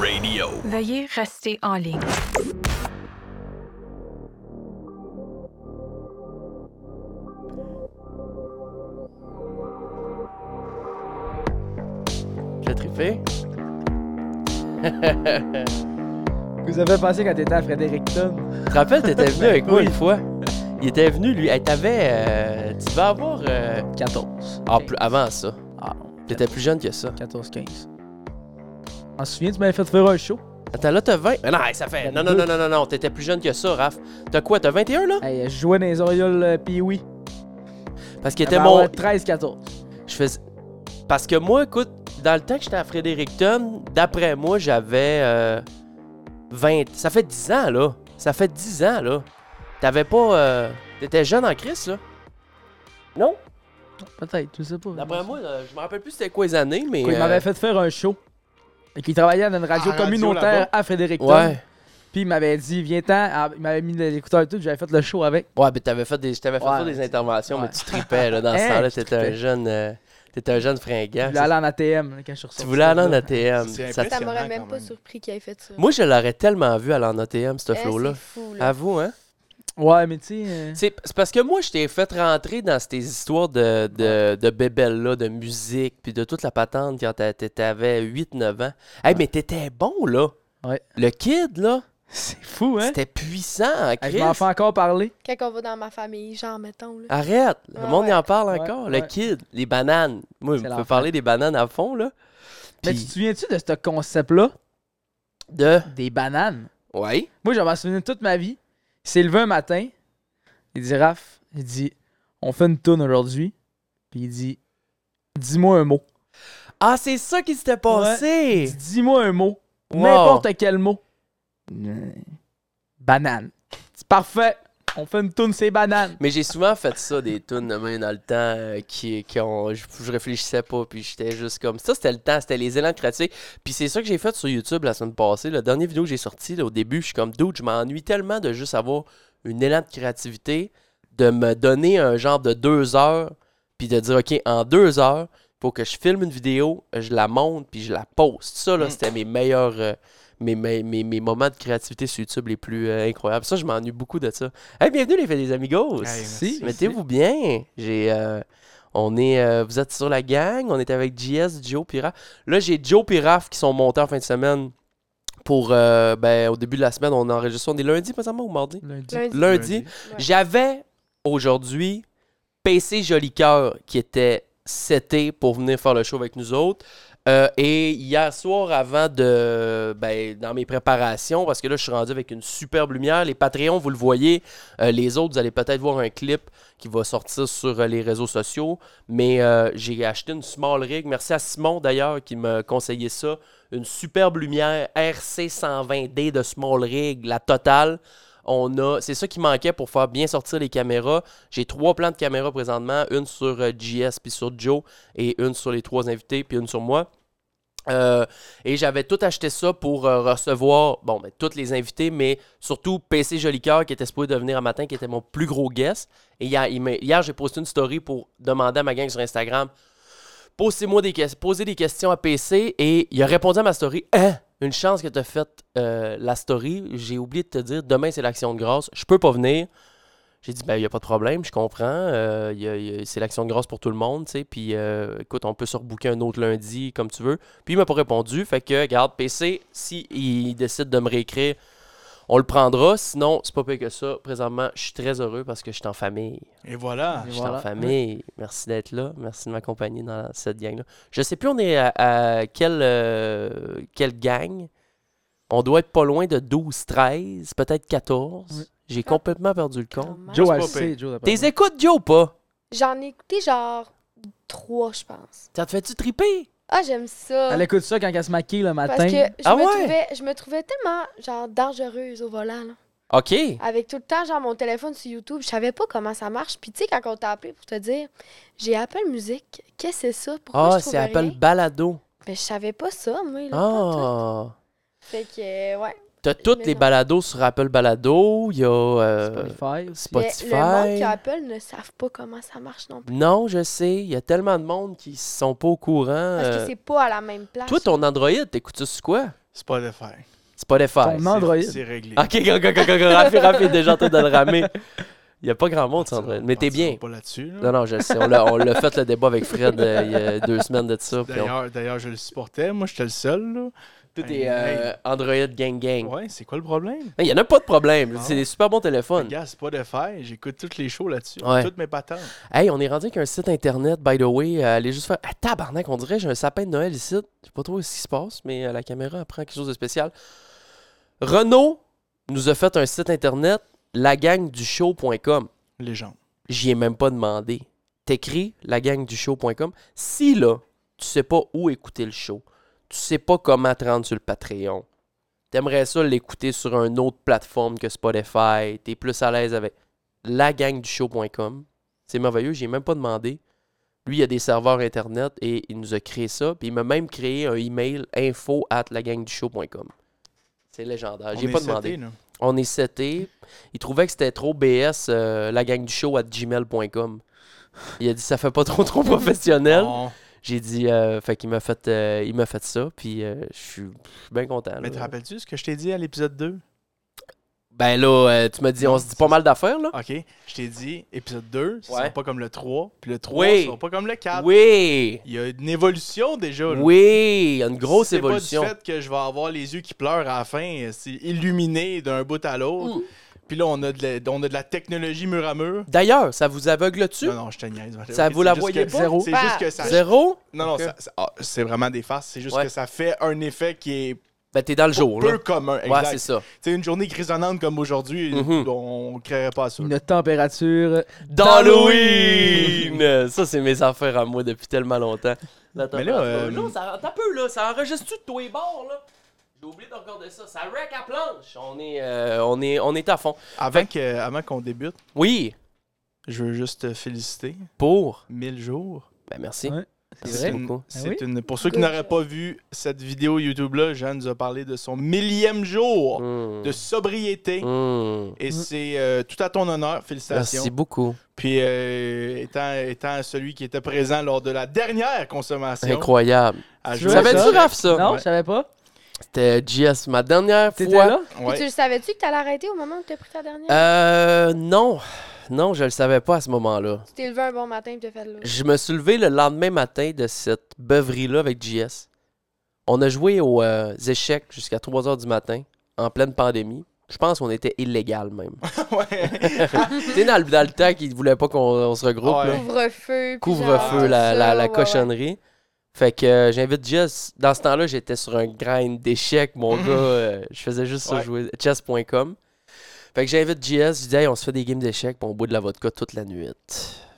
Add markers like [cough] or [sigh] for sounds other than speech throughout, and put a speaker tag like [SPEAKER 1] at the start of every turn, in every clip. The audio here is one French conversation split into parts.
[SPEAKER 1] Radio.
[SPEAKER 2] Veuillez rester en ligne.
[SPEAKER 3] J'ai trippé.
[SPEAKER 4] Vous avez pensé quand t'étais à Fredericton?
[SPEAKER 3] Tu te rappelles, t'étais venu avec moi une fois. Il était venu, lui. Hey, t'avais. euh, tu devais avoir. euh,
[SPEAKER 4] 14.
[SPEAKER 3] en plus, avant ça.
[SPEAKER 4] Ah,
[SPEAKER 3] T'étais plus jeune que ça.
[SPEAKER 4] 14-15. On se souvient, tu m'avais fait faire un show.
[SPEAKER 3] Attends, là, t'as 20. Mais non, hey, ça fait. Non, non, non, non, non, non. T'étais plus jeune que ça, Raph. T'as quoi T'as 21 là
[SPEAKER 4] Hey, je jouais dans les Orioles euh, Pee-Wee.
[SPEAKER 3] Parce qu'il était
[SPEAKER 4] Ah,
[SPEAKER 3] mon.
[SPEAKER 4] ouais, 13-14.
[SPEAKER 3] Je faisais. Parce que moi, écoute, dans le temps que j'étais à Fredericton, d'après moi, j'avais. euh, 20. Ça fait 10 ans, là. Ça fait 10 ans, là. T'avais pas. euh, T'étais jeune en crise, là. Non
[SPEAKER 4] Peut-être, je sais pas.
[SPEAKER 3] D'après moi, euh, je me rappelle plus c'était quoi les années, mais.
[SPEAKER 4] Quoi, il
[SPEAKER 3] euh,
[SPEAKER 4] m'avait fait faire un show. Et qu'il travaillait dans une
[SPEAKER 5] Ah,
[SPEAKER 4] radio
[SPEAKER 5] radio
[SPEAKER 4] communautaire
[SPEAKER 5] là-bas.
[SPEAKER 4] à Fredericton.
[SPEAKER 3] Ouais.
[SPEAKER 4] Puis il m'avait dit, viens-t'en. Ah, Il m'avait mis les écouteurs et tout, puis j'avais fait le show avec.
[SPEAKER 3] Ouais, mais t'avais fait des, je t'avais fait
[SPEAKER 4] Ouais.
[SPEAKER 3] faire des interventions, mais
[SPEAKER 4] Ouais.
[SPEAKER 3] tu tripais, là, dans ce
[SPEAKER 4] Hey,
[SPEAKER 3] temps-là.
[SPEAKER 4] je
[SPEAKER 3] T'étais un
[SPEAKER 4] tripais.
[SPEAKER 3] jeune. euh, T'étais un jeune fringant.
[SPEAKER 4] Je voulais aller en ATM là, quand je suis ressorti.
[SPEAKER 3] Tu voulais aller en
[SPEAKER 4] de là.
[SPEAKER 3] ATM.
[SPEAKER 5] C'est
[SPEAKER 3] Ça-
[SPEAKER 5] impressionnant.
[SPEAKER 6] Ça m'aurait
[SPEAKER 5] quand
[SPEAKER 6] même pas
[SPEAKER 5] même.
[SPEAKER 6] surpris qu'il ait fait ça.
[SPEAKER 3] Moi, je l'aurais tellement vu aller en ATM, ce
[SPEAKER 6] Eh,
[SPEAKER 3] flow-là.
[SPEAKER 6] C'est fou, là.
[SPEAKER 3] À vous, hein?
[SPEAKER 4] Ouais, mais tu sais. euh,
[SPEAKER 3] C'est c'est parce que moi, je t'ai fait rentrer dans ces histoires de, de, de bébelles-là, de musique, puis de toute la patente quand t'a- t'avais 8-9 ans. Hey, mais t'étais bon, là.
[SPEAKER 4] Ouais.
[SPEAKER 3] Le kid, là,
[SPEAKER 4] C'est fou, hein?
[SPEAKER 3] c'était puissant en
[SPEAKER 4] Hey, je m'en
[SPEAKER 3] crise.
[SPEAKER 4] fais encore parler.
[SPEAKER 6] Quand on va dans ma famille, genre, mettons, là.
[SPEAKER 3] Arrête! Le
[SPEAKER 6] Ouais,
[SPEAKER 3] monde y
[SPEAKER 6] ouais.
[SPEAKER 3] en parle
[SPEAKER 4] Ah Ouais,
[SPEAKER 3] encore. Le
[SPEAKER 4] ouais.
[SPEAKER 3] kid, les bananes. Moi, je
[SPEAKER 4] C'est
[SPEAKER 3] peux
[SPEAKER 4] l'enfer.
[SPEAKER 3] parler des bananes à fond, là.
[SPEAKER 4] Mais
[SPEAKER 3] Puis
[SPEAKER 4] tu te souviens-tu de ce concept-là?
[SPEAKER 3] de...
[SPEAKER 4] Des bananes.
[SPEAKER 3] Ouais.
[SPEAKER 4] Moi, j'en m'en souviens toute ma vie. Il s'est levé un matin. Il dit, Raph, il dit, on fait une tourne aujourd'hui. Puis il dit, dis-moi un mot.
[SPEAKER 3] Ah, c'est ça qui s'était
[SPEAKER 4] Il
[SPEAKER 3] passé!
[SPEAKER 4] dit, dis-moi un mot.
[SPEAKER 3] Wow.
[SPEAKER 4] N'importe quel mot. Banane. C'est parfait. On fait une tourne, c'est banane.
[SPEAKER 3] Mais j'ai souvent fait ça, des tunes de main dans le temps euh, qui, qui ont. Je, je réfléchissais pas, puis j'étais juste comme. Ça, c'était le temps, c'était les élans critiques. Puis c'est ça que j'ai fait sur YouTube la semaine passée. La dernière vidéo que j'ai sortie, là, au début, je suis comme dude, je m'ennuie tellement de juste avoir une élan de créativité, de me donner un genre de deux heures, puis de dire, OK, en deux heures, pour que je filme une vidéo, je la monte, puis je la poste. Ça, là,
[SPEAKER 5] Mm.
[SPEAKER 3] c'était mes meilleurs. euh, mes, mes, mes, mes moments de créativité sur YouTube les plus euh, incroyables. Ça, je m'ennuie beaucoup de ça. Hey, bienvenue les des amigos!
[SPEAKER 5] Hey,
[SPEAKER 4] Si.
[SPEAKER 3] Mettez-vous bien. J'ai, euh, on est, euh, vous êtes sur la gang. On est avec JS, Joe, Piraf. Là, j'ai Joe Piraf qui sont montés en fin de semaine. Pour, euh, ben, au début de la semaine, on enregistre. On est lundi, pas ou mardi.
[SPEAKER 4] Lundi.
[SPEAKER 6] Lundi.
[SPEAKER 3] Lundi.
[SPEAKER 5] Lundi.
[SPEAKER 3] J'avais aujourd'hui PC Joli Cœur qui était seté pour venir faire le show avec nous autres. Euh, et hier soir, avant de. Ben, dans mes préparations, parce que là, je suis rendu avec une superbe lumière. Les Patreons, vous le voyez. Euh, les autres, vous allez peut-être voir un clip qui va sortir sur euh, les réseaux sociaux. Mais euh, j'ai acheté une small rig. Merci à Simon, d'ailleurs, qui m'a conseillé ça. Une superbe lumière RC120D de small rig, la totale. On a, c'est ça qui manquait pour faire bien sortir les caméras. J'ai trois plans de caméras présentement, une sur euh, JS puis sur Joe et une sur les trois invités puis une sur moi. Euh, et j'avais tout acheté ça pour euh, recevoir, bon, ben, tous les invités, mais surtout PC Jolicoeur qui était supposé de venir un matin, qui était mon plus gros guest. Et hier, il m'a- hier, j'ai posté une story pour demander à ma gang sur Instagram Posez-moi des, ques- posez des questions à PC et il a répondu à ma story. Hein? Une chance que tu as fait euh, la story. J'ai oublié de te dire, demain c'est l'action de grâce. Je peux pas venir. J'ai dit, ben, il n'y a pas de problème, je comprends. Euh, il y a- il y a- c'est l'action de grâce pour tout le monde, tu sais. Puis, euh, écoute, on peut se rebooker un autre lundi, comme tu veux. Puis, il m'a pas répondu. Fait que, garde, PC, si il décide de me réécrire, on le prendra. Sinon, c'est pas pire que ça. Présentement, je suis très heureux parce que je suis en famille.
[SPEAKER 5] Et voilà.
[SPEAKER 3] Je
[SPEAKER 4] Et
[SPEAKER 3] suis
[SPEAKER 4] voilà.
[SPEAKER 3] en famille. Merci d'être là. Merci de m'accompagner dans cette gang-là. Je sais plus on est à, à quelle, euh, quelle gang. On doit être pas loin de 12, 13, peut-être 14.
[SPEAKER 4] Oui.
[SPEAKER 3] J'ai complètement perdu le compte.
[SPEAKER 6] Dommage.
[SPEAKER 4] Joe,
[SPEAKER 5] c'est
[SPEAKER 4] elle
[SPEAKER 5] pas
[SPEAKER 4] sait, Joe. d'après
[SPEAKER 3] T'es
[SPEAKER 4] moi.
[SPEAKER 3] écoutes, Joe, ou pas?
[SPEAKER 6] J'en ai écouté, genre, trois, je pense.
[SPEAKER 3] Ça te fait-tu triper?
[SPEAKER 6] Ah, j'aime ça.
[SPEAKER 4] Elle écoute ça quand elle se maquille le matin.
[SPEAKER 6] Parce que je,
[SPEAKER 3] Ah
[SPEAKER 6] me
[SPEAKER 3] ouais?
[SPEAKER 6] trouvais, je me trouvais tellement, genre, dangereuse au volant, là.
[SPEAKER 3] OK.
[SPEAKER 6] Avec tout le temps, genre, mon téléphone sur YouTube, je savais pas comment ça marche. Puis, tu sais, quand on t'a appelé pour te dire, j'ai Apple Music, qu'est-ce que c'est ça? Pourquoi
[SPEAKER 3] Ah,
[SPEAKER 6] je trouve
[SPEAKER 3] c'est Apple
[SPEAKER 6] rien?
[SPEAKER 3] Balado.
[SPEAKER 6] Ben, je savais pas ça, moi, là. pas en tout.
[SPEAKER 3] Ah.
[SPEAKER 6] Fait que, euh, ouais.
[SPEAKER 3] T'as toutes
[SPEAKER 6] Mais
[SPEAKER 3] les
[SPEAKER 6] non.
[SPEAKER 3] balados sur Apple Balado. Il y a euh,
[SPEAKER 4] Spotify aussi.
[SPEAKER 6] Mais
[SPEAKER 3] Spotify.
[SPEAKER 6] le monde qui a Apple ne savent pas comment ça marche non plus.
[SPEAKER 3] Non, je sais. Il y a tellement de monde qui sont pas au courant.
[SPEAKER 6] Parce
[SPEAKER 3] euh,
[SPEAKER 6] que c'est pas à la même place.
[SPEAKER 3] Toi, ton Android, t'écoutes ça sur quoi?
[SPEAKER 1] Spotify.
[SPEAKER 3] Spotify.
[SPEAKER 4] Ton Android.
[SPEAKER 1] C'est- C'est réglé.
[SPEAKER 3] Ok, go, go, go, go, go, Raph, Raph est déjà en train de le ramer. Il n'y a pas grand monde sur Android. Mais t'es
[SPEAKER 1] Partira
[SPEAKER 3] bien.
[SPEAKER 1] pas là-dessus. là.
[SPEAKER 3] Non, non, je le sais. On l'a on l'a fait le débat avec Fred euh, il y a deux semaines de ça. puis on-
[SPEAKER 1] D'ailleurs, d'ailleurs, je le supportais. Moi, j'étais le seul. Là.
[SPEAKER 3] Tout est euh, Android gang gang.
[SPEAKER 1] Ouais, c'est quoi le problème?
[SPEAKER 3] Il n'y en a pas de problème.
[SPEAKER 1] Ah.
[SPEAKER 3] C'est des super bons téléphones.
[SPEAKER 1] Regarde, Spotify, j'écoute toutes les shows là-dessus.
[SPEAKER 3] Ouais.
[SPEAKER 1] Toutes mes patentes.
[SPEAKER 3] Hey, on est rendu avec un site internet, by the way. Euh, allez juste faire. Ah, tabarnak, on dirait j'ai un sapin de Noël ici. Je sais pas trop ce qui se passe, mais euh, la caméra apprend quelque chose de spécial. Renault nous a fait un site internet, lagangdushow.com.
[SPEAKER 1] Légende.
[SPEAKER 3] J'y ai même pas demandé. T'écris lagangdushow.com. Si là, tu sais pas où écouter le show, tu sais pas comment te rendre sur le Patreon, t'aimerais ça l'écouter sur une autre plateforme que Spotify, t'es plus à l'aise avec lagangdushow.com. C'est merveilleux, j'y ai même pas demandé. Lui, il a des serveurs Internet et il nous a créé ça. Puis il m'a même créé un email info at lagangdushow.com. C'est légendaire. Ah, J'ai
[SPEAKER 1] On
[SPEAKER 3] pas
[SPEAKER 1] est
[SPEAKER 3] demandé.
[SPEAKER 1] setés, là.
[SPEAKER 3] On est seté. Il trouvait que c'était trop BS, euh, la gang du show à gmail.com. Il a dit ça fait pas trop trop professionnel.
[SPEAKER 1] On-
[SPEAKER 3] J'ai dit euh, fait qu'il m'a fait euh, il m'a fait ça puis euh, je suis je suis bien content. là.
[SPEAKER 1] Mais te rappelles-tu ce que je t'ai dit à l'épisode 2?
[SPEAKER 3] Ben là euh, tu m'as dit on se dit pas mal d'affaires là.
[SPEAKER 1] OK. Je t'ai dit, épisode 2, ça
[SPEAKER 3] Ouais.
[SPEAKER 1] sera pas comme le 3. Puis le 3,
[SPEAKER 3] Oui.
[SPEAKER 1] ça sera pas comme le 4.
[SPEAKER 3] Oui.
[SPEAKER 1] Il y a une évolution déjà. là.
[SPEAKER 3] Oui, il y a une grosse
[SPEAKER 1] C'est
[SPEAKER 3] évolution.
[SPEAKER 1] pas du fait que je vais avoir les yeux qui pleurent à la fin, euh, c'est illuminé d'un bout à l'autre.
[SPEAKER 3] Mm.
[SPEAKER 1] Puis là, on a, de la, on a de la technologie mur à mur.
[SPEAKER 3] D'ailleurs, ça vous aveugle-tu
[SPEAKER 1] Non, non, je te niaise.
[SPEAKER 3] Ça,
[SPEAKER 1] Ok,
[SPEAKER 3] vous
[SPEAKER 1] c'est
[SPEAKER 3] la
[SPEAKER 1] juste
[SPEAKER 3] voyez
[SPEAKER 1] que-
[SPEAKER 3] pas?
[SPEAKER 4] Zéro.
[SPEAKER 1] C'est juste que ça...
[SPEAKER 3] Zéro
[SPEAKER 1] Non, non,
[SPEAKER 3] Ok.
[SPEAKER 1] ça- ça- ah, c'est vraiment des farces. C'est juste
[SPEAKER 3] Ouais.
[SPEAKER 1] que ça fait un effet qui est
[SPEAKER 3] Ben t'es dans le jour
[SPEAKER 1] peu
[SPEAKER 3] là.
[SPEAKER 1] commun.
[SPEAKER 3] Ouais,
[SPEAKER 1] Exact.
[SPEAKER 3] c'est ça.
[SPEAKER 1] c'est une journée grisonnante comme aujourd'hui,
[SPEAKER 3] Mhm.
[SPEAKER 1] on créerait pas ça.
[SPEAKER 4] Une température.
[SPEAKER 3] D'Halloween! Ça, c'est mes affaires à moi depuis tellement longtemps. Mais
[SPEAKER 1] là, euh,
[SPEAKER 3] ça, attends un peu, là, ça enregistre-tu de tous les bords, là? J'ai oublié de regarder ça. Ça rec à planche. On est, euh, on est, on est à fond.
[SPEAKER 1] Avant que- avant qu'on débute,
[SPEAKER 3] Oui,
[SPEAKER 1] je veux juste te féliciter.
[SPEAKER 3] pour.
[SPEAKER 1] 1000 jours.
[SPEAKER 3] Ben, merci.
[SPEAKER 4] Ouais,
[SPEAKER 3] Merci
[SPEAKER 4] vrai.
[SPEAKER 3] beaucoup.
[SPEAKER 1] C'est
[SPEAKER 4] oui?
[SPEAKER 1] une... Pour ceux qui
[SPEAKER 6] Good
[SPEAKER 1] n'auraient pas vu cette vidéo YouTube-là, Jeanne nous a parlé de son millième jour
[SPEAKER 3] Mm.
[SPEAKER 1] de sobriété.
[SPEAKER 3] Mm.
[SPEAKER 1] Et c'est euh, tout à ton honneur. Félicitations.
[SPEAKER 3] Merci beaucoup.
[SPEAKER 1] Puis euh, étant, étant celui qui était présent lors de la dernière consommation.
[SPEAKER 3] Incroyable.
[SPEAKER 1] à
[SPEAKER 4] Tu
[SPEAKER 3] Tu
[SPEAKER 1] jouer
[SPEAKER 4] savais
[SPEAKER 3] savais-tu,
[SPEAKER 1] ça,
[SPEAKER 3] Raph, ça?
[SPEAKER 4] Non,
[SPEAKER 1] Ouais.
[SPEAKER 4] je savais pas.
[SPEAKER 3] C'était GS, ma dernière
[SPEAKER 4] T'étais
[SPEAKER 3] fois.
[SPEAKER 4] là?
[SPEAKER 6] Puis
[SPEAKER 1] ouais.
[SPEAKER 6] Tu le savais-tu que t'allais arrêter au moment où t'as pris ta dernière?
[SPEAKER 3] Euh, non. Non, je le savais pas à ce moment-là.
[SPEAKER 6] Tu t'es levé un bon matin et t'as fait l'autre.
[SPEAKER 3] Je me suis levé le lendemain matin de cette beuverie-là avec JS. On a joué aux euh, échecs jusqu'à 3 h du matin, en pleine pandémie. Je pense qu'on était illégal même.
[SPEAKER 1] [laughs] Ouais.
[SPEAKER 3] tu sais, dans le, dans le temps qu'ils voulaient pas qu'on on se regroupe,
[SPEAKER 1] Ouais.
[SPEAKER 3] là.
[SPEAKER 6] Couvre-feu. puis
[SPEAKER 3] couvre-feu,
[SPEAKER 6] genre,
[SPEAKER 3] la, la-
[SPEAKER 6] tout
[SPEAKER 3] la
[SPEAKER 6] ça, ouais, ouais.
[SPEAKER 3] cochonnerie. Fait que euh, j'invite Jess. Dans ce temps-là, j'étais sur un grind d'échecs, mon gars. euh, je faisais juste ça
[SPEAKER 1] Mhm. Ouais.
[SPEAKER 3] jouer chess.com. Fait que j'invite Jess. Je dis, hey, on se fait des games d'échecs, puis on boit de la vodka toute la nuit.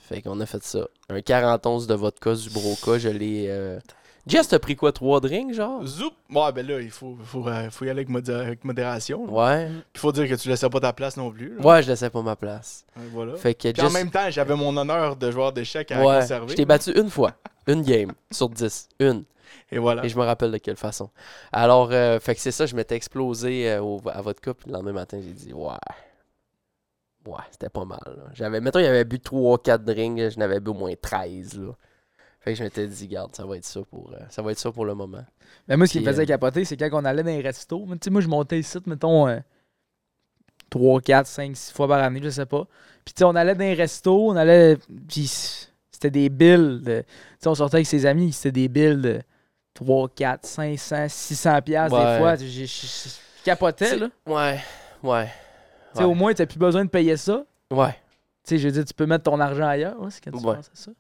[SPEAKER 3] Fait qu'on a fait ça. Un 41 de vodka, du broca, je l'ai. euh, Jess, t'as pris quoi, trois drinks, genre
[SPEAKER 1] Zoup! Ouais, ben là, il faut, faut, euh, faut y aller avec, modé- avec modération. là.
[SPEAKER 3] Ouais.
[SPEAKER 1] Puis faut dire que tu laissais pas ta place non plus. là.
[SPEAKER 3] Ouais, je laissais pas ma place.
[SPEAKER 1] Ouais, Voilà.
[SPEAKER 3] Fait que
[SPEAKER 1] Oh. Puis en
[SPEAKER 3] Jess.
[SPEAKER 1] même temps, j'avais mon honneur de joueur d'échecs à
[SPEAKER 3] Ouais, je
[SPEAKER 1] conserver.
[SPEAKER 3] t'ai battu une fois. Une game sur 10. Une.
[SPEAKER 1] Et voilà.
[SPEAKER 3] Et je me rappelle de quelle façon. Alors, euh, fait que c'est ça, je m'étais explosé euh, au- à votre couple. Le lendemain matin, j'ai dit, ouais. Ouais, c'était pas mal. là. J'avais, mettons, il avait bu 3-4 drinks, là, je n'avais bu au moins 13. Là. Fait que je m'étais dit, garde, ça va être ça pour, euh, ça va être ça pour le moment.
[SPEAKER 4] Ben moi, ce qui me
[SPEAKER 3] Puis, euh,
[SPEAKER 4] faisait capoter, c'est quand on allait dans les restos. mais Tu sais, moi, je montais ici, mettons, euh, 3, 4, 5, 6 fois par année, je sais pas. Puis, tu sais, on allait dans les restos, on allait. Puis, c- c'était des billes. de- Tu sais, on sortait avec ses amis, c'était des billes de 3, 4, 500, 600 piastres
[SPEAKER 3] Ouais.
[SPEAKER 4] des fois. J'ai- j'ai- j'ai- Je capotais,
[SPEAKER 3] C'est-
[SPEAKER 4] là.
[SPEAKER 3] Ouais, ouais,
[SPEAKER 4] Tu sais, au moins, t'as plus besoin de payer ça.
[SPEAKER 3] ouais.
[SPEAKER 4] Tu sais, je veux dire, tu peux mettre ton argent ailleurs. Ouais, c'est quand tu
[SPEAKER 3] Ouais.
[SPEAKER 4] penses à ça.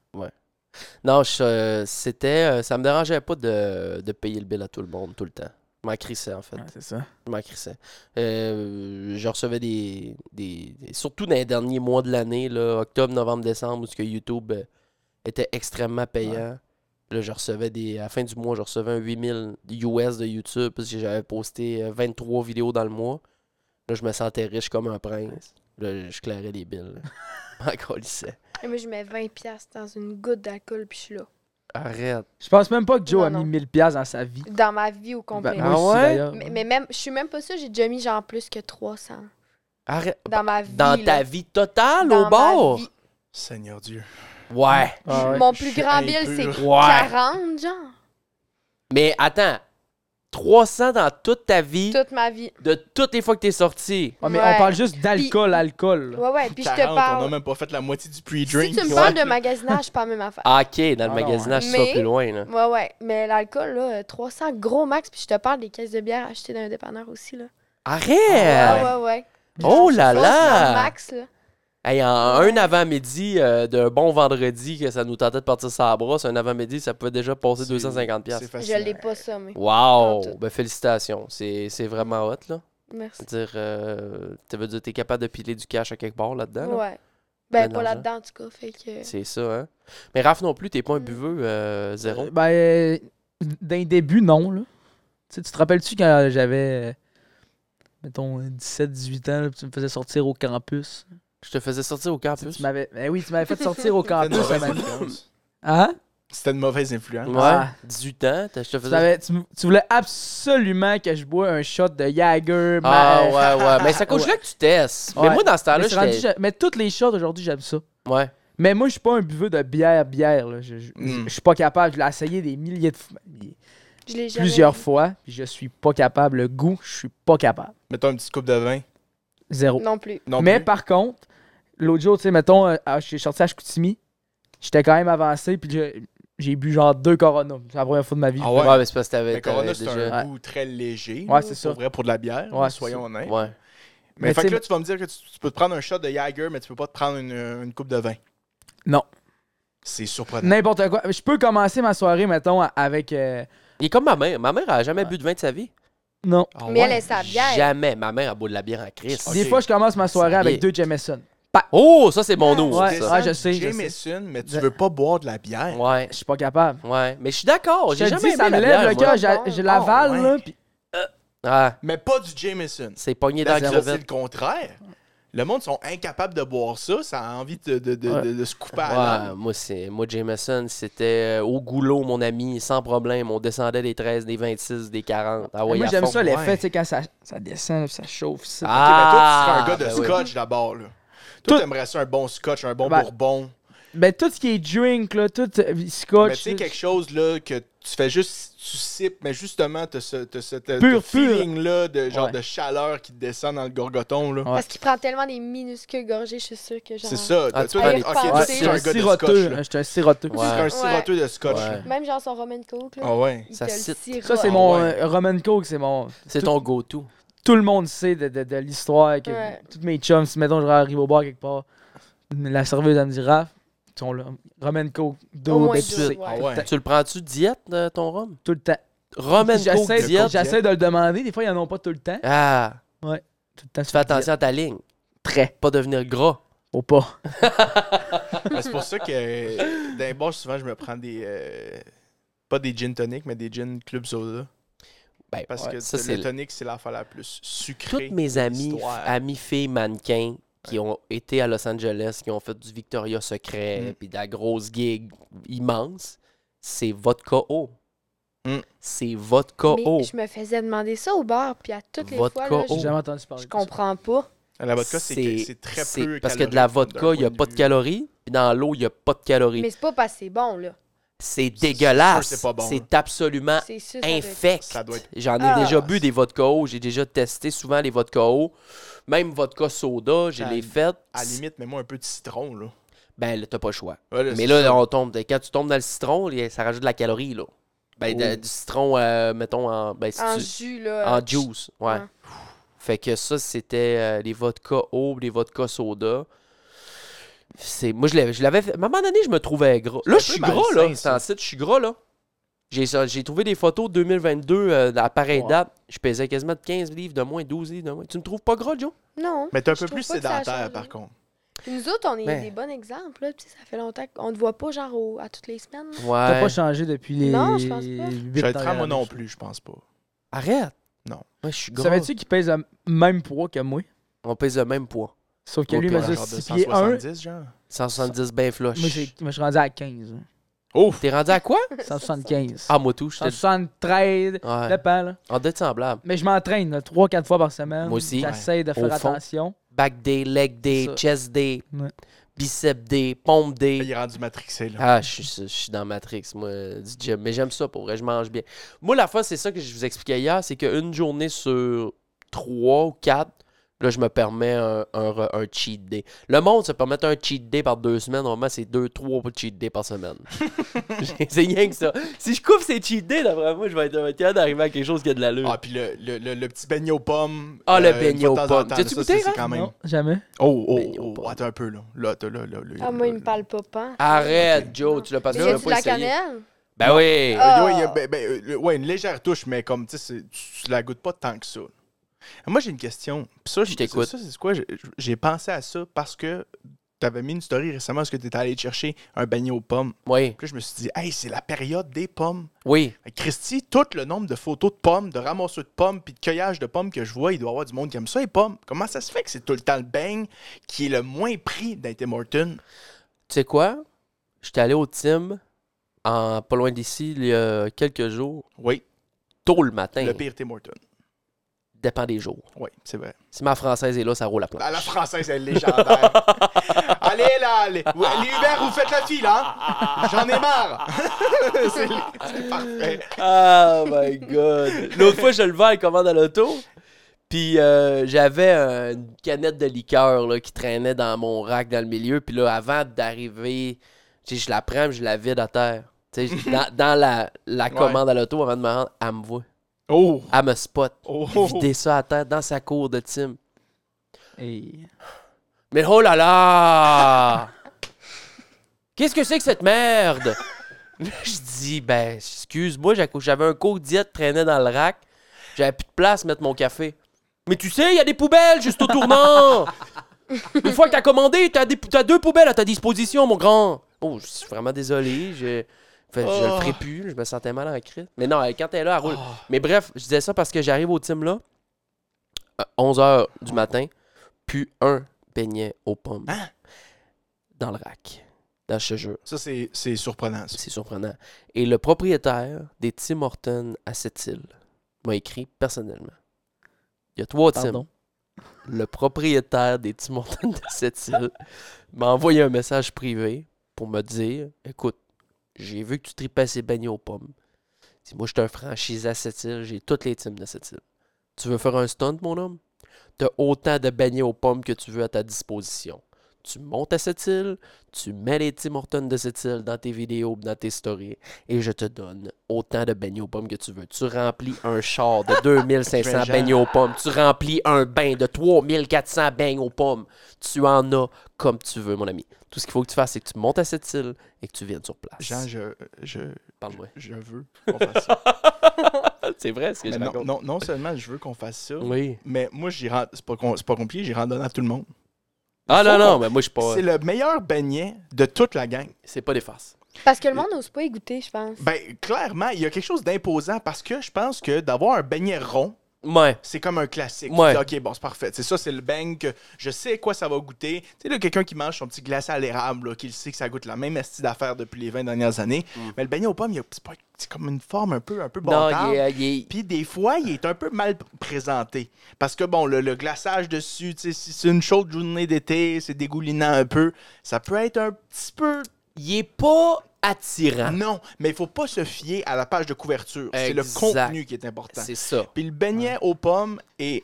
[SPEAKER 3] Non, je, euh, c'était, euh, ça me dérangeait pas de, de payer le bill à tout le monde, tout le temps. Je m'en crissais, en fait.
[SPEAKER 4] Ouais, c'est ça.
[SPEAKER 3] Je m'en crissais. Euh, je recevais des, des- des- Surtout dans les derniers mois de l'année, là, octobre, novembre, décembre, où ce que YouTube euh, était extrêmement payant. Là, je recevais des. À la fin du mois, je recevais un 8000 US de YouTube parce que j'avais posté euh, 23 vidéos dans le mois. Là, je me sentais riche comme un prince. Là, [laughs] je clairais les billes. Encore lycée.
[SPEAKER 6] Et moi, je mets 20$ piastres dans une goutte d'alcool puis je suis là.
[SPEAKER 3] Arrête.
[SPEAKER 4] Je pense même pas que Joe
[SPEAKER 6] Non,
[SPEAKER 4] a
[SPEAKER 6] non.
[SPEAKER 4] mis 1000 piastres dans sa vie.
[SPEAKER 6] Dans ma vie au
[SPEAKER 4] Ben,
[SPEAKER 6] complet.
[SPEAKER 3] Ah
[SPEAKER 4] moi aussi,
[SPEAKER 3] ouais?
[SPEAKER 4] d'ailleurs.
[SPEAKER 6] mais, mais même, je suis même pas sûre, j'ai déjà mis genre plus que 300.
[SPEAKER 3] Arrête.
[SPEAKER 6] Dans ma vie.
[SPEAKER 3] Dans ta
[SPEAKER 6] là.
[SPEAKER 3] vie totale
[SPEAKER 6] Dans
[SPEAKER 3] au
[SPEAKER 6] ma
[SPEAKER 3] bord?
[SPEAKER 6] vie.
[SPEAKER 1] Seigneur Dieu.
[SPEAKER 3] Ouais.
[SPEAKER 4] Ah ouais.
[SPEAKER 6] Mon
[SPEAKER 1] Je
[SPEAKER 6] plus
[SPEAKER 1] suis
[SPEAKER 6] grand bill,
[SPEAKER 1] impur.
[SPEAKER 6] c'est
[SPEAKER 3] Ouais.
[SPEAKER 6] 40, genre.
[SPEAKER 3] Mais attends, 300 dans toute ta vie,
[SPEAKER 6] Toute ma vie.
[SPEAKER 3] de toutes les fois que t'es sorti.
[SPEAKER 4] Ouais, Ah, mais
[SPEAKER 6] Ouais.
[SPEAKER 4] on parle juste d'alcool, alcool. là.
[SPEAKER 6] Ouais, ouais, puis je
[SPEAKER 1] 40,
[SPEAKER 6] te
[SPEAKER 1] on n'a
[SPEAKER 6] parle.
[SPEAKER 1] même pas fait la moitié du
[SPEAKER 6] Si
[SPEAKER 1] pre-drink.
[SPEAKER 6] tu me
[SPEAKER 1] Ouais.
[SPEAKER 6] parles de magasinage, je parle
[SPEAKER 3] [laughs]
[SPEAKER 6] même affaire.
[SPEAKER 3] Ah, ok, dans
[SPEAKER 4] Ah
[SPEAKER 3] le
[SPEAKER 4] non,
[SPEAKER 3] magasinage, ça va
[SPEAKER 6] Mais-
[SPEAKER 3] plus loin. Là.
[SPEAKER 6] Ouais, ouais, mais l'alcool, là, euh, 300 gros max, puis je te parle des caisses de bière achetées dans un dépanneur aussi, là.
[SPEAKER 3] Arrête!
[SPEAKER 6] Ah, ouais, ouais.
[SPEAKER 3] Oh là
[SPEAKER 6] Je pense
[SPEAKER 3] là!
[SPEAKER 6] que Max, là.
[SPEAKER 3] Hey, en un avant-midi euh, d'un bon vendredi que ça nous tentait de partir sur la brosse, un avant-midi, ça pouvait déjà passer
[SPEAKER 1] C'est-
[SPEAKER 3] 250$.
[SPEAKER 1] C'est
[SPEAKER 3] piastres.
[SPEAKER 1] facile.
[SPEAKER 6] Je l'ai pas sommé.
[SPEAKER 3] Wow!
[SPEAKER 6] Pas en tout.
[SPEAKER 3] Ben, félicitations. C'est c'est vraiment hot, là.
[SPEAKER 6] Merci.
[SPEAKER 3] Je veux dire, euh, tu veux dire, t'es capable de piler du cash à quelque part là-dedans? là?
[SPEAKER 6] Ouais.
[SPEAKER 3] Ben,
[SPEAKER 6] Ben,
[SPEAKER 3] de
[SPEAKER 6] pas
[SPEAKER 3] l'argent.
[SPEAKER 6] là-dedans, en tout cas, fait que.
[SPEAKER 3] C'est ça, hein? Mais Raph non plus, t'es pas un
[SPEAKER 6] Mm.
[SPEAKER 3] buveux euh, zéro.
[SPEAKER 4] Ben, euh, d'un début, non. Là. Tu sais, tu te rappelles-tu quand j'avais, euh, mettons, 17-18 ans, là, puis tu me faisais sortir au campus?
[SPEAKER 3] Je te faisais sortir au
[SPEAKER 4] Tu sais,
[SPEAKER 3] campus.
[SPEAKER 4] Tu m'avais... Ben oui, tu m'avais fait sortir au
[SPEAKER 6] Ah,
[SPEAKER 1] C'était une
[SPEAKER 4] campus.
[SPEAKER 1] mauvaise
[SPEAKER 4] à
[SPEAKER 1] influence.
[SPEAKER 4] ma- Hein?
[SPEAKER 1] C'était une mauvaise influence.
[SPEAKER 3] Ouais,
[SPEAKER 4] Ah.
[SPEAKER 3] 18 ans, t'as- je te
[SPEAKER 4] Tu,
[SPEAKER 3] faisais...
[SPEAKER 4] m'avais- tu m- tu voulais absolument que je bois un shot de Jagger.
[SPEAKER 3] Ah
[SPEAKER 4] ma-
[SPEAKER 3] ouais,
[SPEAKER 4] [laughs]
[SPEAKER 3] ouais, mais ça coûte là que tu testes. Mais
[SPEAKER 4] Ouais.
[SPEAKER 3] moi, dans ce
[SPEAKER 4] Mais,
[SPEAKER 3] temps-là,
[SPEAKER 4] c'est rendu- Ah
[SPEAKER 3] j'étais...
[SPEAKER 4] je- mais toutes les shots aujourd'hui, j'aime ça.
[SPEAKER 3] Ouais.
[SPEAKER 4] Mais moi, je suis pas un buveux de bière, bière. Là. Je, je,
[SPEAKER 1] Mm.
[SPEAKER 3] Hmm.
[SPEAKER 4] je suis pas capable. Je l'ai essayé des milliers de fois,
[SPEAKER 6] Je l'ai jamais.
[SPEAKER 4] plusieurs
[SPEAKER 6] vu.
[SPEAKER 4] fois. Puis je suis pas capable. Le goût, je suis pas capable.
[SPEAKER 1] Mettons une petite coupe de vin.
[SPEAKER 4] Zéro.
[SPEAKER 6] Non plus.
[SPEAKER 1] Non
[SPEAKER 4] mais
[SPEAKER 1] plus.
[SPEAKER 4] par contre, l'autre jour, tu sais, mettons, euh, ah, je suis sorti à Chicoutimi. J'étais quand même avancé. Puis je- j'ai bu genre deux Corona. C'est la première fois de ma vie.
[SPEAKER 1] Ah
[SPEAKER 3] Ouais,
[SPEAKER 1] ouais.
[SPEAKER 3] mais c'est parce que t'avais
[SPEAKER 1] Mais Corona,
[SPEAKER 3] t'avais
[SPEAKER 1] c'est
[SPEAKER 3] déjà...
[SPEAKER 1] un goût très léger.
[SPEAKER 4] Ouais, c'est ça.
[SPEAKER 1] Pour vrai, pour de la bière,
[SPEAKER 4] Ouais,
[SPEAKER 1] soyons honnêtes.
[SPEAKER 3] Ouais.
[SPEAKER 1] Mais,
[SPEAKER 4] Mais
[SPEAKER 1] fait
[SPEAKER 4] tu
[SPEAKER 1] que
[SPEAKER 4] sais-
[SPEAKER 1] là, tu vas me dire que tu, tu peux te prendre un shot de Jager, mais tu peux pas te prendre une, une coupe de vin.
[SPEAKER 4] Non.
[SPEAKER 1] C'est surprenant.
[SPEAKER 4] N'importe quoi. Je peux commencer ma soirée, mettons, a- avec. euh,
[SPEAKER 3] Il est comme ma mère. Ma mère a jamais bu de vin de sa vie.
[SPEAKER 4] non.
[SPEAKER 6] Mais elle, elle, sa bière.
[SPEAKER 3] Jamais. Ma mère a bu de la bière en crise.
[SPEAKER 1] Ah Ok.
[SPEAKER 4] Des fois, je commence ma soirée
[SPEAKER 3] Ça
[SPEAKER 4] avec
[SPEAKER 3] y est.
[SPEAKER 4] deux Jameson.
[SPEAKER 3] Oh, ça, c'est mon ours,
[SPEAKER 4] Ouais,
[SPEAKER 3] ça.
[SPEAKER 4] ouais, je sais, je sais.
[SPEAKER 1] Jameson, mais tu
[SPEAKER 4] Je-
[SPEAKER 1] veux pas boire de la bière.
[SPEAKER 3] Ouais.
[SPEAKER 4] Je suis pas capable.
[SPEAKER 3] Ouais. Mais je suis d'accord.
[SPEAKER 4] je
[SPEAKER 3] Oh, J'ai
[SPEAKER 4] te
[SPEAKER 3] jamais
[SPEAKER 4] dis, ça
[SPEAKER 3] aimé
[SPEAKER 4] me
[SPEAKER 3] la
[SPEAKER 4] lève
[SPEAKER 3] bière,
[SPEAKER 4] le
[SPEAKER 3] moi.
[SPEAKER 4] cœur. j'a- Je l'avale,
[SPEAKER 1] Ah, ouais.
[SPEAKER 4] là. Puis
[SPEAKER 3] Ah,
[SPEAKER 1] Mais pas du Jameson.
[SPEAKER 3] c'est pogné dans
[SPEAKER 1] La
[SPEAKER 3] la
[SPEAKER 1] zéro, C'est le
[SPEAKER 3] crevette.
[SPEAKER 1] contraire. Le monde sont incapables de boire ça. Ça a envie de, de, de,
[SPEAKER 4] Ouais.
[SPEAKER 1] de- de se couper à
[SPEAKER 3] Ouais,
[SPEAKER 1] l'âme.
[SPEAKER 3] moi, c'est, moi, Jameson, c'était euh, au goulot, mon ami, sans problème. On descendait des 13, des 26, des 40. Ah, ouais,
[SPEAKER 4] moi,
[SPEAKER 3] à
[SPEAKER 4] j'aime
[SPEAKER 3] fond.
[SPEAKER 4] ça, l'effet,
[SPEAKER 1] ouais.
[SPEAKER 4] tu sais, quand ça, ça descend, puis ça chauffe, ça.
[SPEAKER 1] Ok, mais
[SPEAKER 3] Ah,
[SPEAKER 1] toi, tu serais un gars de
[SPEAKER 3] ben oui.
[SPEAKER 1] scotch d'abord. Là. Toi,
[SPEAKER 4] Tout-
[SPEAKER 1] t'aimerais ça un bon scotch, un bon
[SPEAKER 4] Ben,
[SPEAKER 1] bourbon.
[SPEAKER 4] Ben, tout ce qui est drink, là, tout euh, scotch.
[SPEAKER 1] Mais tu sais,
[SPEAKER 4] là,
[SPEAKER 1] quelque chose là, que tu fais juste, tu sips, mais justement, t'as ce, t'as ce- t'as-
[SPEAKER 4] Pur,
[SPEAKER 1] t'as
[SPEAKER 4] pur.
[SPEAKER 1] feeling-là de genre
[SPEAKER 4] Ouais.
[SPEAKER 1] de chaleur qui te descend dans le gorgoton. Là.
[SPEAKER 4] Ouais.
[SPEAKER 6] Parce qu'il prend tellement des minuscules gorgées, je suis sûre que genre.
[SPEAKER 1] C'est ça.
[SPEAKER 3] Ah,
[SPEAKER 1] Toi,
[SPEAKER 3] tu
[SPEAKER 1] toi,
[SPEAKER 6] peux
[SPEAKER 1] t'es-
[SPEAKER 6] y
[SPEAKER 1] ok,
[SPEAKER 6] penser.
[SPEAKER 1] toi,
[SPEAKER 4] Je
[SPEAKER 1] tu
[SPEAKER 4] suis
[SPEAKER 1] es un
[SPEAKER 4] un
[SPEAKER 1] gars de scotch.
[SPEAKER 4] siroteux.
[SPEAKER 1] là.
[SPEAKER 4] là, Je suis un siroteux.
[SPEAKER 1] Tu es un
[SPEAKER 3] Ouais.
[SPEAKER 1] siroteux de scotch.
[SPEAKER 3] Ouais.
[SPEAKER 1] là.
[SPEAKER 6] Même genre son Roman Coke, là.
[SPEAKER 1] Ah ouais.
[SPEAKER 6] il
[SPEAKER 3] Ça
[SPEAKER 6] te le
[SPEAKER 3] cite.
[SPEAKER 6] sirote.
[SPEAKER 4] Ça, c'est
[SPEAKER 1] Ah,
[SPEAKER 4] mon
[SPEAKER 1] ouais.
[SPEAKER 4] euh, Roman Coke, c'est mon.
[SPEAKER 3] C'est
[SPEAKER 4] tout-
[SPEAKER 3] ton go-to.
[SPEAKER 4] Tout le monde sait de, de- de l'histoire que
[SPEAKER 6] Ouais.
[SPEAKER 4] tous mes chums, si mettons, je arrive au bar quelque part, la serveuse, elle me dit Raph, ton le- Roman Coke,
[SPEAKER 6] Au
[SPEAKER 4] d'eau,
[SPEAKER 6] moins
[SPEAKER 4] de
[SPEAKER 6] deux,
[SPEAKER 4] sucre,
[SPEAKER 1] Ah
[SPEAKER 6] ouais.
[SPEAKER 1] ouais.
[SPEAKER 3] Tu le prends-tu diète, euh, ton rhum?
[SPEAKER 4] tout le temps.
[SPEAKER 3] Roman Coke
[SPEAKER 4] J'essaie
[SPEAKER 3] diète.
[SPEAKER 4] j'essaie de le demander, des fois, ils en ont pas tout le temps.
[SPEAKER 3] Ah,
[SPEAKER 4] Tout le temps,
[SPEAKER 3] tu fais attention à ta ligne.
[SPEAKER 4] Très.
[SPEAKER 3] Pas devenir gras.
[SPEAKER 4] Ou pas.
[SPEAKER 1] Mais Ah, c'est pour ça que euh, dans les bars, souvent, je me prends des. euh, pas des gin tonic, mais des gin club soda.
[SPEAKER 3] Ben,
[SPEAKER 1] Parce
[SPEAKER 3] ouais,
[SPEAKER 1] que
[SPEAKER 3] ça, c'est
[SPEAKER 1] le tonic, c'est l'affaire la plus sucrée.
[SPEAKER 3] toutes mes amies,
[SPEAKER 1] l'histoire.
[SPEAKER 3] amies filles mannequins qui ont été à Los Angeles, qui ont fait du Victoria Secret,
[SPEAKER 1] Mm.
[SPEAKER 3] puis de la grosse gig immense, c'est vodka O.
[SPEAKER 1] Mm.
[SPEAKER 3] C'est vodka O.
[SPEAKER 6] Mais je me faisais demander ça au bar, puis à toutes les
[SPEAKER 3] Vodka
[SPEAKER 6] fois, là,
[SPEAKER 3] Oh.
[SPEAKER 4] J'ai
[SPEAKER 6] je,
[SPEAKER 4] jamais entendu parler.
[SPEAKER 6] je
[SPEAKER 4] de ça.
[SPEAKER 6] comprends pas.
[SPEAKER 1] La vodka, c'est que- c'est très
[SPEAKER 3] c'est-
[SPEAKER 1] peu.
[SPEAKER 3] Parce que de la
[SPEAKER 1] calorique,
[SPEAKER 3] vodka, il n'y a
[SPEAKER 1] d'un
[SPEAKER 3] pas
[SPEAKER 1] point
[SPEAKER 3] de
[SPEAKER 1] vue-
[SPEAKER 3] calories, puis dans l'eau, il n'y a pas de calories.
[SPEAKER 6] Mais c'est pas parce que c'est bon, là.
[SPEAKER 3] C'est
[SPEAKER 1] sûr,
[SPEAKER 3] dégueulasse.
[SPEAKER 1] c'est pas bon, hein.
[SPEAKER 3] C'est absolument
[SPEAKER 6] C'est sûr. ça doit être-
[SPEAKER 3] infect.
[SPEAKER 1] Ça doit être-
[SPEAKER 3] J'en ai
[SPEAKER 6] Ah.
[SPEAKER 3] déjà bu des vodka O, j'ai déjà testé souvent les vodka O, même vodka soda, j'ai
[SPEAKER 1] À-
[SPEAKER 3] les faites.
[SPEAKER 1] À la limite, mets-moi un peu de citron. là.
[SPEAKER 3] Ben là, t'as pas le choix.
[SPEAKER 1] Ouais,
[SPEAKER 3] Mais
[SPEAKER 1] c'est
[SPEAKER 3] là,
[SPEAKER 1] ça.
[SPEAKER 3] on tombe. Quand tu tombes dans le citron, il- ça rajoute de la calorie, là. Ben, de-
[SPEAKER 1] Oh.
[SPEAKER 3] du citron, euh, mettons, en, ben, si
[SPEAKER 6] En
[SPEAKER 3] tu-
[SPEAKER 6] jus, là.
[SPEAKER 3] en juice. Ouais.
[SPEAKER 6] Euh, Ouais.
[SPEAKER 3] Fait que ça, c'était euh, les vodka eau, les vodka soda. C'est, moi, je l'avais, je l'avais fait. À un moment donné, je me trouvais gras. Là, je
[SPEAKER 1] C'est un
[SPEAKER 3] suis
[SPEAKER 1] peu
[SPEAKER 3] gras,
[SPEAKER 1] malsain,
[SPEAKER 3] là. C'est
[SPEAKER 1] ça.
[SPEAKER 3] en site, je suis gras, là. J'ai, ça- j'ai trouvé des photos de 2022 euh, à pareille
[SPEAKER 4] Wow.
[SPEAKER 3] date. Je pesais quasiment de 15 livres de moins, 12 livres de moins. Tu me trouves pas gras, Joe?
[SPEAKER 6] Non.
[SPEAKER 1] Mais t'es un
[SPEAKER 6] Je
[SPEAKER 1] peu
[SPEAKER 6] trouve
[SPEAKER 1] plus
[SPEAKER 6] pas que ça a changé.
[SPEAKER 1] sédentaire, par contre.
[SPEAKER 6] Puis Nous autres, on est
[SPEAKER 3] Mais-
[SPEAKER 6] des bons exemples, là. Puis ça fait longtemps qu'on te voit pas, genre, au- à toutes les semaines.
[SPEAKER 3] [laughs]
[SPEAKER 6] là.
[SPEAKER 4] T'as
[SPEAKER 3] Ouais.
[SPEAKER 4] pas changé depuis les.
[SPEAKER 6] Non, je pense pas.
[SPEAKER 1] Je
[SPEAKER 4] huit
[SPEAKER 1] vais être franc, moi
[SPEAKER 4] dernières
[SPEAKER 1] non
[SPEAKER 4] années.
[SPEAKER 1] plus, je pense pas.
[SPEAKER 3] Arrête.
[SPEAKER 1] Non.
[SPEAKER 3] Ouais, je suis gras.
[SPEAKER 4] Savais-tu qu'il pèse le même poids que moi?
[SPEAKER 3] On pèse le même poids.
[SPEAKER 4] Sauf que
[SPEAKER 3] Toi,
[SPEAKER 4] lui
[SPEAKER 3] t'es un
[SPEAKER 4] mesure
[SPEAKER 1] Genre de
[SPEAKER 4] 6 pieds 1. Moi,
[SPEAKER 1] 170, genre.
[SPEAKER 3] 170 ben floche.
[SPEAKER 4] j'ai- moi, je suis rendu à 15. hein.
[SPEAKER 1] Ouf!
[SPEAKER 3] T'es rendu à quoi?
[SPEAKER 4] 175.
[SPEAKER 3] Ah, moi tout, je te
[SPEAKER 4] 173.
[SPEAKER 3] Ouais.
[SPEAKER 4] Dépend, là.
[SPEAKER 3] En deux semblable.
[SPEAKER 4] Mais je m'entraîne 3-4 fois par semaine.
[SPEAKER 3] Moi aussi.
[SPEAKER 4] J'essaie de
[SPEAKER 3] Au
[SPEAKER 4] faire
[SPEAKER 3] fond.
[SPEAKER 4] attention.
[SPEAKER 3] Back day, leg day,
[SPEAKER 4] Ça.
[SPEAKER 3] chest day.
[SPEAKER 4] Ouais.
[SPEAKER 3] biceps D, pompe
[SPEAKER 1] Il
[SPEAKER 3] D.
[SPEAKER 1] est rendu matrixé, là.
[SPEAKER 3] Ah, je suis- je suis dans Matrix, moi, du gym. Mais j'aime ça, pour vrai, je mange bien. Moi, la fois, c'est ça que je vous expliquais hier, c'est qu'une journée sur trois ou quatre, là, je me permets un, un re- un cheat day. Le monde se permet un cheat day par deux semaines. Normalement, c'est deux, trois cheat day par semaine. c'est rien que ça. Si je coupe ces cheat days, d'après moi, je vais être un tiers d'arriver à quelque chose qui a de l'allure.
[SPEAKER 1] Ah, puis le, le, le, le petit beignet aux pommes. euh,
[SPEAKER 3] Ah, le
[SPEAKER 1] une
[SPEAKER 3] beignet
[SPEAKER 1] fois de
[SPEAKER 3] aux
[SPEAKER 1] temps en
[SPEAKER 3] pommes.
[SPEAKER 1] temps,
[SPEAKER 3] T'as-tu
[SPEAKER 1] ça,
[SPEAKER 3] goûté,
[SPEAKER 1] c'est- c'est
[SPEAKER 3] Ren?
[SPEAKER 1] quand même.
[SPEAKER 4] Non, jamais.
[SPEAKER 1] Oh, oh,
[SPEAKER 3] Beignet aux
[SPEAKER 1] oh,
[SPEAKER 3] pommes.
[SPEAKER 1] attends un peu, là. Là, t'as- là, là, là.
[SPEAKER 6] Ah, moi, il me parle pas, pas.
[SPEAKER 1] Ah,
[SPEAKER 3] Arrête, Joe, tu l'as pas,
[SPEAKER 6] Mais
[SPEAKER 3] tu
[SPEAKER 6] y a
[SPEAKER 3] l'as
[SPEAKER 6] de
[SPEAKER 3] pas
[SPEAKER 6] la
[SPEAKER 3] essayé.
[SPEAKER 6] cannelle?
[SPEAKER 3] Ben oui.
[SPEAKER 6] Ah.
[SPEAKER 1] Euh, ouais, il y a- ben, ben, euh, le- ouais, une légère touche, mais comme tu sais, c'est- tu tu la goûtes pas tant que ça. Moi, j'ai une question. Puis ça,
[SPEAKER 3] Je
[SPEAKER 1] je
[SPEAKER 3] t'écoute.
[SPEAKER 1] Ça, c'est quoi? J'ai- J'ai pensé à ça parce que tu avais mis une story récemment parce que tu étais allé chercher un beignet aux pommes.
[SPEAKER 3] Oui,
[SPEAKER 1] Puis là, je me suis dit, hey, c'est la période des pommes.
[SPEAKER 3] oui.
[SPEAKER 1] Fait que Christy, tout le nombre de photos de pommes, de ramasseux de pommes, puis de cueillage de pommes que je vois, il doit y avoir du monde qui aime ça, les pommes. Comment ça se fait que c'est tout le temps le beigne qui est le moins pris dans les Tim Hortons?
[SPEAKER 3] Tu sais quoi? J'étais allé au Tim, en, pas loin d'ici, il y a quelques jours,
[SPEAKER 1] Oui,
[SPEAKER 3] tôt le matin.
[SPEAKER 1] le pire Tim Hortons.
[SPEAKER 3] Dépend des jours.
[SPEAKER 1] Oui, c'est vrai.
[SPEAKER 3] Si ma française est là, ça roule à
[SPEAKER 1] Ah,
[SPEAKER 3] plat.
[SPEAKER 1] la française, elle est légendaire. allez, là, allez. Ouais, les Uber, vous faites la file, hein? J'en ai marre. c'est c'est parfait.
[SPEAKER 3] Oh my god. L'autre fois, je le vends, elle commande à l'auto. Puis euh, j'avais euh, une canette de liqueur là, qui traînait dans mon rack dans le milieu. Puis là, avant d'arriver, tu sais, je la prends, puis je la vide à terre. Tu sais, je- dans, dans la, la commande à l'auto, avant de me rendre, elle me voit.
[SPEAKER 1] Oh,
[SPEAKER 3] Elle me spot.
[SPEAKER 1] oh,
[SPEAKER 3] Vider ça à terre dans sa cour de Tim.
[SPEAKER 4] Et...
[SPEAKER 3] Euh. Mais oh là là! Qu'est-ce que c'est que cette merde? [laughs] Là, je dis, ben, excuse-moi, j'accou- j'avais un cours de diète traînait dans le rack. J'avais plus de place pour mettre mon café. Mais tu sais, il y a des poubelles juste au tournant! Une fois que t'as commandé, t'as, des- t'as deux poubelles à ta disposition, mon grand! Oh, je suis vraiment désolé, je. fait, Je le ferai plus, je me sentais mal en crise. Mais non, elle- quand elle est là, elle roule. Mais bref, je disais ça parce que j'arrive au team là, 11h du matin, puis un beignet aux pommes.
[SPEAKER 1] Hein?
[SPEAKER 3] Dans le rack. Dans ce jeu.
[SPEAKER 1] Ça, c'est c'est surprenant. ça.
[SPEAKER 3] C'est surprenant. Et le propriétaire des Tim Hortons à cette île m'a écrit personnellement. Il y a trois Tim.
[SPEAKER 4] Pardon.
[SPEAKER 3] Le propriétaire des Tim Hortons de cette île [laughs] m'a envoyé un message privé pour me dire Écoute, j'ai vu que tu tripais ces beignets aux pommes. Si moi, je suis un franchisé à cette île, j'ai toutes les teams de cette île. Tu veux faire un stunt, mon homme T'as autant de beignets aux pommes que tu veux à ta disposition. Tu montes à cette île, tu mets les Tim Hortons de cette île dans tes vidéos, dans tes stories, et je te donne autant de beignets aux pommes que tu veux. Tu remplis un char
[SPEAKER 1] [laughs]
[SPEAKER 3] de 2500
[SPEAKER 1] Imagine.
[SPEAKER 3] beignets aux pommes. Tu remplis un bain de 3400 beignes aux pommes. Tu en as comme tu veux, mon ami. Tout ce qu'il faut que tu fasses, c'est que tu montes à cette île et que tu viennes sur place.
[SPEAKER 1] Jean, je, je, [laughs]
[SPEAKER 3] Parle-moi.
[SPEAKER 1] je veux qu'on fasse
[SPEAKER 3] [laughs]
[SPEAKER 1] ça.
[SPEAKER 3] C'est vrai ce que
[SPEAKER 1] Mais
[SPEAKER 3] je
[SPEAKER 1] non,
[SPEAKER 3] raconte.
[SPEAKER 1] non, non seulement je veux qu'on fasse ça,
[SPEAKER 3] Oui.
[SPEAKER 1] mais moi, j'y rend- c'est pas, con- c'est pas compliqué, j'y rends donné à tout le monde.
[SPEAKER 3] Ah non,
[SPEAKER 1] Faut
[SPEAKER 3] non,
[SPEAKER 1] qu'on-
[SPEAKER 3] mais moi, je suis pas.
[SPEAKER 1] C'est le meilleur beignet de toute la gang.
[SPEAKER 3] C'est pas des farces.
[SPEAKER 6] Parce que le monde n'ose pas y goûter, je pense.
[SPEAKER 1] Ben, clairement, il y a quelque chose d'imposant parce que je pense que d'avoir un beignet rond,
[SPEAKER 3] Ouais.
[SPEAKER 1] c'est comme un classique. Tu
[SPEAKER 3] Ouais.
[SPEAKER 1] dis, ok, bon, c'est parfait. C'est ça, c'est le bang que je sais quoi ça va goûter. Tu sais, là, quelqu'un qui mange son petit glacé à l'érable, là, qu'il sait que ça goûte la même astuce d'affaires depuis les 20 dernières années. Mais le beignet aux pommes, il y a- c'est, pas- c'est comme une forme un peu, un peu
[SPEAKER 3] Mm. non,
[SPEAKER 1] bâtarde.
[SPEAKER 3] il est, euh, il est-
[SPEAKER 1] Puis des fois, il est un peu mal présenté. Parce que, bon, le, le glaçage dessus, tu sais, si c'est une chaude journée d'été, c'est dégoulinant un peu. Ça peut être un petit peu
[SPEAKER 3] il est pas attirant.
[SPEAKER 1] non, mais il faut pas se fier à la page de couverture. C'est le
[SPEAKER 3] Exact.
[SPEAKER 1] contenu qui est important.
[SPEAKER 3] C'est ça.
[SPEAKER 1] Puis le beignet aux pommes est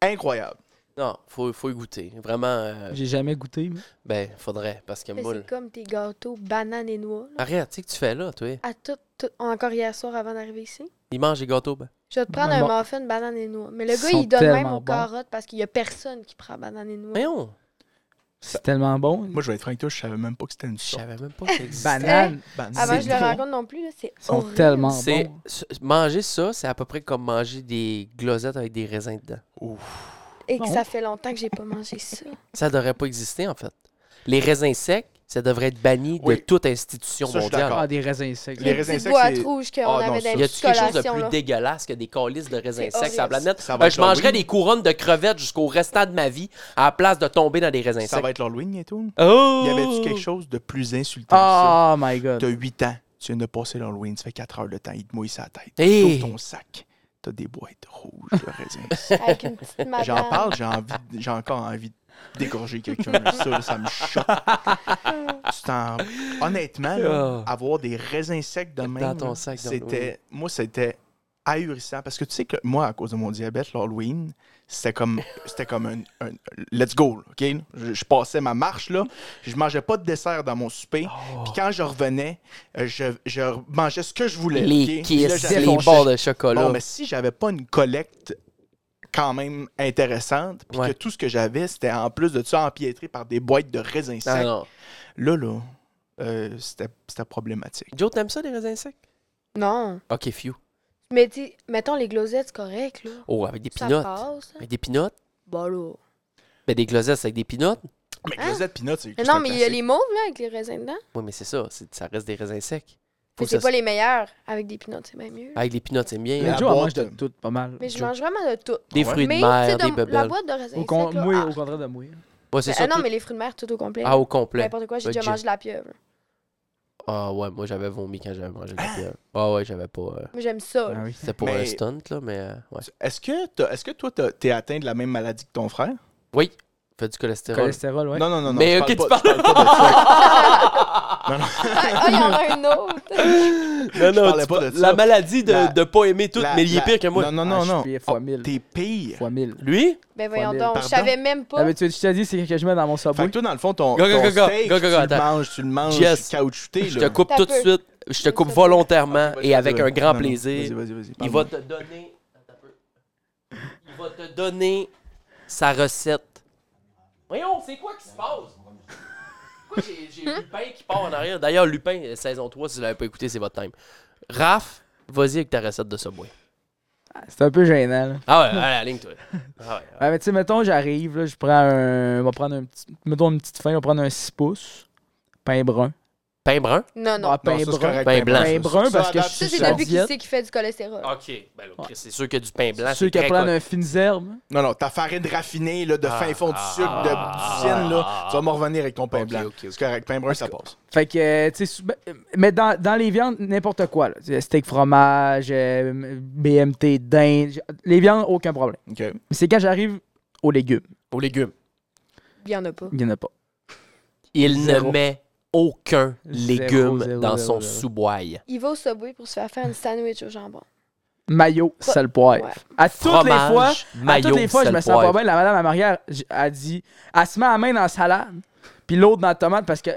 [SPEAKER 1] incroyable.
[SPEAKER 3] Non, faut, faut y goûter. Vraiment, euh,
[SPEAKER 4] J'ai jamais goûté. moi.
[SPEAKER 3] ben, faudrait. Parce que
[SPEAKER 6] Mais
[SPEAKER 3] moi.
[SPEAKER 6] c'est comme tes gâteaux, bananes et noix. là.
[SPEAKER 3] Arrête, tu sais que tu fais là, toi.
[SPEAKER 6] À tout, tout- encore hier soir avant d'arriver ici.
[SPEAKER 3] Il mange des gâteaux, ben.
[SPEAKER 6] Je vais te prendre
[SPEAKER 4] Bon.
[SPEAKER 6] un muffin, banane et noix. Mais le
[SPEAKER 4] Ils
[SPEAKER 6] gars,
[SPEAKER 4] sont
[SPEAKER 6] il donne même
[SPEAKER 4] tellement
[SPEAKER 6] aux
[SPEAKER 4] bons.
[SPEAKER 6] carottes parce qu'il y a personne qui prend banane et noix.
[SPEAKER 3] Mais non,
[SPEAKER 4] C'est tellement bon.
[SPEAKER 1] Moi, je vais être franc avec toi, je savais même pas que c'était une
[SPEAKER 3] je
[SPEAKER 1] sorte.
[SPEAKER 3] savais même pas [laughs] que ça existait.
[SPEAKER 4] Banane.
[SPEAKER 1] Banane.
[SPEAKER 3] Ah, ben,
[SPEAKER 6] Avant que
[SPEAKER 4] c'est
[SPEAKER 6] je le
[SPEAKER 4] bon.
[SPEAKER 6] rencontre non plus, là, c'est
[SPEAKER 4] Ils sont
[SPEAKER 6] horrible.
[SPEAKER 4] tellement
[SPEAKER 3] C'est
[SPEAKER 4] bons.
[SPEAKER 3] s- manger ça, c'est à peu près comme manger des glosettes avec des raisins dedans.
[SPEAKER 6] Et que
[SPEAKER 4] Bon.
[SPEAKER 6] ça fait longtemps que j'ai pas mangé ça.
[SPEAKER 3] Ça devrait pas exister en fait. Les raisins secs, ça devrait être banni de
[SPEAKER 1] Oui.
[SPEAKER 3] toute institution
[SPEAKER 1] Ça, je suis
[SPEAKER 3] mondiale.
[SPEAKER 1] d'accord.
[SPEAKER 4] Ah, des raisins secs.
[SPEAKER 1] Les
[SPEAKER 6] Les
[SPEAKER 1] raisins
[SPEAKER 6] petites
[SPEAKER 1] secs,
[SPEAKER 6] boîtes
[SPEAKER 1] c'est-
[SPEAKER 6] rouges
[SPEAKER 1] Ah,
[SPEAKER 6] qu'on
[SPEAKER 1] non,
[SPEAKER 6] avait
[SPEAKER 1] ça-
[SPEAKER 6] dans
[SPEAKER 3] Y
[SPEAKER 6] les
[SPEAKER 3] a-tu quelque chose de
[SPEAKER 6] collations,
[SPEAKER 3] plus
[SPEAKER 6] là.
[SPEAKER 3] dégueulasse que des calices de raisins
[SPEAKER 6] C'est
[SPEAKER 3] secs sur la
[SPEAKER 6] horrible.
[SPEAKER 3] planète?
[SPEAKER 1] Ça va
[SPEAKER 3] Ben,
[SPEAKER 1] être
[SPEAKER 3] je mangerais
[SPEAKER 1] l'Halloween.
[SPEAKER 3] des couronnes de crevettes jusqu'au restant de ma vie à la place de tomber dans des raisins
[SPEAKER 1] Ça
[SPEAKER 3] secs.
[SPEAKER 1] va être l'Halloween et tout.
[SPEAKER 3] Oh! Ah!
[SPEAKER 1] Il Y avait-tu quelque chose de plus insultant
[SPEAKER 4] Oh my
[SPEAKER 1] que ça? T'as
[SPEAKER 4] god.
[SPEAKER 1] 8 ans, tu viens de passer l'Halloween, ça fait 4 heures de temps, il te mouille sa tête.
[SPEAKER 3] Hey!
[SPEAKER 1] T'ouvres ton sac, t'as des boîtes rouges de raisins.
[SPEAKER 3] [laughs]
[SPEAKER 6] Avec une petite madame.
[SPEAKER 1] J'en parle, j'ai envie, de- j'ai encore envie de Dégorger quelqu'un, ça, ça me choque. Tu t'en- Honnêtement, là,
[SPEAKER 3] Ah.
[SPEAKER 1] avoir des raisins secs de même,
[SPEAKER 3] ton
[SPEAKER 1] là,
[SPEAKER 3] sac, dans-
[SPEAKER 1] c'était... moi, c'était ahurissant. Parce que tu sais que moi, à cause de mon diabète, l'Halloween, c'était comme, c'était comme un, un- Let's go, là, OK? Je, je passais ma marche, là. Je mangeais pas de dessert dans mon souper.
[SPEAKER 3] Oh.
[SPEAKER 1] Puis quand je revenais, euh, je, je mangeais ce que je voulais.
[SPEAKER 3] les
[SPEAKER 1] ok? Puis là,
[SPEAKER 3] kisses,
[SPEAKER 1] j'avais
[SPEAKER 3] les
[SPEAKER 1] mon
[SPEAKER 3] barres de
[SPEAKER 1] Bon,
[SPEAKER 3] chocolat.
[SPEAKER 1] mais si j'avais pas une collecte quand même intéressante, puis
[SPEAKER 3] Ouais.
[SPEAKER 1] que tout ce que j'avais, c'était en plus de ça empiétré par des boîtes de raisins secs,
[SPEAKER 3] Ah, non.
[SPEAKER 1] là, là, euh, c'était c'était problématique.
[SPEAKER 3] Joe, t'aimes ça, les raisins secs?
[SPEAKER 6] Non.
[SPEAKER 3] Ok, few.
[SPEAKER 6] Mais tu mettons les glosettes, c'est correct, là.
[SPEAKER 3] Oh, avec des
[SPEAKER 6] Ça
[SPEAKER 3] pinottes.
[SPEAKER 6] passe. là.
[SPEAKER 3] Avec des pinottes?
[SPEAKER 6] Bah là.
[SPEAKER 3] Ben, des glosettes avec des pinottes?
[SPEAKER 1] Mais
[SPEAKER 3] Ah.
[SPEAKER 6] Hein?
[SPEAKER 1] Glosette Pinot, c'est
[SPEAKER 6] Mais
[SPEAKER 1] c'est un
[SPEAKER 6] non, mais il y a
[SPEAKER 1] classique.
[SPEAKER 6] les mauves, là, avec les raisins dedans.
[SPEAKER 3] Oui, mais c'est ça. c'est- Ça reste des raisins secs. Faut
[SPEAKER 6] Mais
[SPEAKER 3] que
[SPEAKER 6] c'est
[SPEAKER 3] ça
[SPEAKER 6] pas
[SPEAKER 3] se-
[SPEAKER 6] les meilleurs. Avec des pinottes, c'est bien mieux.
[SPEAKER 3] Avec les pinottes, c'est bien.
[SPEAKER 1] Mais
[SPEAKER 3] hein.
[SPEAKER 4] Mais
[SPEAKER 1] la
[SPEAKER 4] Joe, elle mange
[SPEAKER 1] boîte-
[SPEAKER 4] de tout, pas mal.
[SPEAKER 6] Mais je
[SPEAKER 4] Joe.
[SPEAKER 6] mange vraiment de tout.
[SPEAKER 3] Des
[SPEAKER 1] Ah, Ouais.
[SPEAKER 3] fruits de
[SPEAKER 6] mais tu sais,
[SPEAKER 3] mer,
[SPEAKER 6] de-
[SPEAKER 3] des
[SPEAKER 6] la
[SPEAKER 3] bebelles.
[SPEAKER 6] boîte de raisins
[SPEAKER 4] Au, con-
[SPEAKER 6] secs, là,
[SPEAKER 4] mouille,
[SPEAKER 6] ah.
[SPEAKER 4] au contraire de mouille.
[SPEAKER 3] Ouais, c'est
[SPEAKER 6] Mais-
[SPEAKER 3] ça.
[SPEAKER 6] ah non,
[SPEAKER 3] tout-
[SPEAKER 6] mais les fruits de mer, tout au complet.
[SPEAKER 3] Ah, au complet.
[SPEAKER 6] N'importe quoi, j'ai
[SPEAKER 3] Ouais,
[SPEAKER 6] déjà
[SPEAKER 3] Jim.
[SPEAKER 6] mangé de la pieuvre.
[SPEAKER 3] Ah, ouais, moi, j'avais vomi quand j'avais mangé de la pieuvre. Ah, ouais, j'avais pas. euh,
[SPEAKER 6] Mais j'aime ça. là.
[SPEAKER 4] Ah oui.
[SPEAKER 3] C'était pour
[SPEAKER 1] Mais-
[SPEAKER 3] un stunt, là, mais. euh, Ouais.
[SPEAKER 1] Est-ce que, t'as- est-ce que toi, t'as- t'es atteint de la même maladie que ton frère?
[SPEAKER 3] Oui, fait du cholestérol.
[SPEAKER 4] Cholestérol, ouais.
[SPEAKER 1] Non, non, non, non.
[SPEAKER 3] Mais,
[SPEAKER 1] je
[SPEAKER 3] ok, tu
[SPEAKER 1] pas- je parle pas de ça.
[SPEAKER 6] Ah, ah, il y en a un autre.
[SPEAKER 3] non,
[SPEAKER 1] je parlais
[SPEAKER 3] tu
[SPEAKER 1] pas
[SPEAKER 3] pa-
[SPEAKER 1] de ça.
[SPEAKER 3] La maladie de,
[SPEAKER 1] La-
[SPEAKER 3] de pas aimer tout,
[SPEAKER 1] La-
[SPEAKER 3] mais il est
[SPEAKER 1] la-
[SPEAKER 3] pire que moi.
[SPEAKER 1] Non, non, non,
[SPEAKER 4] Ah, je
[SPEAKER 1] non.
[SPEAKER 4] suis pire fois
[SPEAKER 1] Oh,
[SPEAKER 4] mille.
[SPEAKER 1] T'es pire.
[SPEAKER 4] Fois mille.
[SPEAKER 3] Lui?
[SPEAKER 6] Ben voyons
[SPEAKER 4] mille.
[SPEAKER 6] donc,
[SPEAKER 1] Pardon?
[SPEAKER 6] je savais même pas.
[SPEAKER 4] L'habitude, je t'ai dit, c'est quelque chose que je mets dans mon
[SPEAKER 1] Fait
[SPEAKER 4] sabot.
[SPEAKER 1] que toi, dans le fond, ton,
[SPEAKER 3] Go, go,
[SPEAKER 1] ton
[SPEAKER 3] go, go.
[SPEAKER 1] steak,
[SPEAKER 3] Go, go, go,
[SPEAKER 1] tu le
[SPEAKER 3] attends.
[SPEAKER 1] manges, tu le manges
[SPEAKER 3] Yes.
[SPEAKER 1] caoutchouté.
[SPEAKER 3] Je te
[SPEAKER 1] là.
[SPEAKER 3] coupe
[SPEAKER 6] T'as
[SPEAKER 3] tout de
[SPEAKER 6] peu.
[SPEAKER 3] suite. Je te coupe
[SPEAKER 6] Vas-y,
[SPEAKER 3] volontairement
[SPEAKER 1] Vas-y,
[SPEAKER 3] et avec
[SPEAKER 1] vas-y,
[SPEAKER 3] un
[SPEAKER 1] vas-y.
[SPEAKER 3] grand
[SPEAKER 1] Non, non, vas-y,
[SPEAKER 3] plaisir.
[SPEAKER 1] vas-y, vas-y,
[SPEAKER 3] Il
[SPEAKER 1] pardon.
[SPEAKER 3] va te donner. Attends un peu. Il va te donner sa recette. Voyons, c'est quoi qui se passe? Pourquoi j'ai- j'ai
[SPEAKER 6] Hmm?
[SPEAKER 3] Lupin qui part en arrière? D'ailleurs, Lupin, euh, saison 3, si vous l'avez pas écouté, c'est votre time. Raph, vas-y avec ta recette de Subway.
[SPEAKER 4] C'est un peu gênant, là.
[SPEAKER 3] Ah ouais, allez, aligne-toi. Ah ouais,
[SPEAKER 4] Ouais, mais tu sais, mettons, j'arrive, là, je prends un. On va prendre un petit. Mettons une petite fin, on va prendre un 6 pouces. Pain brun.
[SPEAKER 3] Pain brun?
[SPEAKER 6] Non, non.
[SPEAKER 4] Ah, pain
[SPEAKER 1] Non, ça, c'est
[SPEAKER 4] brun.
[SPEAKER 1] correct, ben
[SPEAKER 3] Pain blanc.
[SPEAKER 4] Pain brun, parce que je
[SPEAKER 1] adapte.
[SPEAKER 4] suis
[SPEAKER 6] Ça, c'est
[SPEAKER 4] sur la
[SPEAKER 6] depuis qui
[SPEAKER 4] diète.
[SPEAKER 6] c'est qui fait du cholestérol.
[SPEAKER 3] Ok. Ben là, Chris, c'est sûr qu'il y a du pain blanc.
[SPEAKER 4] Ceux
[SPEAKER 3] c'est
[SPEAKER 4] qui
[SPEAKER 3] très
[SPEAKER 4] prennent
[SPEAKER 3] con-
[SPEAKER 4] un fines herbes.
[SPEAKER 1] Non, non, ta farine raffinée là, de
[SPEAKER 3] Ah,
[SPEAKER 1] fin fond du
[SPEAKER 3] ah,
[SPEAKER 1] sucre, de
[SPEAKER 3] ah,
[SPEAKER 1] d'usine, là,
[SPEAKER 3] ah,
[SPEAKER 1] tu vas m'en revenir avec ton pain
[SPEAKER 3] ok,
[SPEAKER 1] blanc.
[SPEAKER 3] ok, ok.
[SPEAKER 1] C'est correct, pain brun, ça passe.
[SPEAKER 4] Fait que, euh, tu sais, sou- ben, euh, mais dans, dans les viandes, n'importe quoi. là. Tu sais, Steak, fromage, euh, BMT, dinde. j'ai- Les viandes, aucun problème.
[SPEAKER 1] OK.
[SPEAKER 4] Mais c'est quand j'arrive aux légumes,
[SPEAKER 3] Aux légumes.
[SPEAKER 6] Il y en a pas.
[SPEAKER 4] il n'y en a pas.
[SPEAKER 3] Il
[SPEAKER 4] Zéro.
[SPEAKER 3] ne met aucun
[SPEAKER 4] Zéro,
[SPEAKER 3] légume
[SPEAKER 4] zéro,
[SPEAKER 3] dans
[SPEAKER 4] zéro,
[SPEAKER 3] son
[SPEAKER 4] zéro.
[SPEAKER 3] sous-bois.
[SPEAKER 6] Il va au Subway pour se faire faire une sandwich au jambon.
[SPEAKER 4] Maillot, sale poivre.
[SPEAKER 6] Ouais.
[SPEAKER 4] À toutes
[SPEAKER 3] Fromage,
[SPEAKER 4] les fois, à
[SPEAKER 3] mayo,
[SPEAKER 4] toutes les fois, je
[SPEAKER 3] sel,
[SPEAKER 4] me sens pas
[SPEAKER 3] poivre.
[SPEAKER 4] bien. La madame à Maria j- a dit elle se met la main dans la salade, puis l'autre dans la tomate parce que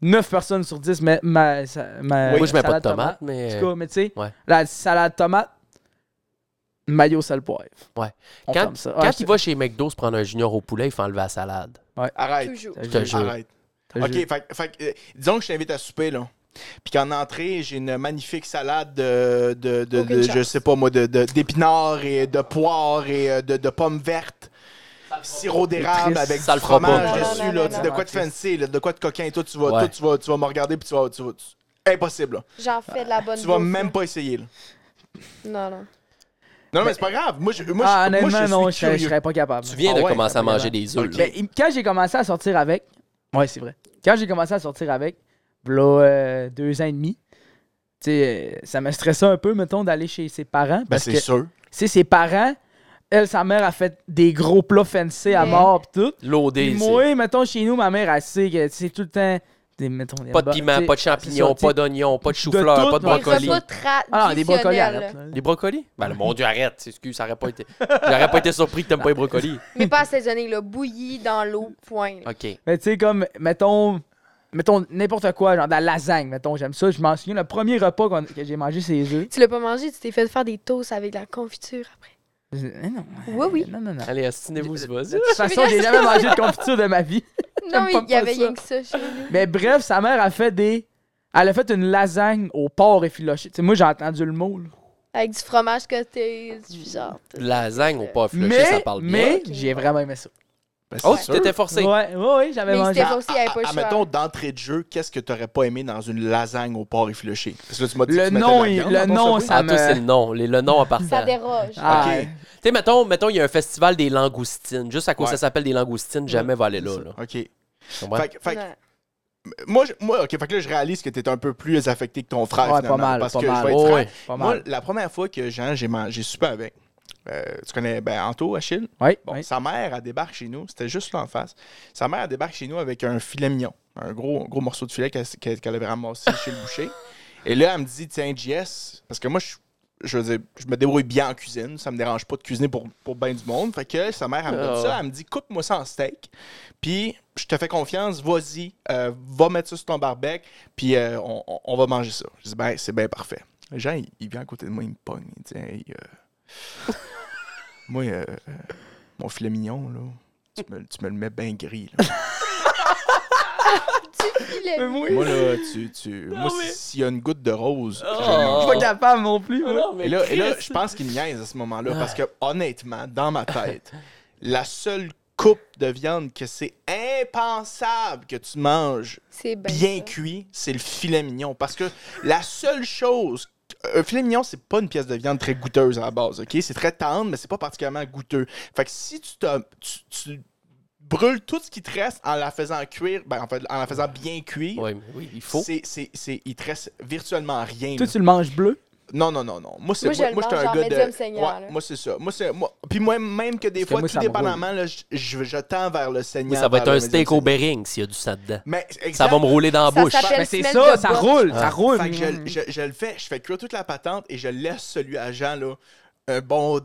[SPEAKER 4] 9 personnes sur 10 mettent ma, sa- ma-
[SPEAKER 3] Moi, je mets pas de
[SPEAKER 4] Euh, salade
[SPEAKER 3] tomate,
[SPEAKER 4] En
[SPEAKER 3] mais. euh,
[SPEAKER 4] tout cas, mais tu sais,
[SPEAKER 3] Ouais.
[SPEAKER 4] la salade tomate, maillot sale poivre.
[SPEAKER 3] Ouais.
[SPEAKER 4] On
[SPEAKER 3] Quand-
[SPEAKER 4] ferme ça. Ah,
[SPEAKER 3] Quand
[SPEAKER 4] Ouais,
[SPEAKER 3] il va chez McDo se prendre un junior au poulet, il fait enlever la salade.
[SPEAKER 1] Arrête.
[SPEAKER 6] Toujours.
[SPEAKER 4] je-
[SPEAKER 3] Je te jure.
[SPEAKER 1] Arrête.
[SPEAKER 4] je-
[SPEAKER 1] OK, fait, fait que, euh, disons que je t'invite à souper, là. Puis qu'en entrée, j'ai une magnifique salade de, de, de,
[SPEAKER 6] Aucune
[SPEAKER 1] de-
[SPEAKER 6] chance.
[SPEAKER 1] je sais pas moi, de- de- d'épinards et de poires et euh, de, de pommes vertes. Sirop d'érable
[SPEAKER 4] Triste.
[SPEAKER 1] avec
[SPEAKER 3] Ça
[SPEAKER 1] du
[SPEAKER 3] le fera pas,
[SPEAKER 1] fromage
[SPEAKER 6] Chris. Non,
[SPEAKER 1] dessus,
[SPEAKER 6] non,
[SPEAKER 1] là.
[SPEAKER 6] non,
[SPEAKER 1] Tu sais, De
[SPEAKER 4] non.
[SPEAKER 1] quoi de fancy, là, de quoi de coquin. Toi, tu vas,
[SPEAKER 3] Ouais.
[SPEAKER 1] toi, tu vas, tu vas me regarder puis tu vas... tu vas- tu- Impossible, là.
[SPEAKER 6] J'en fais de la bonne
[SPEAKER 1] Tu vas
[SPEAKER 6] bouffe,
[SPEAKER 1] même
[SPEAKER 6] là.
[SPEAKER 1] pas essayer, là.
[SPEAKER 6] Non, non.
[SPEAKER 1] Non, mais c'est pas grave. Moi, je, moi,
[SPEAKER 4] Ah,
[SPEAKER 1] je, moi,
[SPEAKER 4] honnêtement,
[SPEAKER 1] je suis
[SPEAKER 4] non, je serais-
[SPEAKER 1] curieux.
[SPEAKER 4] je serais pas capable.
[SPEAKER 3] Tu viens
[SPEAKER 1] Ah
[SPEAKER 3] de
[SPEAKER 1] ouais,
[SPEAKER 3] commencer à
[SPEAKER 4] après,
[SPEAKER 3] manger
[SPEAKER 4] ouais.
[SPEAKER 3] des œufs. là.
[SPEAKER 4] Mais il- quand j'ai commencé à sortir avec, ouais, c'est vrai. Quand j'ai commencé à sortir avec, v'là euh, deux ans et demi, tu sais, euh, ça me stressait un peu, mettons, d'aller chez ses parents.
[SPEAKER 1] Ben,
[SPEAKER 4] Parce
[SPEAKER 1] c'est
[SPEAKER 4] que, tu
[SPEAKER 1] sûr.
[SPEAKER 4] sais, ses parents, elle, sa mère a fait des gros plats fancy à
[SPEAKER 6] Mais-
[SPEAKER 4] mort pis tout.
[SPEAKER 3] Loadé.
[SPEAKER 4] Puis
[SPEAKER 3] c'est-
[SPEAKER 4] moi, mettons, chez nous, ma mère, elle sait que c'est tout le temps des, mettons, des
[SPEAKER 3] Pas de
[SPEAKER 4] bo- ben, tu
[SPEAKER 3] piment,
[SPEAKER 4] sais,
[SPEAKER 3] pas de champignons,
[SPEAKER 4] c'est ça,
[SPEAKER 3] pas d'ognons, pas de
[SPEAKER 4] de
[SPEAKER 3] chou-fleur,
[SPEAKER 4] tout,
[SPEAKER 3] pas de
[SPEAKER 4] mais
[SPEAKER 6] Des
[SPEAKER 3] brocoli.
[SPEAKER 6] repas
[SPEAKER 4] Ah, non, des brocolis,
[SPEAKER 6] traditionnels.
[SPEAKER 4] arrête, là.
[SPEAKER 3] Des brocolis? Ben, le mon Dieu, arrête. Excuse, ça aurait pas été. J'aurais pas été surpris que t'aimes pas les brocolis.
[SPEAKER 6] Mais pas assaisonné, là. Bouilli dans l'eau, point. là.
[SPEAKER 3] OK.
[SPEAKER 4] Mais tu sais, comme, mettons, mettons n'importe quoi, genre de la lasagne, mettons, j'aime ça. Je m'en souviens, le premier repas qu'on- que j'ai mangé, c'est les œufs.
[SPEAKER 6] Tu l'as pas mangé, tu t'es fait faire des toasts avec de la confiture après.
[SPEAKER 4] Eh Non,
[SPEAKER 6] Oui, oui.
[SPEAKER 4] non, non, non.
[SPEAKER 3] Allez, assinez-vous, c'est vas-y.
[SPEAKER 4] De toute façon, j'ai jamais mangé de confiture de ma vie.
[SPEAKER 6] [laughs] Non, mais
[SPEAKER 4] pas
[SPEAKER 6] il y avait
[SPEAKER 4] ça.
[SPEAKER 6] rien que ça chez nous.
[SPEAKER 4] Mais bref, sa mère a fait des. Elle a fait une lasagne au porc effiloché. Tu sais, moi, j'ai entendu le mot. là.
[SPEAKER 6] Avec du fromage côté, du genre. tout.
[SPEAKER 3] Lasagne au pas flushé, ça
[SPEAKER 4] Mais,
[SPEAKER 3] parle bien.
[SPEAKER 4] mais
[SPEAKER 6] Ok.
[SPEAKER 4] j'ai vraiment aimé ça.
[SPEAKER 1] Ben, c'est
[SPEAKER 3] Oh, tu
[SPEAKER 1] sûr.
[SPEAKER 3] t'étais forcé.
[SPEAKER 4] Ouais, ouais, ouais, j'avais
[SPEAKER 6] Mais il
[SPEAKER 4] mangé.
[SPEAKER 6] s'était forcé, il avait pas le
[SPEAKER 1] Ah,
[SPEAKER 6] choix.
[SPEAKER 1] mettons, d'entrée de jeu, qu'est-ce que t'aurais pas aimé dans une lasagne au porc effiloché? Parce que là, tu m'as dit que
[SPEAKER 4] Le
[SPEAKER 1] tu mettais
[SPEAKER 4] nom,
[SPEAKER 1] de la
[SPEAKER 4] il-
[SPEAKER 1] viande
[SPEAKER 4] le
[SPEAKER 1] dans ton
[SPEAKER 4] nom,
[SPEAKER 1] cerveau.
[SPEAKER 4] ça
[SPEAKER 3] Ah,
[SPEAKER 4] me.
[SPEAKER 3] toi, c'est le nom. Les- Le nom en
[SPEAKER 6] Ça
[SPEAKER 3] partant. Tu
[SPEAKER 6] déroge.
[SPEAKER 4] Ah,
[SPEAKER 1] Ok.
[SPEAKER 3] sais, mettons, mettons, il y a un festival des langoustines. Juste à cause
[SPEAKER 1] Ouais.
[SPEAKER 3] ça s'appelle des langoustines, jamais va aller là. là.
[SPEAKER 1] OK.
[SPEAKER 3] Tu comprends?
[SPEAKER 1] Fait, que- fait que
[SPEAKER 6] Ouais.
[SPEAKER 1] moi, je- moi, OK, fait que là, je réalise que t'es un peu plus affecté que ton frère,
[SPEAKER 4] Ouais,
[SPEAKER 1] finalement,
[SPEAKER 4] pas mal,
[SPEAKER 1] parce
[SPEAKER 4] pas
[SPEAKER 1] que
[SPEAKER 4] mal.
[SPEAKER 1] je vais être
[SPEAKER 3] Oh,
[SPEAKER 1] franc,
[SPEAKER 3] ouais.
[SPEAKER 4] Pas
[SPEAKER 1] Moi,
[SPEAKER 4] mal.
[SPEAKER 1] la première fois que Jean, j'ai mangé, j'ai super avec, euh, tu connais ben, Anto, Achille?
[SPEAKER 4] Oui,
[SPEAKER 1] Bon,
[SPEAKER 4] oui.
[SPEAKER 1] sa mère, elle débarque chez nous. C'était juste là en face. Sa mère, elle débarque chez nous avec un filet mignon. Un gros, gros morceau de filet qu'elle qu'elle- qu'elle avait ramassé chez le boucher. Et là, elle me dit, tiens, JS, parce que moi, je, je veux dire, je me débrouille bien en cuisine. Ça me dérange pas de cuisiner pour, pour bien du monde. Fait que sa mère, elle me donne
[SPEAKER 3] Ah.
[SPEAKER 1] ça. Elle me dit, coupe-moi ça en steak. Puis, je te fais confiance. Vas-y, euh, va mettre ça sur ton barbecue. Puis, euh, on, on- on va manger ça. Je dis, ben, c'est bien parfait. Le Jean, il, il vient à côté de moi, il me pogne. Il dit, hey,
[SPEAKER 3] [laughs]
[SPEAKER 1] euh, moi, euh, euh, mon filet mignon, là, tu me, tu me le mets bien gris.
[SPEAKER 3] [laughs]
[SPEAKER 1] là.
[SPEAKER 6] Il est-
[SPEAKER 1] Moi, là, tu. tu
[SPEAKER 3] Non,
[SPEAKER 1] moi,
[SPEAKER 3] mais-
[SPEAKER 1] s'il y a une goutte de rose. je la
[SPEAKER 3] Oh.
[SPEAKER 1] mange.
[SPEAKER 4] Je suis pas capable non plus. moi.
[SPEAKER 1] Et là, et là, je pense qu'il me niaise à ce moment-là parce que, honnêtement, dans ma tête, [laughs] la seule coupe de viande que c'est impensable que tu manges
[SPEAKER 6] C'est bien.
[SPEAKER 1] bien
[SPEAKER 6] Ben, ça.
[SPEAKER 1] cuit, c'est le filet mignon. Parce que la seule chose. Un filet mignon, c'est pas une pièce de viande très goûteuse à la base, OK? C'est très tendre, mais c'est pas particulièrement goûteux. Fait que si tu, te- tu, tu brûles tout ce qui te reste en la faisant cuire, ben, en, fait, en la faisant bien cuire,
[SPEAKER 3] Oui, il faut.
[SPEAKER 1] c'est, c'est, c'est- il te reste virtuellement rien.
[SPEAKER 4] Toi,
[SPEAKER 1] là.
[SPEAKER 4] tu le manges bleu.
[SPEAKER 1] Non, non, non, non. Moi, c'est
[SPEAKER 6] Moi, je le
[SPEAKER 1] j'étais
[SPEAKER 6] mange en médium saignant,
[SPEAKER 1] Ouais,
[SPEAKER 6] là.
[SPEAKER 1] moi, c'est ça. Moi, c'est, moi... Puis moi, même que des
[SPEAKER 4] Parce que
[SPEAKER 1] fois,
[SPEAKER 4] moi,
[SPEAKER 1] tout
[SPEAKER 4] ça me
[SPEAKER 1] dépendamment, là, je, je, je tends vers le Seigneur.
[SPEAKER 3] Oui, ça va être un steak au bearing s'il y a du sang dedans.
[SPEAKER 1] Mais,
[SPEAKER 3] Ça
[SPEAKER 1] exact.
[SPEAKER 3] va me rouler dans la
[SPEAKER 6] Ça
[SPEAKER 3] bouche.
[SPEAKER 6] s'appelle-
[SPEAKER 4] Mais
[SPEAKER 6] Quelle
[SPEAKER 4] c'est
[SPEAKER 6] semaine
[SPEAKER 4] ça,
[SPEAKER 6] de
[SPEAKER 4] ça
[SPEAKER 6] botte.
[SPEAKER 4] roule, ça roule.
[SPEAKER 1] Ah, Fait que je, je- je le fais, je fais cuire toute la patente et je laisse celui à Jean, là, un bon,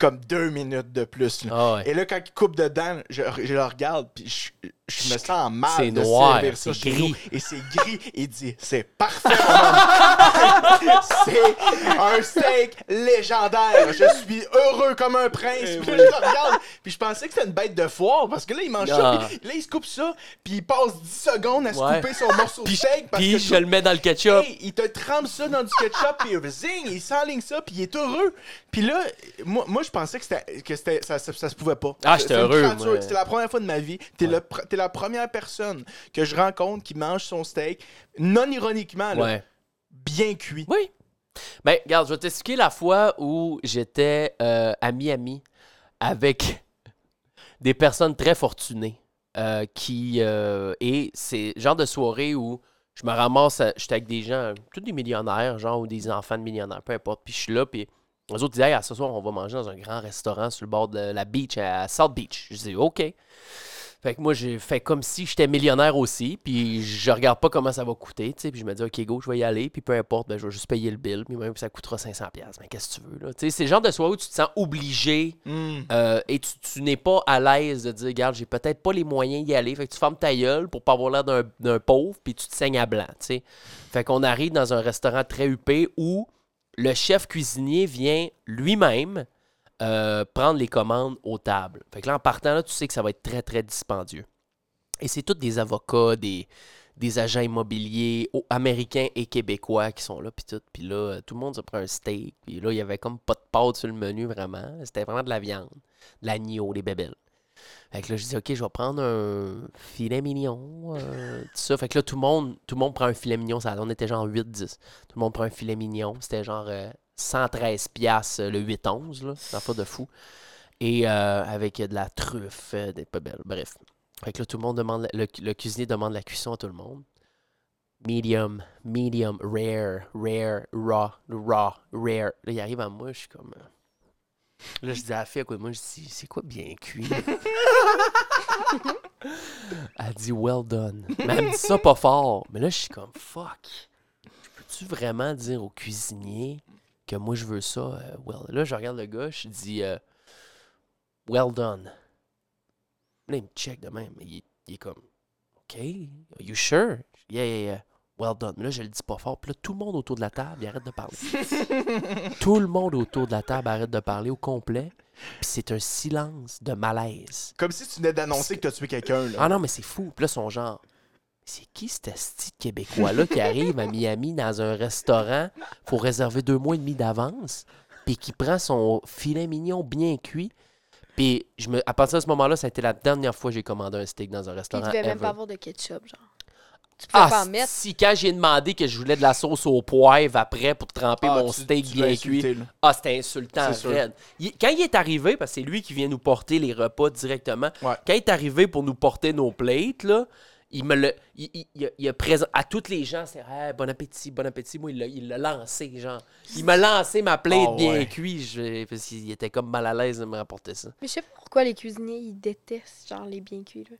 [SPEAKER 1] comme deux minutes de plus. là.
[SPEAKER 3] Ah ouais.
[SPEAKER 1] Et là, quand il coupe dedans, je, je le regarde, puis je, je me sens mal
[SPEAKER 3] C'est
[SPEAKER 1] de
[SPEAKER 3] noir,
[SPEAKER 1] servir ça
[SPEAKER 3] c'est
[SPEAKER 1] chez
[SPEAKER 3] gris.
[SPEAKER 1] nous. Et c'est gris, et il dit, c'est parfait, mon homme. [laughs] C'est un steak légendaire. Je suis heureux comme un
[SPEAKER 3] Eh
[SPEAKER 1] prince. Puis là, je le regarde, puis je pensais que c'était une bête de foire, parce que là, il mange
[SPEAKER 3] Ah.
[SPEAKER 1] ça, puis là, il se coupe ça, puis il passe 10 secondes à se
[SPEAKER 3] Ouais.
[SPEAKER 1] couper son morceau de steak. parce que
[SPEAKER 3] Puis je le mets dans le ketchup.
[SPEAKER 1] Hey, il te trempe ça dans du ketchup, puis euh, zing, il s'enligne ça, puis il est heureux. Puis là, moi, moi je pensais que, c'était, que c'était, ça, ça, ça se pouvait pas.
[SPEAKER 3] Ah, j'étais
[SPEAKER 1] C'est une
[SPEAKER 3] heureux,
[SPEAKER 1] créature,
[SPEAKER 3] moi.
[SPEAKER 1] C'était la première fois de ma vie. T'es,
[SPEAKER 3] Ouais.
[SPEAKER 1] le pr- t'es la première personne que je rencontre qui mange son steak, non ironiquement, là,
[SPEAKER 3] Ouais.
[SPEAKER 1] bien cuit.
[SPEAKER 3] Oui. Ben, regarde, je vais t'expliquer la fois où j'étais euh, à Miami avec [laughs] des personnes très fortunées euh, qui. euh, et c'est le genre de soirée où je me ramasse, à- j'étais avec des gens, tous des millionnaires, genre, ou des enfants de millionnaires, peu importe. Puis je suis là, puis les autres disaient, hey, ah, ce soir, on va manger dans un grand restaurant sur le bord de la beach, à South Beach. Je dis, OK. Fait que moi, j'ai fait comme si j'étais millionnaire aussi, puis je regarde pas comment ça va coûter, tu sais, puis je me dis, OK, go, je vais y aller, puis peu importe, ben, je vais juste payer le bill, puis même ça coûtera 500$, mais qu'est-ce que tu veux, là? Tu sais, c'est le genre de soirée où tu te sens obligé
[SPEAKER 1] Mm.
[SPEAKER 3] euh, et tu, tu n'es pas à l'aise de dire, regarde, j'ai peut-être pas les moyens d'y aller, fait que tu fermes ta gueule pour pas avoir l'air d'un- d'un pauvre, puis tu te saignes à blanc, tu sais. Fait qu'on arrive dans un restaurant très huppé où le chef cuisinier vient lui-même euh, prendre les commandes aux tables. Fait que là, en partant, là, tu sais que ça va être très, très dispendieux. Et c'est tous des avocats, des, des agents immobiliers au- américains et québécois qui sont là, puis tout. Puis là, euh, tout le monde se prend un steak. Puis là, il y avait comme pas de pâte sur le menu, vraiment. C'était vraiment de la viande, de l'agneau, des bébelles. Fait que là, je dis, OK, je vais prendre un filet mignon, euh, tout ça. Fait que là, tout le monde, tout le monde prend un filet mignon. Ça, on était genre 8-10. Tout le monde prend un filet mignon. C'était genre euh, 113 piastres euh, le 8-11, là. C'est pas de fou. Et euh, avec euh, de la truffe, euh, des bébelles, bref. Fait que là, tout le monde demande, la- le, le cuisinier demande la cuisson à tout le monde. Medium, medium, rare, rare, raw, raw, rare. Là, il arrive à moi, je suis comme. euh, Là, je dis à la fille, à côté de moi, je dis, c'est quoi bien cuit? elle dit, well done. Mais elle me dit ça pas fort. Mais là, je suis comme, fuck. Peux-tu vraiment dire au cuisinier que moi, je veux ça? euh, well, là, je regarde le gars, je dis, euh, well done. Là, il me check de même. mais Il, est- il est comme, OK, are you sure? Yeah, yeah, yeah. Well done. Mais là, je le dis pas fort. Puis là, tout le monde autour de la table, il arrête de parler. tout le monde autour de la table arrête de parler au complet. Puis c'est un silence de malaise.
[SPEAKER 1] Comme si tu venais d'annoncer que t'as tué quelqu'un. Là.
[SPEAKER 3] Ah non, mais c'est fou. Puis là, son genre. C'est qui cet asti de Québécois-là qui arrive à Miami dans un restaurant pour réserver deux mois et demi d'avance, puis qui prend son filet mignon bien cuit? Puis je me, à partir de ce moment-là, ça a été la dernière fois que j'ai commandé un steak dans un
[SPEAKER 6] Puis,
[SPEAKER 3] restaurant.
[SPEAKER 6] tu devais même
[SPEAKER 3] ever.
[SPEAKER 6] pas avoir de ketchup, genre. Tu pouvais pas
[SPEAKER 3] Ah,
[SPEAKER 6] en mettre.
[SPEAKER 3] si quand j'ai demandé que je voulais de la sauce au poivre après pour tremper
[SPEAKER 1] Ah,
[SPEAKER 3] mon
[SPEAKER 1] tu-
[SPEAKER 3] steak
[SPEAKER 1] tu l'as
[SPEAKER 3] bien cuit,
[SPEAKER 1] insulté, là.
[SPEAKER 3] ah, c'était insultant,
[SPEAKER 1] C'est sûr.
[SPEAKER 3] raide. Il- quand il est arrivé, parce que c'est lui qui vient nous porter les repas directement,
[SPEAKER 1] Ouais.
[SPEAKER 3] quand il est arrivé pour nous porter nos plates, là, Il me le. Il, il- il a- il a présent à toutes les gens, c'est Hey, bon appétit, bon appétit. Moi, il l'a- il l'a lancé, genre. Il m'a lancé ma plainte
[SPEAKER 1] Ah
[SPEAKER 3] bien
[SPEAKER 1] ouais.
[SPEAKER 3] cuit. je- parce qu'il était comme mal à l'aise de me rapporter ça.
[SPEAKER 6] Mais je sais pas pourquoi les cuisiniers, ils détestent genre les bien cuits. Là.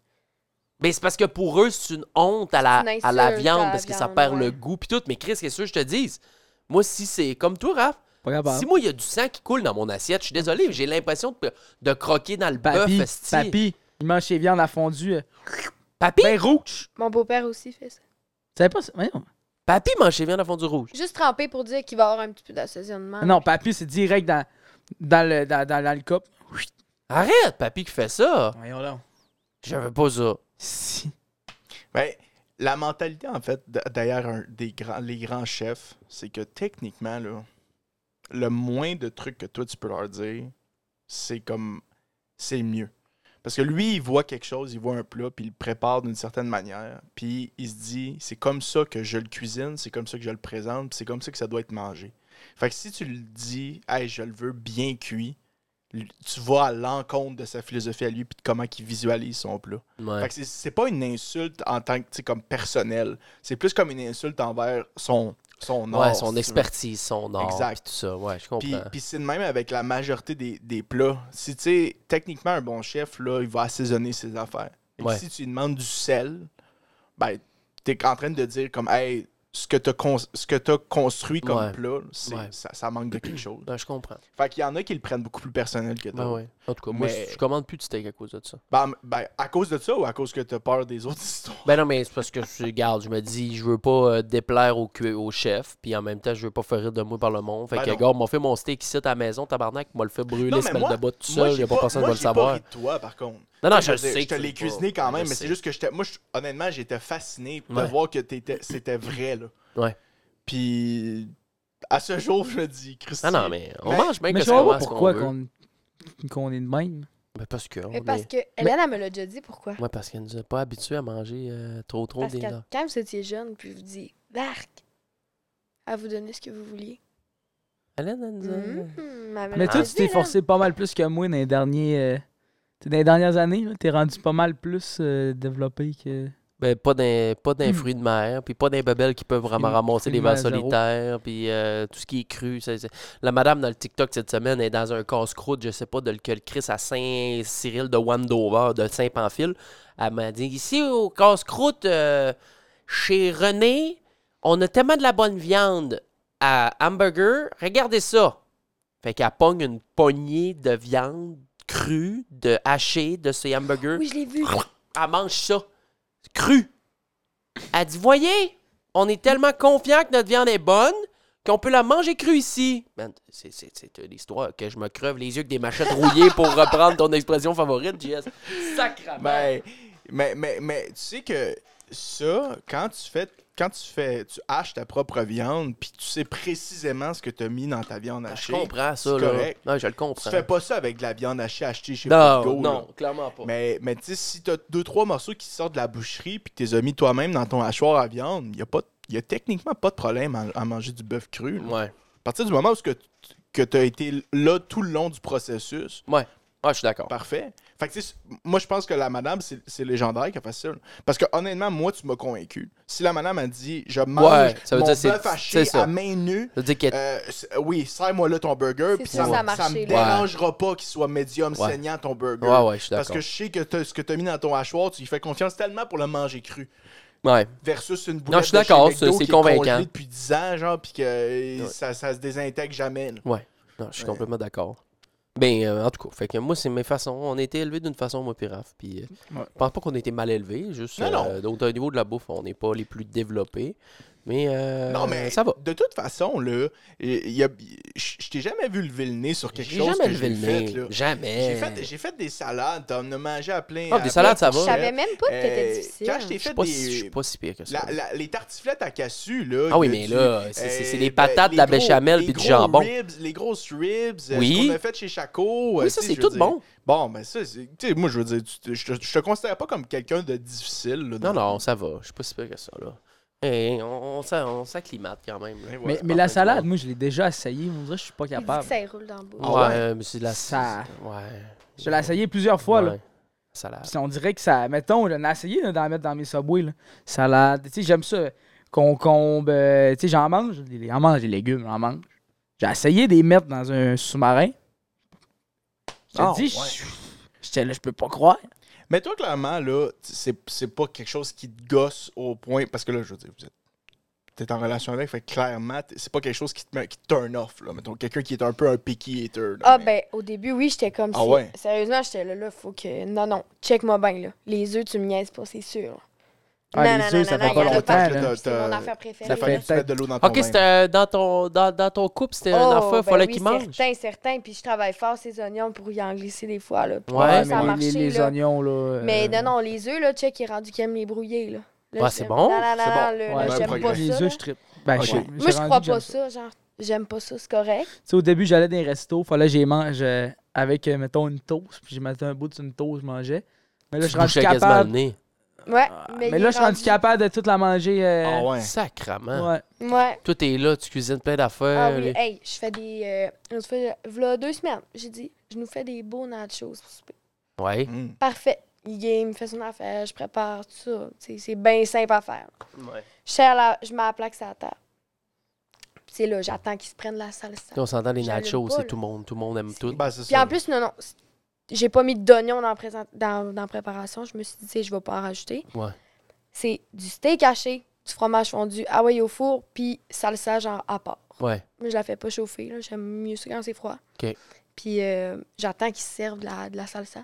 [SPEAKER 3] Mais c'est parce que pour eux, c'est une honte à la,
[SPEAKER 6] C'est une
[SPEAKER 3] à la
[SPEAKER 6] insulte à
[SPEAKER 3] viande
[SPEAKER 6] la
[SPEAKER 3] parce que ça
[SPEAKER 6] viande,
[SPEAKER 3] perd
[SPEAKER 6] ouais.
[SPEAKER 3] le goût puis tout. Mais Chris, qu'est-ce que je te dis? Moi, si c'est comme toi, Raph,
[SPEAKER 4] Pas
[SPEAKER 1] Ah bah.
[SPEAKER 4] capable.
[SPEAKER 3] si moi, il y a du sang qui coule dans mon assiette, je suis désolé, mais j'ai l'impression de, de croquer dans le bœuf.
[SPEAKER 4] Papy,
[SPEAKER 3] esti.
[SPEAKER 4] papy, il mange ses viandes à fondue. euh,
[SPEAKER 3] Papy,
[SPEAKER 4] Ben rouge.
[SPEAKER 6] Mon beau-père aussi fait ça.
[SPEAKER 4] Tu savais pas ça? Voyons.
[SPEAKER 3] papy mange ses viandes à fond du rouge.
[SPEAKER 6] Juste tremper pour dire qu'il va avoir un petit peu d'assaisonnement.
[SPEAKER 4] Non, papy, c'est direct dans, dans le, dans, dans, dans le cup.
[SPEAKER 3] Arrête, papy qui fait ça.
[SPEAKER 4] Voyons là.
[SPEAKER 3] Je veux pas ça.
[SPEAKER 4] Si.
[SPEAKER 1] Ben, la mentalité, en fait, d- derrière un- des grands, les grands chefs, c'est que techniquement, là, le moins de trucs que toi, tu peux leur dire, c'est comme. C'est mieux. Parce que lui, il voit quelque chose, il voit un plat, puis il le prépare d'une certaine manière. Puis il se dit, c'est comme ça que je le cuisine, c'est comme ça que je le présente, puis c'est comme ça que ça doit être mangé. Fait que si tu le dis, hey, je le veux bien cuit, l- tu vas à l'encontre de sa philosophie à lui, puis de comment il visualise son plat.
[SPEAKER 3] Ouais.
[SPEAKER 1] Fait que c'est- c'est pas une insulte en tant que, tu sais, comme personnel. C'est plus comme une insulte envers son, son
[SPEAKER 3] Ouais,
[SPEAKER 1] art, si
[SPEAKER 3] son
[SPEAKER 1] tu veux.
[SPEAKER 3] expertise, son art,
[SPEAKER 1] Exact.
[SPEAKER 3] pis tout ça. Ouais, je
[SPEAKER 1] Puis,
[SPEAKER 3] comprends.
[SPEAKER 1] puis c'est de même avec la majorité des, des plats. Si, tu sais, techniquement, un bon chef, là, il va assaisonner ses affaires. Et
[SPEAKER 3] Ouais.
[SPEAKER 1] Si tu lui demandes du sel, ben, t'es en train de dire comme, hey, ce que t'as cons- ce que t'as construit comme
[SPEAKER 3] Ouais.
[SPEAKER 1] plat, c'est-
[SPEAKER 3] Ouais.
[SPEAKER 1] ça, ça manque de quelque chose.
[SPEAKER 3] Ben, je comprends.
[SPEAKER 1] Fait qu'il y en a qui le prennent beaucoup plus personnel que
[SPEAKER 3] Ben
[SPEAKER 1] d'autres.
[SPEAKER 3] ouais. En tout cas, moi,
[SPEAKER 1] Mais-
[SPEAKER 3] je je commande plus de steak à cause de ça.
[SPEAKER 1] Ben, ben, à cause de ça ou à cause que t'as peur des autres [laughs] histoires?
[SPEAKER 3] Ben non, mais c'est parce que je garde, je me dis, je veux pas euh, déplaire au, cu- au chef, puis en même temps, je veux pas faire rire de moi par le monde. Fait
[SPEAKER 1] Ben
[SPEAKER 3] que,
[SPEAKER 1] non.
[SPEAKER 3] gars, m'a fait mon steak ici à la maison, tabarnak, m'a le fait brûler,
[SPEAKER 1] Non, mais
[SPEAKER 3] se mettre
[SPEAKER 1] moi-
[SPEAKER 3] de bas tout
[SPEAKER 1] Moi,
[SPEAKER 3] seul, y
[SPEAKER 1] j'ai
[SPEAKER 3] a pas personne qui
[SPEAKER 1] moi,
[SPEAKER 3] va le
[SPEAKER 1] j'ai pas
[SPEAKER 3] savoir.
[SPEAKER 1] ri de toi, par contre.
[SPEAKER 3] Non, non, je,
[SPEAKER 1] veux dire,
[SPEAKER 3] sais.
[SPEAKER 1] te l'ai cuisiné quand même, mais c'est juste que j'étais. Moi, je- honnêtement, j'étais fasciné de
[SPEAKER 3] Ouais.
[SPEAKER 1] voir que t'étais- c'était vrai, là.
[SPEAKER 3] Ouais.
[SPEAKER 1] Puis, à ce jour, je me dis, Christian.
[SPEAKER 3] Non, non, mais on
[SPEAKER 1] Ben,
[SPEAKER 3] mange bien que
[SPEAKER 4] Mais je
[SPEAKER 3] ça
[SPEAKER 4] vois pas
[SPEAKER 3] va, ce qu'on
[SPEAKER 4] pourquoi
[SPEAKER 3] veut.
[SPEAKER 4] qu'on qu'on est de même.
[SPEAKER 3] Ben, parce que. on
[SPEAKER 6] Mais parce
[SPEAKER 3] est-
[SPEAKER 6] que Hélène, elle me l'a déjà dit pourquoi.
[SPEAKER 3] Ouais, parce qu'elle nous a pas habitués à manger euh, trop, trop
[SPEAKER 6] Parce
[SPEAKER 3] des.
[SPEAKER 6] que quand vous étiez jeune, puis vous dit Marc, à vous donner ce que vous vouliez.
[SPEAKER 3] Hélène, elle nous a.
[SPEAKER 4] Hmm?
[SPEAKER 6] Mhm, elle me
[SPEAKER 4] Mais
[SPEAKER 6] l'a
[SPEAKER 4] toi,
[SPEAKER 6] dit,
[SPEAKER 4] tu t'es
[SPEAKER 6] là.
[SPEAKER 4] forcé pas mal plus que moi dans les derniers. euh, t'sais, dans les dernières années, là, t'es rendu pas mal plus euh, développé que.
[SPEAKER 3] Ben, pas d'un pas d'un
[SPEAKER 4] Hmm.
[SPEAKER 3] fruit de mer, puis pas d'un babel qui peuvent ram-
[SPEAKER 4] Fruits de-
[SPEAKER 3] ramasser
[SPEAKER 4] fruits
[SPEAKER 3] les
[SPEAKER 4] de mer
[SPEAKER 3] vers
[SPEAKER 4] zéro.
[SPEAKER 3] solitaires, puis euh, tout ce qui est cru. ça, c'est- La madame dans le TikTok cette semaine est dans un casse-croûte, je sais pas, de lequel Chris à Saint-Cyril de Wandover, de Saint-Pamphile. Elle m'a dit ici au casse-croûte, euh, chez René, on a tellement de la bonne viande à hamburger, regardez ça. Fait qu'elle pogne une poignée de viande crue, de hachée, de ces hamburgers
[SPEAKER 6] Oui, je l'ai
[SPEAKER 4] Ah,
[SPEAKER 6] vu.
[SPEAKER 3] elle mange ça. Cru. Elle dit Voyez, on est tellement confiant que notre viande est bonne qu'on peut la manger crue ici. Man, c'est- c'est c'est une histoire que je me creuve les yeux avec des machettes rouillées pour reprendre ton expression favorite, JS. Sacrament.
[SPEAKER 1] Ben, mais, mais, mais tu sais que ça, quand tu fais. Quand tu fais. Tu haches ta propre viande, puis tu sais précisément ce que t'as mis dans ta viande
[SPEAKER 3] Ben, je
[SPEAKER 1] hachée.
[SPEAKER 3] comprends ça,
[SPEAKER 1] c'est
[SPEAKER 3] là.
[SPEAKER 1] correct.
[SPEAKER 3] Non, je le
[SPEAKER 1] Tu
[SPEAKER 3] comprends.
[SPEAKER 1] fais pas ça avec de la viande hachée achetée chez
[SPEAKER 3] non,
[SPEAKER 1] Progo, là.
[SPEAKER 3] non, clairement pas.
[SPEAKER 1] Mais, mais tu sais, si t'as deux, trois morceaux qui sortent de la boucherie puis que t'es as mis toi-même dans ton hachoir à viande, y a, pas, y a techniquement pas de problème à, à manger du bœuf cru. là.
[SPEAKER 3] Ouais.
[SPEAKER 1] À partir du moment où ce que, t- que t'as été là tout le long du processus,
[SPEAKER 3] Ah, je suis d'accord.
[SPEAKER 1] parfait. Fait que tu sais, moi je pense que la madame, c'est c'est légendaire qui a fait ça. là. Parce que honnêtement, moi tu m'as convaincu. Si la madame a dit je mange
[SPEAKER 3] Ouais, ça veut
[SPEAKER 1] mon
[SPEAKER 3] dire c'est-
[SPEAKER 1] bœuf
[SPEAKER 3] c'est
[SPEAKER 1] haché
[SPEAKER 3] ça.
[SPEAKER 1] à main nue,
[SPEAKER 3] Ça veut dire qu'elle
[SPEAKER 1] euh, c'est- oui, serre-moi là ton burger,
[SPEAKER 6] C'est
[SPEAKER 1] puis
[SPEAKER 6] sûr,
[SPEAKER 1] ça,
[SPEAKER 6] ça a
[SPEAKER 1] me- ça
[SPEAKER 6] marché,
[SPEAKER 1] me
[SPEAKER 3] là.
[SPEAKER 1] dérangera pas qu'il soit médium
[SPEAKER 3] Ouais.
[SPEAKER 1] saignant ton burger.
[SPEAKER 3] Ouais, ouais, je suis
[SPEAKER 1] Parce
[SPEAKER 3] d'accord.
[SPEAKER 1] que je sais que t'as- ce que tu as mis dans ton hachoir, tu y fais confiance tellement pour le manger cru.
[SPEAKER 3] Ouais.
[SPEAKER 1] Versus une boulette
[SPEAKER 3] Non, je suis
[SPEAKER 1] de chez
[SPEAKER 3] d'accord,
[SPEAKER 1] McDo
[SPEAKER 3] c'est- c'est
[SPEAKER 1] qui est congelée
[SPEAKER 3] convaincant.
[SPEAKER 1] depuis 10 ans, genre, puis que euh,
[SPEAKER 3] Ouais.
[SPEAKER 1] ça, ça se désintègre jamais. là.
[SPEAKER 3] Non, je suis
[SPEAKER 1] Ouais.
[SPEAKER 3] complètement d'accord. Ben, euh, en tout cas, fait que moi, c'est mes façons. On a été élevés d'une façon, moi, piraf. Puis, euh,
[SPEAKER 1] Mm. Ouais.
[SPEAKER 3] je pense pas qu'on a été mal élevés. Juste,
[SPEAKER 1] Non,
[SPEAKER 3] euh, donc, au niveau de la bouffe, on n'est pas les plus développés. Mais, euh,
[SPEAKER 1] non, mais
[SPEAKER 3] ça va.
[SPEAKER 1] de toute façon, là, il y a- je je t'ai jamais vu lever le nez sur quelque
[SPEAKER 3] J'ai
[SPEAKER 1] chose
[SPEAKER 3] jamais
[SPEAKER 1] que
[SPEAKER 3] levé
[SPEAKER 1] j'ai
[SPEAKER 3] le
[SPEAKER 1] fait.
[SPEAKER 3] nez.
[SPEAKER 1] là. J'ai
[SPEAKER 3] Jamais.
[SPEAKER 1] fait, j'ai fait des salades, t'en as mangé à plein.
[SPEAKER 3] Ah,
[SPEAKER 1] à
[SPEAKER 3] des
[SPEAKER 1] plein
[SPEAKER 3] salades, ça
[SPEAKER 1] de
[SPEAKER 3] va.
[SPEAKER 6] Je
[SPEAKER 1] fourchettes.
[SPEAKER 6] savais même pas que t'étais
[SPEAKER 1] Euh,
[SPEAKER 6] difficile.
[SPEAKER 1] Quand je t'ai
[SPEAKER 3] Je suis
[SPEAKER 1] fait
[SPEAKER 3] pas, si- je suis
[SPEAKER 1] des...
[SPEAKER 3] pas si pire que ça.
[SPEAKER 1] la- la- les tartiflettes à cassu, là.
[SPEAKER 3] ah oui,
[SPEAKER 1] que
[SPEAKER 3] mais
[SPEAKER 1] tu-
[SPEAKER 3] là, c'est- c'est c'est
[SPEAKER 1] Euh,
[SPEAKER 3] des
[SPEAKER 1] ben,
[SPEAKER 3] patates, de
[SPEAKER 1] les
[SPEAKER 3] la
[SPEAKER 1] gros-
[SPEAKER 3] béchamel
[SPEAKER 1] les
[SPEAKER 3] puis du
[SPEAKER 1] gros
[SPEAKER 3] jambon.
[SPEAKER 1] ribs, les grosses ribs, euh,
[SPEAKER 3] Oui.
[SPEAKER 1] ce qu'on a fait chez Chaco. euh,
[SPEAKER 3] Oui, ça,
[SPEAKER 1] tu sais,
[SPEAKER 3] c'est
[SPEAKER 1] je veux
[SPEAKER 3] tout
[SPEAKER 1] dire-
[SPEAKER 3] bon.
[SPEAKER 1] Bon, ben ça, c'est- tu sais, moi, je veux dire, tu te- je te, je te considère pas comme quelqu'un de difficile. là,
[SPEAKER 3] Non,
[SPEAKER 1] dans-
[SPEAKER 3] non, ça va. Je suis pas si pire que ça, là. Eh, on on s'a- on s'acclimate quand même. là.
[SPEAKER 1] Et
[SPEAKER 4] Mais,
[SPEAKER 1] voilà.
[SPEAKER 4] mais la salade, moi, je l'ai déjà essayé. On dirait que je suis pas
[SPEAKER 6] Il dit que
[SPEAKER 4] capable.
[SPEAKER 6] ça y roule dans le bout.
[SPEAKER 1] Ah ouais?
[SPEAKER 3] mais c'est de la...
[SPEAKER 4] Ça-
[SPEAKER 3] Ouais.
[SPEAKER 4] Je l'ai essayé plusieurs fois. là.
[SPEAKER 3] Ouais. Salade.
[SPEAKER 4] Puis on dirait que ça. Mettons, là, on a essayé là, d'en mettre dans mes subways. Là. Salade. Tu sais, j'aime ça. Concombre. euh, tu sais, j'en mange. J'en mange des légumes, j'en mange. J'ai essayé de les mettre dans un sous-marin. Je te
[SPEAKER 1] Ah,
[SPEAKER 4] dis,
[SPEAKER 1] ouais.
[SPEAKER 4] je- j'étais là, je peux pas croire.
[SPEAKER 1] Mais toi, clairement, là, t- c'est c'est pas quelque chose qui te gosse au point. Parce que là, je veux dire, vous êtes. T'es en relation avec, fait que clairement, t- c'est pas quelque chose qui te, met- qui te turn off, là. Mettons, quelqu'un qui est un peu un picky eater. là,
[SPEAKER 6] Ah,
[SPEAKER 1] mais-
[SPEAKER 6] ben, au début, oui, j'étais comme
[SPEAKER 1] Ah
[SPEAKER 6] si-
[SPEAKER 1] ouais?
[SPEAKER 6] Sérieusement, j'étais là, là, faut que. Non, non, check-moi bien, là. Les œufs, tu me niaises pas, c'est sûr.
[SPEAKER 4] Ah, les œufs, ça fait
[SPEAKER 6] y
[SPEAKER 4] pas
[SPEAKER 6] en a
[SPEAKER 4] longtemps,
[SPEAKER 6] partout,
[SPEAKER 4] là.
[SPEAKER 6] puis C'est mon
[SPEAKER 1] T'as-
[SPEAKER 6] affaire
[SPEAKER 1] Ça
[SPEAKER 6] préférée.
[SPEAKER 1] fait que tu
[SPEAKER 4] peut-être-
[SPEAKER 1] mettes de l'eau dans ton
[SPEAKER 3] Ok,
[SPEAKER 1] vin.
[SPEAKER 3] c'était dans ton, dans, dans ton couple, c'était un enfant, il
[SPEAKER 6] ben
[SPEAKER 3] fallait
[SPEAKER 6] oui,
[SPEAKER 3] qu'il mange.
[SPEAKER 6] Certain, certain. Puis je travaille fort ces oignons pour y en glisser des fois. Là.
[SPEAKER 4] Euh,
[SPEAKER 6] Pour
[SPEAKER 3] Ouais,
[SPEAKER 6] moi,
[SPEAKER 3] mais
[SPEAKER 6] ça a
[SPEAKER 4] les-
[SPEAKER 6] marché.
[SPEAKER 4] les, les
[SPEAKER 6] là.
[SPEAKER 4] oignons, là.
[SPEAKER 6] Mais
[SPEAKER 4] euh,
[SPEAKER 6] non, non, les œufs, là, check, il est rendu qu'il aime les brouiller. Là. Là,
[SPEAKER 3] Ouais,
[SPEAKER 6] je-
[SPEAKER 3] c'est bon,
[SPEAKER 6] Non, non, non,
[SPEAKER 1] c'est bon.
[SPEAKER 6] non, là,
[SPEAKER 4] Ouais,
[SPEAKER 6] là,
[SPEAKER 1] ben,
[SPEAKER 6] j'aime pas
[SPEAKER 1] progrès.
[SPEAKER 4] Les
[SPEAKER 6] ça.
[SPEAKER 4] œufs,
[SPEAKER 6] là.
[SPEAKER 4] je tripe. Ben,
[SPEAKER 1] Ok.
[SPEAKER 4] j'ai-
[SPEAKER 1] Moi,
[SPEAKER 4] j'ai
[SPEAKER 6] Moi, je
[SPEAKER 4] rendu
[SPEAKER 6] crois
[SPEAKER 4] que j'aime
[SPEAKER 6] pas ça. Genre, j'aime pas ça, c'est correct.
[SPEAKER 4] Tu sais, au début, j'allais dans les restos, fallait que j'y mange euh, avec, euh, mettons, une toast, puis j'ai mettais un bout d'une toast, je mangeais. Mais là, je
[SPEAKER 3] Tu
[SPEAKER 4] suis rendu
[SPEAKER 3] bouchais quasiment le
[SPEAKER 4] capable.
[SPEAKER 3] nez.
[SPEAKER 6] Ouais,
[SPEAKER 4] Ah,
[SPEAKER 6] mais
[SPEAKER 4] Mais,
[SPEAKER 6] il
[SPEAKER 4] là,
[SPEAKER 6] est
[SPEAKER 4] je suis rendu capable de toute la manger. euh,
[SPEAKER 1] Ah ouais. hein?
[SPEAKER 3] Sacrament.
[SPEAKER 4] ouais.
[SPEAKER 6] Ouais.
[SPEAKER 3] Toi, t'es là, tu cuisines plein
[SPEAKER 6] Ah
[SPEAKER 4] Euh,
[SPEAKER 3] d'affaires.
[SPEAKER 6] oui,
[SPEAKER 3] les-
[SPEAKER 6] hey, je fais des. Euh, l'autre fois, v'là deux semaines, j'ai dit, je nous fais des beaux nachos pour souper.
[SPEAKER 3] Ouais.
[SPEAKER 1] Mm.
[SPEAKER 6] Parfait. Il game, fait son affaire, je prépare tout ça. Tu sais, C'est bien simple à faire. Je suis à la- je mets la plaque sur la table. Puis c'est là, j'attends qu'ils se prennent la salsa.
[SPEAKER 3] Là, On s'entend les
[SPEAKER 6] J'allume
[SPEAKER 3] nachos,
[SPEAKER 6] pas,
[SPEAKER 3] c'est
[SPEAKER 6] là.
[SPEAKER 3] tout le monde. Tout le monde aime tout.
[SPEAKER 1] Ben, c'est
[SPEAKER 6] Puis
[SPEAKER 1] ça.
[SPEAKER 6] en plus, non, non, c'est- j'ai pas mis d'oignons dans, la présent- dans, dans la préparation. Je me suis dit, tu sais, je vais pas en rajouter.
[SPEAKER 3] Ouais.
[SPEAKER 6] C'est du steak haché, du fromage fondu, hawaii au four, puis salsa genre à part.
[SPEAKER 3] Ouais.
[SPEAKER 6] Mais je la fais pas chauffer, là. J'aime mieux ça quand c'est froid.
[SPEAKER 3] OK.
[SPEAKER 6] Puis euh, j'attends qu'ils servent de la, de la salsa.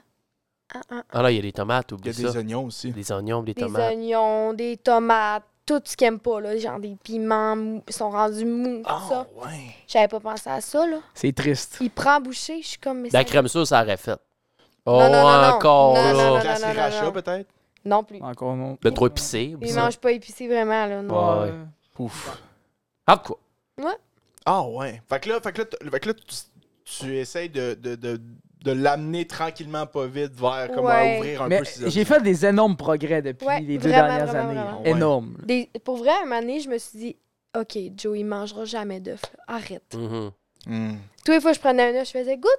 [SPEAKER 6] Ah, ah, ah.
[SPEAKER 3] Ah là, il y a des tomates, oublie
[SPEAKER 1] Il y a
[SPEAKER 3] ça.
[SPEAKER 1] des oignons aussi.
[SPEAKER 3] Des oignons, des
[SPEAKER 6] Des
[SPEAKER 3] tomates.
[SPEAKER 6] oignons, des tomates, tout ce qu'ils aiment pas, là. Genre des piments mous- ils sont rendus mous, tout
[SPEAKER 1] Ah,
[SPEAKER 6] ça.
[SPEAKER 1] ouais.
[SPEAKER 6] J'avais pas pensé à ça, là.
[SPEAKER 4] C'est triste.
[SPEAKER 6] Il prend boucher, je suis comme... mais
[SPEAKER 3] La
[SPEAKER 6] ça-
[SPEAKER 3] crème sauce, ça aurait fait. Oh,
[SPEAKER 6] non, non, non.
[SPEAKER 3] encore
[SPEAKER 6] Non,
[SPEAKER 3] là.
[SPEAKER 6] non, non,
[SPEAKER 1] Glace
[SPEAKER 6] non, non,
[SPEAKER 1] sriracha,
[SPEAKER 6] non.
[SPEAKER 1] peut-être?
[SPEAKER 6] Non plus.
[SPEAKER 3] Ah.
[SPEAKER 4] Encore non.
[SPEAKER 3] De trop épicé. oublie
[SPEAKER 6] Il
[SPEAKER 3] ça.
[SPEAKER 6] mange pas épicé, vraiment, là, non.
[SPEAKER 1] Ah
[SPEAKER 3] Ouais.
[SPEAKER 4] Ouais.
[SPEAKER 1] Ouf.
[SPEAKER 3] Ah, quoi?
[SPEAKER 1] Ah, ouais. Fait que là, fait que là, t- fait que là, tu, tu essayes de, de, de, de l'amener tranquillement, pas vite, vers comme à
[SPEAKER 6] Ouais.
[SPEAKER 1] ouvrir un
[SPEAKER 4] Mais
[SPEAKER 1] peu ses
[SPEAKER 4] j'ai fait des énormes progrès depuis
[SPEAKER 6] Ouais,
[SPEAKER 4] les deux
[SPEAKER 6] vraiment,
[SPEAKER 4] dernières
[SPEAKER 6] vraiment,
[SPEAKER 4] années.
[SPEAKER 6] vraiment.
[SPEAKER 1] Ouais.
[SPEAKER 4] Énormes. là.
[SPEAKER 6] Des- pour vrai, à un moment donné, je me suis dit, OK, Joe, il mangera jamais d'œuf. là. Arrête.
[SPEAKER 3] Mhm.
[SPEAKER 1] Mm.
[SPEAKER 6] Tous les fois, je prenais un œuf, je faisais goûte.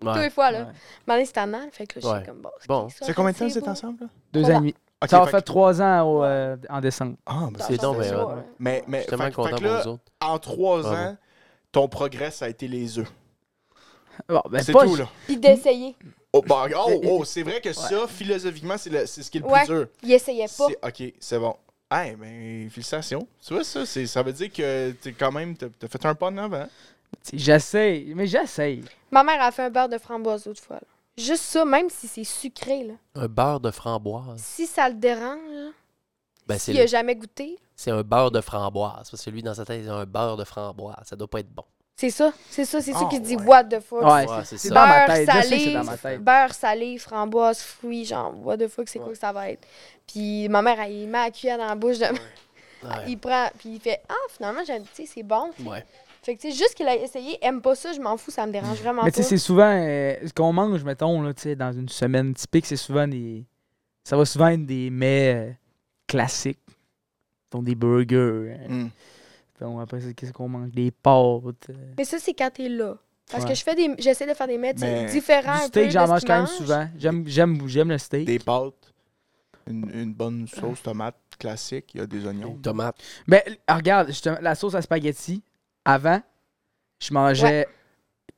[SPEAKER 6] Tous
[SPEAKER 3] Ouais.
[SPEAKER 6] les fois, là. À un
[SPEAKER 4] Ouais.
[SPEAKER 6] moment donné, c'était an. Fait que là,
[SPEAKER 3] Ouais.
[SPEAKER 6] j'étais comme, bon. ok,
[SPEAKER 3] Bon.
[SPEAKER 1] Ça fait combien de temps que vous
[SPEAKER 6] c'est
[SPEAKER 1] êtes
[SPEAKER 6] beau.
[SPEAKER 1] ensemble? là?
[SPEAKER 4] Deux
[SPEAKER 6] Voilà.
[SPEAKER 4] ans et demi.
[SPEAKER 1] Ok,
[SPEAKER 4] Ça va
[SPEAKER 1] fait
[SPEAKER 4] faire
[SPEAKER 1] que-
[SPEAKER 4] trois ans au, euh, en décembre.
[SPEAKER 1] Ah, ben,
[SPEAKER 6] Dans
[SPEAKER 1] c'est
[SPEAKER 3] C'est
[SPEAKER 6] la
[SPEAKER 3] donc
[SPEAKER 6] sorte de
[SPEAKER 3] bien
[SPEAKER 6] joie,
[SPEAKER 3] hot.
[SPEAKER 6] là.
[SPEAKER 1] Mais, mais
[SPEAKER 3] Je suis tellement
[SPEAKER 1] fait que- fait
[SPEAKER 3] content
[SPEAKER 1] que
[SPEAKER 3] pour
[SPEAKER 1] là,
[SPEAKER 3] vous autres.
[SPEAKER 1] en trois
[SPEAKER 3] Bravo.
[SPEAKER 1] ans, ton progrès, ça a été les œufs.
[SPEAKER 4] Bon, ben,
[SPEAKER 1] c'est
[SPEAKER 4] pas-
[SPEAKER 1] tout, là.
[SPEAKER 6] Puis d'essayer.
[SPEAKER 1] Oh, bah, [laughs] oh, oh, c'est vrai que ça, philosophiquement, c'est le- c'est ce qui est le plus
[SPEAKER 6] Ouais.
[SPEAKER 1] dur.
[SPEAKER 6] Il essayait pas.
[SPEAKER 1] C'est- OK, c'est bon. Hey, mais félicitations. Tu vois, ça, c'est- ça veut dire que t'es quand même, t'as t'as fait un pas en avant.
[SPEAKER 4] t'sais, J'essaye. Mais j'essaye.
[SPEAKER 6] Ma mère a fait un beurre de framboise l'autre fois. là. Juste ça, même si c'est sucré, là.
[SPEAKER 3] Un beurre de framboise.
[SPEAKER 6] Si ça le dérange, là,
[SPEAKER 3] Ben, c'est
[SPEAKER 6] s'il a jamais goûté,
[SPEAKER 3] c'est un beurre de framboise. Parce que lui, dans sa tête, il a un beurre de framboise. Ça doit pas être bon.
[SPEAKER 6] c'est ça. C'est ça, c'est ça
[SPEAKER 1] Ah,
[SPEAKER 6] qu'il dit,
[SPEAKER 1] ouais.
[SPEAKER 6] what the fuck.
[SPEAKER 4] Ouais,
[SPEAKER 3] Ouais,
[SPEAKER 4] c'est-
[SPEAKER 3] c'est
[SPEAKER 4] c'est
[SPEAKER 3] ça.
[SPEAKER 4] dans ma
[SPEAKER 6] Beurre
[SPEAKER 4] tête. Je sais que c'est
[SPEAKER 6] salé.
[SPEAKER 4] dans ma tête.
[SPEAKER 6] beurre salé, framboise, fruits, genre, what the fuck, c'est
[SPEAKER 3] Ouais.
[SPEAKER 6] quoi que ça va être. Puis ma mère, elle il met la cuillère dans la bouche, de...
[SPEAKER 3] Ouais.
[SPEAKER 6] [laughs] il prend, puis il fait, ah, finalement, j'aime, tu sais, c'est bon.
[SPEAKER 3] Ouais. Mm.
[SPEAKER 6] Fait que, tu sais, juste qu'il a essayé, aime pas ça, je m'en fous, ça me dérange vraiment
[SPEAKER 4] Mais tu
[SPEAKER 6] pas.
[SPEAKER 4] sais, c'est souvent. euh, ce qu'on mange, mettons, là, tu sais, dans une semaine typique, c'est souvent des. Ça va souvent être des mets euh, classiques. Donc des burgers. hein.
[SPEAKER 3] Hmm.
[SPEAKER 1] Mm.
[SPEAKER 4] Donc après, c'est- qu'est-ce qu'on mange Des pâtes. euh,
[SPEAKER 6] Mais ça, c'est quand t'es là. Parce
[SPEAKER 4] Ouais.
[SPEAKER 6] que je fais des, j'essaie de faire des mets tu sais,
[SPEAKER 1] Mais
[SPEAKER 6] différents.
[SPEAKER 4] Du
[SPEAKER 6] un peu
[SPEAKER 4] steak,
[SPEAKER 6] de
[SPEAKER 4] j'en
[SPEAKER 6] ce
[SPEAKER 4] mange
[SPEAKER 6] qu'ils
[SPEAKER 4] quand même
[SPEAKER 6] mangent.
[SPEAKER 4] souvent. J'aime, j'aime, j'aime le steak.
[SPEAKER 1] Des pâtes, une, une bonne sauce tomate classique, il y a des oignons.
[SPEAKER 3] Tomate.
[SPEAKER 4] Mais ah, regarde, justement, la sauce à spaghetti, avant, je mangeais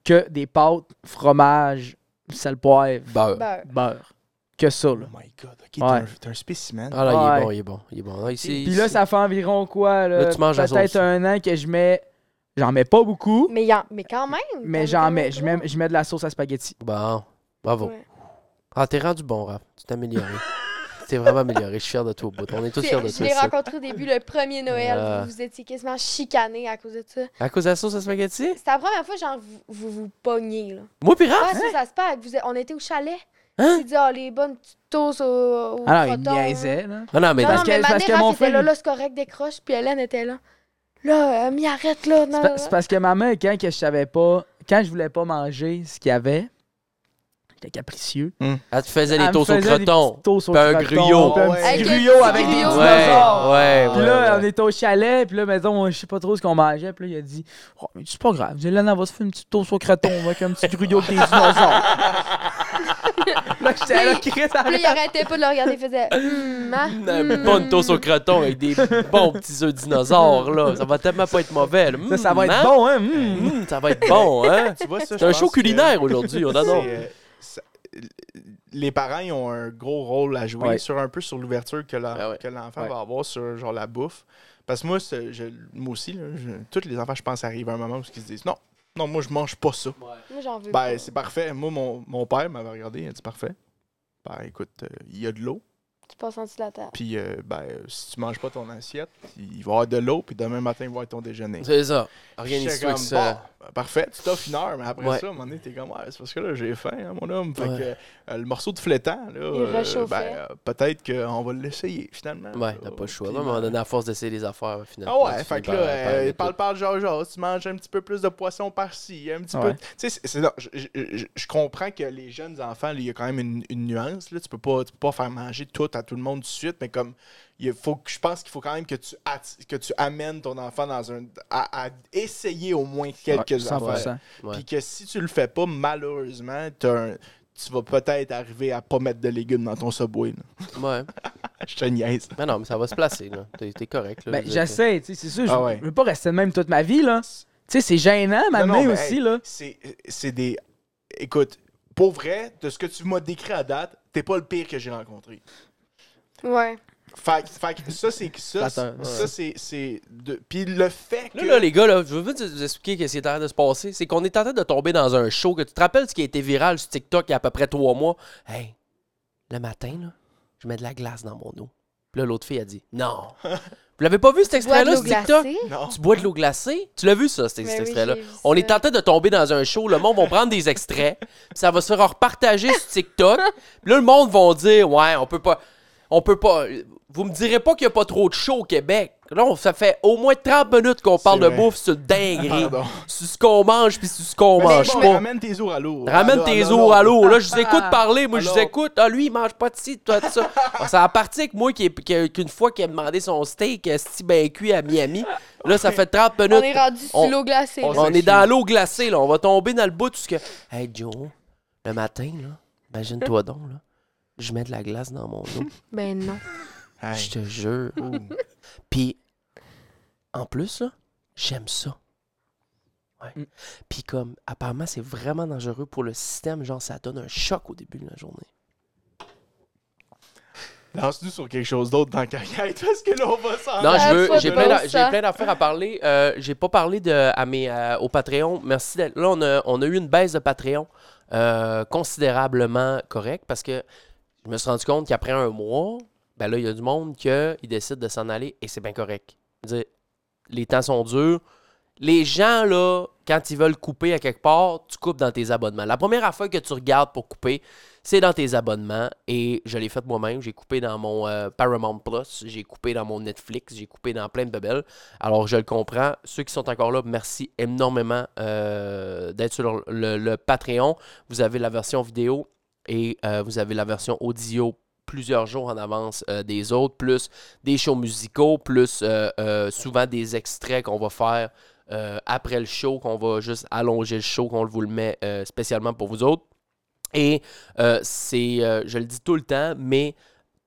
[SPEAKER 4] que des pâtes, fromage, sel poivre,
[SPEAKER 3] Beurre.
[SPEAKER 6] Beurre.
[SPEAKER 4] beurre. Que ça,
[SPEAKER 1] Oh
[SPEAKER 4] là.
[SPEAKER 1] my god, ok, t'es
[SPEAKER 4] Ouais.
[SPEAKER 1] un- t'es un, spécimen.
[SPEAKER 3] Ah là, il est
[SPEAKER 4] Ouais.
[SPEAKER 3] bon, il est bon. Il est bon. Ah, ici,
[SPEAKER 4] Puis là,
[SPEAKER 3] ici.
[SPEAKER 4] ça fait environ quoi, là?
[SPEAKER 3] Là, tu manges la sauce.
[SPEAKER 4] Peut-être un an que je mets. J'en mets pas beaucoup,
[SPEAKER 6] Mais, il y en- mais quand même.
[SPEAKER 4] mais
[SPEAKER 6] Mm, t'en
[SPEAKER 4] j'en
[SPEAKER 6] quand
[SPEAKER 4] mets.
[SPEAKER 6] même
[SPEAKER 4] Je mets,
[SPEAKER 6] trois.
[SPEAKER 4] je mets de la sauce à spaghetti.
[SPEAKER 3] Bon. Bravo.
[SPEAKER 6] Ouais.
[SPEAKER 3] Ah, t'es rendu bon, Raph. Tu t'es amélioré.
[SPEAKER 4] [laughs]
[SPEAKER 3] tu t'es vraiment amélioré. Je suis fier de toi au bout. On est tous
[SPEAKER 6] C'est-
[SPEAKER 3] fiers de
[SPEAKER 6] Je
[SPEAKER 3] toi.
[SPEAKER 6] l'ai
[SPEAKER 3] ici.
[SPEAKER 6] rencontré au début, le premier Noël.
[SPEAKER 3] Ah.
[SPEAKER 6] Vous, vous étiez quasiment chicanés à cause de ça.
[SPEAKER 3] À cause de la sauce à spaghetti?
[SPEAKER 6] C'était la première fois, genre, vous vous, vous pognez, là.
[SPEAKER 3] Moi, pis Raph?
[SPEAKER 4] Hein?
[SPEAKER 6] Ah, ça, ça se passe. Vous êtes- On était au chalet.
[SPEAKER 3] Hein?
[SPEAKER 6] Il dit, ah, les bonnes petites toasts au, au
[SPEAKER 4] Alors, Ah il
[SPEAKER 6] croton.
[SPEAKER 4] niaisait, là.
[SPEAKER 3] Non, non, mais
[SPEAKER 6] Non,
[SPEAKER 3] dans
[SPEAKER 6] non,
[SPEAKER 4] que-
[SPEAKER 6] mais
[SPEAKER 4] parce
[SPEAKER 6] parce
[SPEAKER 4] que
[SPEAKER 6] que
[SPEAKER 4] mon
[SPEAKER 6] était
[SPEAKER 4] fils-
[SPEAKER 6] là, là, c'est correct, décroche. Puis Hélène était là. Là, euh, m'y arrête, là. Non,
[SPEAKER 4] C'est
[SPEAKER 6] non,
[SPEAKER 4] pa-
[SPEAKER 6] non.
[SPEAKER 4] c'est parce que maman, quand que je savais pas, quand je voulais pas manger ce qu'il y avait, j'étais capricieux.
[SPEAKER 3] Elle te faisait
[SPEAKER 4] Elle
[SPEAKER 3] des
[SPEAKER 4] me
[SPEAKER 3] toasts au
[SPEAKER 4] faisait des
[SPEAKER 3] croton.
[SPEAKER 4] petits toasts au
[SPEAKER 3] puis un
[SPEAKER 4] croton,
[SPEAKER 3] gruyot.
[SPEAKER 4] puis un
[SPEAKER 1] Ouais.
[SPEAKER 4] petit
[SPEAKER 1] Avec
[SPEAKER 6] le
[SPEAKER 4] gruyot
[SPEAKER 6] petit
[SPEAKER 4] avec des
[SPEAKER 3] Ouais,
[SPEAKER 6] gruyot. au
[SPEAKER 4] dinosaures.
[SPEAKER 3] ouais,
[SPEAKER 4] Puis
[SPEAKER 3] ouais,
[SPEAKER 4] là,
[SPEAKER 3] ouais.
[SPEAKER 4] on était au chalet, puis là, mettons, je sais pas trop ce qu'on mangeait, puis là, il a dit Oh, mais c'est pas grave, Dylan, on va se faire une petite toast au croton avec un petit gruyot avec
[SPEAKER 3] [laughs]
[SPEAKER 4] des dinosaures. là, j'étais là, Chris,
[SPEAKER 6] Puis là,
[SPEAKER 4] arrête.
[SPEAKER 6] il arrêtait pas de le regarder, il faisait Hum, hein,
[SPEAKER 3] Une
[SPEAKER 6] hum.
[SPEAKER 3] bonne toast au croton avec des bons petits œufs dinosaures, là. Ça va tellement pas être mauvais. là.
[SPEAKER 4] Ça, ça
[SPEAKER 3] Hum,
[SPEAKER 4] va
[SPEAKER 3] hein?
[SPEAKER 4] être bon, hein? hum.
[SPEAKER 3] Hum, ça va être bon,
[SPEAKER 4] [laughs]
[SPEAKER 3] hein?
[SPEAKER 1] Tu vois, ça,
[SPEAKER 3] C'est un show culinaire aujourd'hui, on adore.
[SPEAKER 1] C'est, euh, ça- les parents ils ont un gros rôle à jouer
[SPEAKER 4] Ouais.
[SPEAKER 1] sur un peu sur l'ouverture que, la-
[SPEAKER 3] Ah ouais.
[SPEAKER 1] que l'enfant
[SPEAKER 4] Ouais.
[SPEAKER 1] va avoir sur genre la bouffe. Parce que moi, c'est- je- moi aussi, là, je- tous les enfants, je pense, arrivent à un moment où ils se disent non, non, moi je mange pas ça.
[SPEAKER 6] Moi, j'en
[SPEAKER 1] Ben
[SPEAKER 6] veux. pas.
[SPEAKER 1] c'est parfait. Moi, mon, mon père m'avait regardé, il a dit parfait. Ben écoute, euh, il y a de l'eau.
[SPEAKER 6] Tu passes en dessous de la table.
[SPEAKER 1] Puis euh, ben euh, si tu manges pas ton assiette, il va y avoir de l'eau, puis demain matin, il va y avoir ton déjeuner.
[SPEAKER 3] C'est ça.
[SPEAKER 1] Puis j'étais
[SPEAKER 3] Organise-toi avec
[SPEAKER 1] comme,
[SPEAKER 3] ça.
[SPEAKER 1] Bon, ben, parfait, tu t'offres une heure, mais après
[SPEAKER 3] Ouais.
[SPEAKER 1] ça, à un moment donné, t'es comme, ouais, c'est parce que là, j'ai faim, hein, mon homme. Fait
[SPEAKER 3] Ouais.
[SPEAKER 1] que euh, le morceau de flétan, là, euh,
[SPEAKER 6] réchauffait.
[SPEAKER 1] ben, euh, peut-être qu'on va l'essayer, finalement.
[SPEAKER 3] Ouais,
[SPEAKER 1] Là,
[SPEAKER 3] t'as pas le choix.
[SPEAKER 1] puis,
[SPEAKER 3] Là, à un moment donné, à force d'essayer les affaires, finalement.
[SPEAKER 1] Ah ouais,
[SPEAKER 3] tu
[SPEAKER 1] fait que
[SPEAKER 3] finis
[SPEAKER 1] là,
[SPEAKER 3] par- par aimer
[SPEAKER 1] euh,
[SPEAKER 3] tout.
[SPEAKER 1] parle, parle, genre, genre, tu manges un petit peu plus de poisson par-ci, un petit peu.
[SPEAKER 4] Ouais.
[SPEAKER 1] Tu sais, c'est- c'est- non, je- je je- je comprends que les jeunes enfants, là, il y a quand même une, une nuance, là. Tu peux, pas, tu peux pas faire manger tout à tout le monde tout de suite, mais comme, il faut que, je pense qu'il faut quand même que tu, atti- que tu amènes ton enfant dans un, à, à essayer au moins quelques
[SPEAKER 4] Ouais,
[SPEAKER 1] affaires.
[SPEAKER 4] 100%.
[SPEAKER 3] Ouais.
[SPEAKER 1] Puis que si tu le fais pas, malheureusement, t'as un- tu vas peut-être arriver à pas mettre de légumes dans ton subway. là. [laughs]
[SPEAKER 3] [laughs] Ouais.
[SPEAKER 1] Je te niaise.
[SPEAKER 3] Mais non, mais ça va se placer, là. T'es t'es correct, là.
[SPEAKER 4] Ben,
[SPEAKER 3] Je-
[SPEAKER 4] j'essaie, tu sais, c'est sûr, je-
[SPEAKER 1] Ah ouais.
[SPEAKER 4] je veux pas rester de même toute ma vie, là. Tu sais, c'est gênant,
[SPEAKER 1] Non,
[SPEAKER 3] ben,
[SPEAKER 4] ma main
[SPEAKER 1] non, mais
[SPEAKER 4] aussi,
[SPEAKER 1] hey,
[SPEAKER 4] là.
[SPEAKER 1] C'est c'est des. Écoute, pour vrai, de ce que tu m'as décrit à date, t'es pas le pire que j'ai rencontré.
[SPEAKER 6] Ouais.
[SPEAKER 1] Fait, que- fait que ça, c'est que ça.
[SPEAKER 3] Flatteur, ouais.
[SPEAKER 1] Ça, c'est- c'est. de- Puis le fait que.
[SPEAKER 3] Là, là, les gars, là, je veux juste vous expliquer ce qui est en train de se passer. C'est qu'on est en train de tomber dans un show. Que tu te rappelles ce qui a été viral sur TikTok il y a à peu près trois mois? Hey, le matin, là, je mets de la glace dans mon eau. Puis là, l'autre fille a dit [laughs] non. Vous l'avez pas vu cet
[SPEAKER 6] Bois
[SPEAKER 3] extrait-là
[SPEAKER 6] de l'eau
[SPEAKER 3] sur TikTok?
[SPEAKER 6] glacée.
[SPEAKER 1] Non.
[SPEAKER 3] Ah. Tu bois de l'eau glacée? Tu l'as vu, ça, cet,
[SPEAKER 6] Ben
[SPEAKER 3] cet
[SPEAKER 6] oui,
[SPEAKER 3] extrait-là?
[SPEAKER 6] j'ai vu
[SPEAKER 3] On
[SPEAKER 6] ça.
[SPEAKER 3] est en train de tomber dans un show. Le monde va prendre des extraits. puis ça va se faire repartager sur TikTok. Puis là, le monde va dire Ouais, on peut pas. On peut pas. Vous me direz pas qu'il y a pas trop de show au Québec. Là, on- ça fait au moins 30 minutes qu'on parle de
[SPEAKER 1] vrai.
[SPEAKER 3] bouffe sur le dinguerie.
[SPEAKER 1] [laughs] Pardon.
[SPEAKER 3] sur ce qu'on mange puis sur ce qu'on
[SPEAKER 1] Mais
[SPEAKER 3] mange
[SPEAKER 1] bon,
[SPEAKER 3] pas.
[SPEAKER 1] Ramène tes ours à l'eau. Ah,
[SPEAKER 3] Ramène
[SPEAKER 1] Alors,
[SPEAKER 3] tes
[SPEAKER 1] alors,
[SPEAKER 3] ours à l'eau. Là, je vous
[SPEAKER 6] [laughs]
[SPEAKER 3] écoute parler. Moi, je
[SPEAKER 1] Alors-
[SPEAKER 3] vous écoute. Ah, lui, il mange pas de ci, toi, de ça. Ah, ça a parti que moi, qui, qui- qu'une fois qu'il a demandé son steak, euh, si bien cuit à Miami, là, ça fait 30 minutes.
[SPEAKER 6] On est rendu
[SPEAKER 3] on-
[SPEAKER 6] sur l'eau glacée.
[SPEAKER 1] on
[SPEAKER 6] là.
[SPEAKER 3] On
[SPEAKER 1] Sexy.
[SPEAKER 3] est dans l'eau glacée, là. On va tomber dans le bout de ce que. Hey, Joe, le matin, là, imagine-toi donc, là. Je mets de la glace dans mon eau.
[SPEAKER 6] Ben non.
[SPEAKER 1] Hey.
[SPEAKER 3] Je te jure.
[SPEAKER 1] Ouh.
[SPEAKER 3] Puis, en plus, là, j'aime ça. Ouais.
[SPEAKER 4] Mm.
[SPEAKER 3] Puis, comme, apparemment, c'est vraiment dangereux pour le système. Genre, ça donne un choc au début de la journée.
[SPEAKER 1] Lance-nous sur quelque chose d'autre dans la carrière, [laughs] parce que là, on va s'en.
[SPEAKER 3] Non,
[SPEAKER 6] Ça
[SPEAKER 3] je
[SPEAKER 6] a
[SPEAKER 3] veux.
[SPEAKER 6] Ah, pas
[SPEAKER 3] J'ai
[SPEAKER 6] de
[SPEAKER 3] plein,
[SPEAKER 6] bon
[SPEAKER 3] d'a-
[SPEAKER 6] sens.
[SPEAKER 3] j'ai plein d'affaires à parler. Euh, j'ai pas parlé de, à mes, euh, au Patreon. Merci d'être là. On a, on a eu une baisse de Patreon euh, considérablement correcte parce que je me suis rendu compte qu'après un mois, ben là, il y a du monde qui décide de s'en aller et c'est bien correct. Je veux dire, les temps sont durs. Les gens, là, quand ils veulent couper à quelque part, tu coupes dans tes abonnements. La première affaire que tu regardes pour couper, c'est dans tes abonnements et je l'ai fait moi-même. J'ai coupé dans mon euh, Paramount Plus, j'ai coupé dans mon Netflix, j'ai coupé dans plein de bebelles. Alors je le comprends. Ceux qui sont encore là, merci énormément euh, d'être sur le, le Patreon. Vous avez la version vidéo et euh, vous avez la version audio plusieurs jours en avance euh, des autres, plus des shows musicaux, plus euh, euh, souvent des extraits qu'on va faire euh, après le show, qu'on va juste allonger le show, qu'on vous le met euh, spécialement pour vous autres. Et euh, c'est, euh, je le dis tout le temps, mais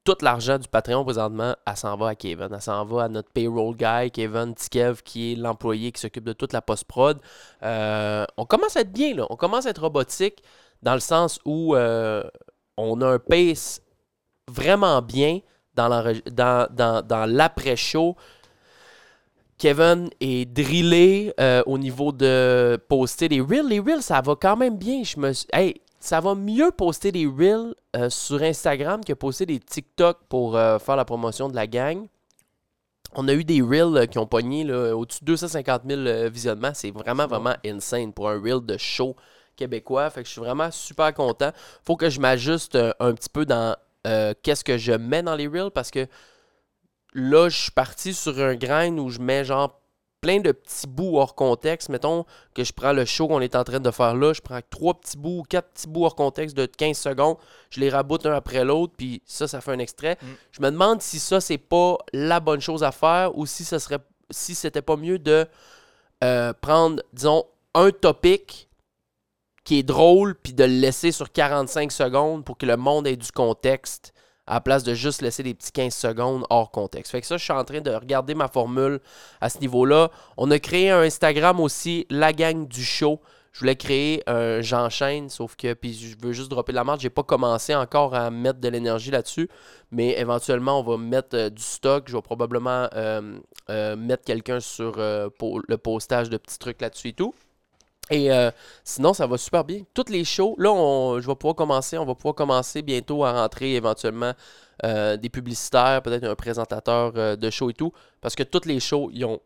[SPEAKER 3] tout l'argent du Patreon présentement, elle s'en va à Kevin. Elle s'en va à notre payroll guy, Kevin Tikev, qui est l'employé qui s'occupe de toute la post-prod. Euh, on commence à être bien, là. On commence à être robotique dans le sens où euh, on a un pace vraiment bien dans, l'enre- dans, dans- dans l'après-show. Kevin est drillé euh, au niveau de poster des reels. Les reels, ça va quand même bien. Je me suis- hey, ça va mieux poster des reels euh, sur Instagram que poster des TikTok pour euh, faire la promotion de la gang. On a eu des reels euh, qui ont pogné là, au-dessus de 250 000 euh, visionnements. C'est vraiment, vraiment insane pour un reel de show québécois. Fait que je suis vraiment super content. Faut que je m'ajuste euh, un petit peu dans euh, qu'est-ce que je mets dans les reels parce que là, je suis parti sur un grain où je mets genre plein de petits bouts hors contexte. Mettons que je prends le show qu'on est en train de faire là, je prends trois petits bouts, quatre petits bouts hors contexte de 15 secondes, je les raboute un après l'autre, puis ça, ça fait un extrait. Je me demande si ça, c'est pas la bonne chose à faire ou si ça serait si c'était pas mieux de euh, prendre, disons, un topic qui est drôle, puis de le laisser sur 45 secondes pour que le monde ait du contexte, à la place de juste laisser des petits 15 secondes hors contexte. Fait que ça, je suis en train de regarder ma formule à ce niveau-là. On a créé un Instagram aussi, la gang du show. Je voulais créer un j'enchaîne, sauf que puis je veux juste dropper de la marge. J'ai pas commencé encore à mettre de l'énergie là-dessus, mais éventuellement on va mettre euh, du stock. Je vais probablement euh, euh, mettre quelqu'un sur euh, pour le postage de petits trucs là-dessus et tout. Et euh, sinon, ça va super bien. Toutes les shows, là, on- je vais pouvoir commencer. On va pouvoir commencer bientôt à rentrer éventuellement euh, des publicitaires, peut-être un présentateur euh, de show et tout. Parce que toutes les shows, ils ont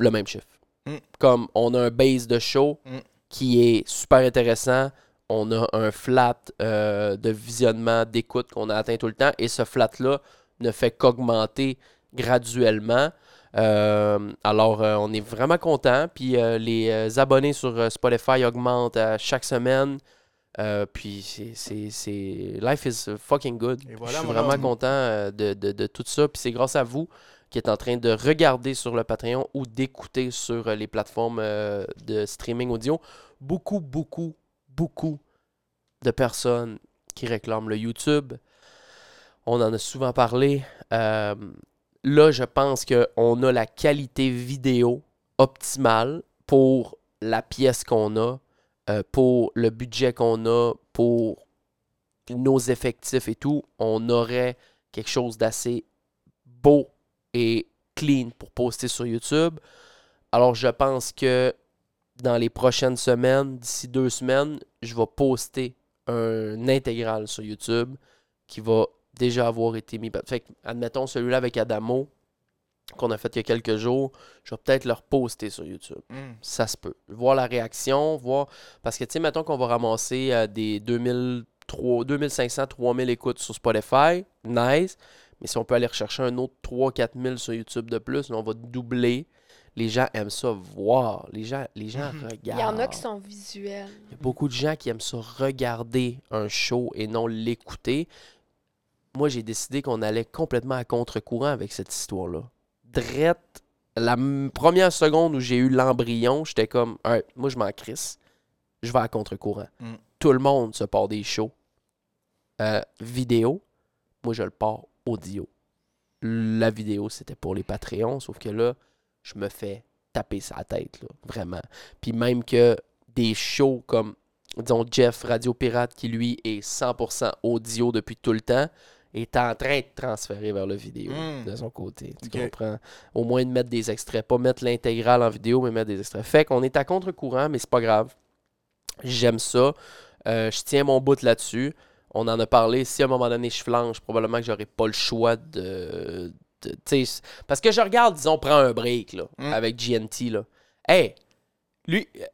[SPEAKER 3] le même chiffre.
[SPEAKER 1] Mm.
[SPEAKER 3] Comme on a un base de show
[SPEAKER 1] Mm.
[SPEAKER 3] qui est super intéressant. On a un flat euh, de visionnement, d'écoute qu'on a atteint tout le temps. Et ce flat-là ne fait qu'augmenter graduellement. Euh, alors, euh, on est vraiment content. Puis euh, les euh, abonnés sur euh, Spotify augmentent à chaque semaine. Euh, puis c'est- c'est c'est- life is fucking good.
[SPEAKER 1] Et voilà,
[SPEAKER 3] Je suis
[SPEAKER 1] mon
[SPEAKER 3] vraiment
[SPEAKER 1] homme.
[SPEAKER 3] content euh, de, de- de tout ça. Puis c'est grâce à vous qui êtes en train de regarder sur le Patreon ou d'écouter sur euh, les plateformes euh, de streaming audio. Beaucoup, beaucoup, beaucoup de personnes qui réclament le YouTube. On en a souvent parlé. Euh, là, je pense qu'on a la qualité vidéo optimale pour la pièce qu'on a, euh, pour le budget qu'on a, pour nos effectifs et tout. On aurait quelque chose d'assez beau et clean pour poster sur YouTube. Alors, je pense que dans les prochaines semaines, d'ici deux semaines, je vais poster un intégral sur YouTube qui va déjà avoir été mis. Fait que, admettons celui-là avec Adamo qu'on a fait il y a quelques jours, je vais peut-être le reposter sur YouTube
[SPEAKER 1] Mm.
[SPEAKER 3] ça se peut. Voir la réaction, voir. Parce que, tu sais, mettons qu'on va ramasser euh, des 2000, 3 2500, 3000 écoutes sur Spotify, nice. Mais si on peut aller rechercher un autre 3 4000 sur YouTube de plus, là, on va doubler. Les gens aiment ça voir. Les gens, les gens
[SPEAKER 1] Mhm.
[SPEAKER 6] Il
[SPEAKER 3] regardent.
[SPEAKER 6] y en a qui sont visuels.
[SPEAKER 3] Il y a beaucoup de gens qui aiment ça regarder un show et non l'écouter. Moi, j'ai décidé qu'on allait complètement à contre-courant avec cette histoire-là. Drette, la m- première seconde où j'ai eu l'embryon, j'étais comme, Hey, moi, je m'en crisse. Je vais à contre-courant.
[SPEAKER 1] Mm.
[SPEAKER 3] Tout le monde se part des shows euh, vidéo. Moi, je le pars audio. La vidéo, c'était pour les Patreons, sauf que là, je me fais taper sa tête, là, vraiment. Puis même que des shows comme, disons, Jeff Radio Pirate, qui lui est 100% audio depuis tout le temps, est en train de transférer vers le vidéo
[SPEAKER 1] Mm.
[SPEAKER 3] de son côté. Tu
[SPEAKER 1] Ok.
[SPEAKER 3] comprends? Au moins de mettre des extraits, pas mettre l'intégrale en vidéo, mais mettre des extraits. Fait qu'on est à contre-courant, mais c'est pas grave. J'aime ça. Euh, je tiens mon bout là-dessus. On en a parlé. Si à un moment donné je flanche, probablement que j'aurai pas le choix de. de- tu sais, parce que je regarde, disons, prends un break là,
[SPEAKER 1] Mm.
[SPEAKER 3] avec GNT. Là. Hey, lui, euh,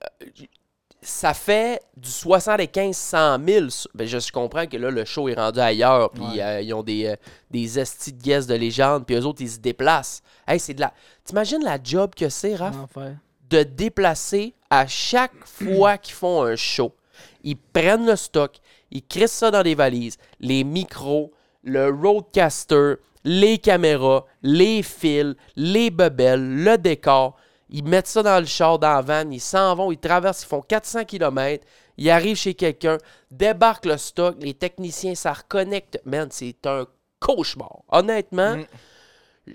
[SPEAKER 3] ça fait du 75 100 000. sur- Ben, je, je comprends que là, le show est rendu ailleurs. Puis
[SPEAKER 1] Ouais.
[SPEAKER 3] euh, ils ont des, euh, des estis de guests de légende. Puis eux autres, ils se déplacent. Hey, c'est de la. T'imagines la job que c'est, Raph?
[SPEAKER 4] En fait.
[SPEAKER 3] de déplacer à chaque fois qu'ils font un show. Ils prennent le stock, ils crissent ça dans des valises, les micros, le roadcaster, les caméras, les fils, les bebelles, le décor. Ils mettent ça dans le char, dans la van, ils s'en vont, ils traversent, ils font 400 km, ils arrivent chez quelqu'un, débarquent le stock, les techniciens, ça reconnecte. Man, c'est un cauchemar. Honnêtement,
[SPEAKER 1] Mm.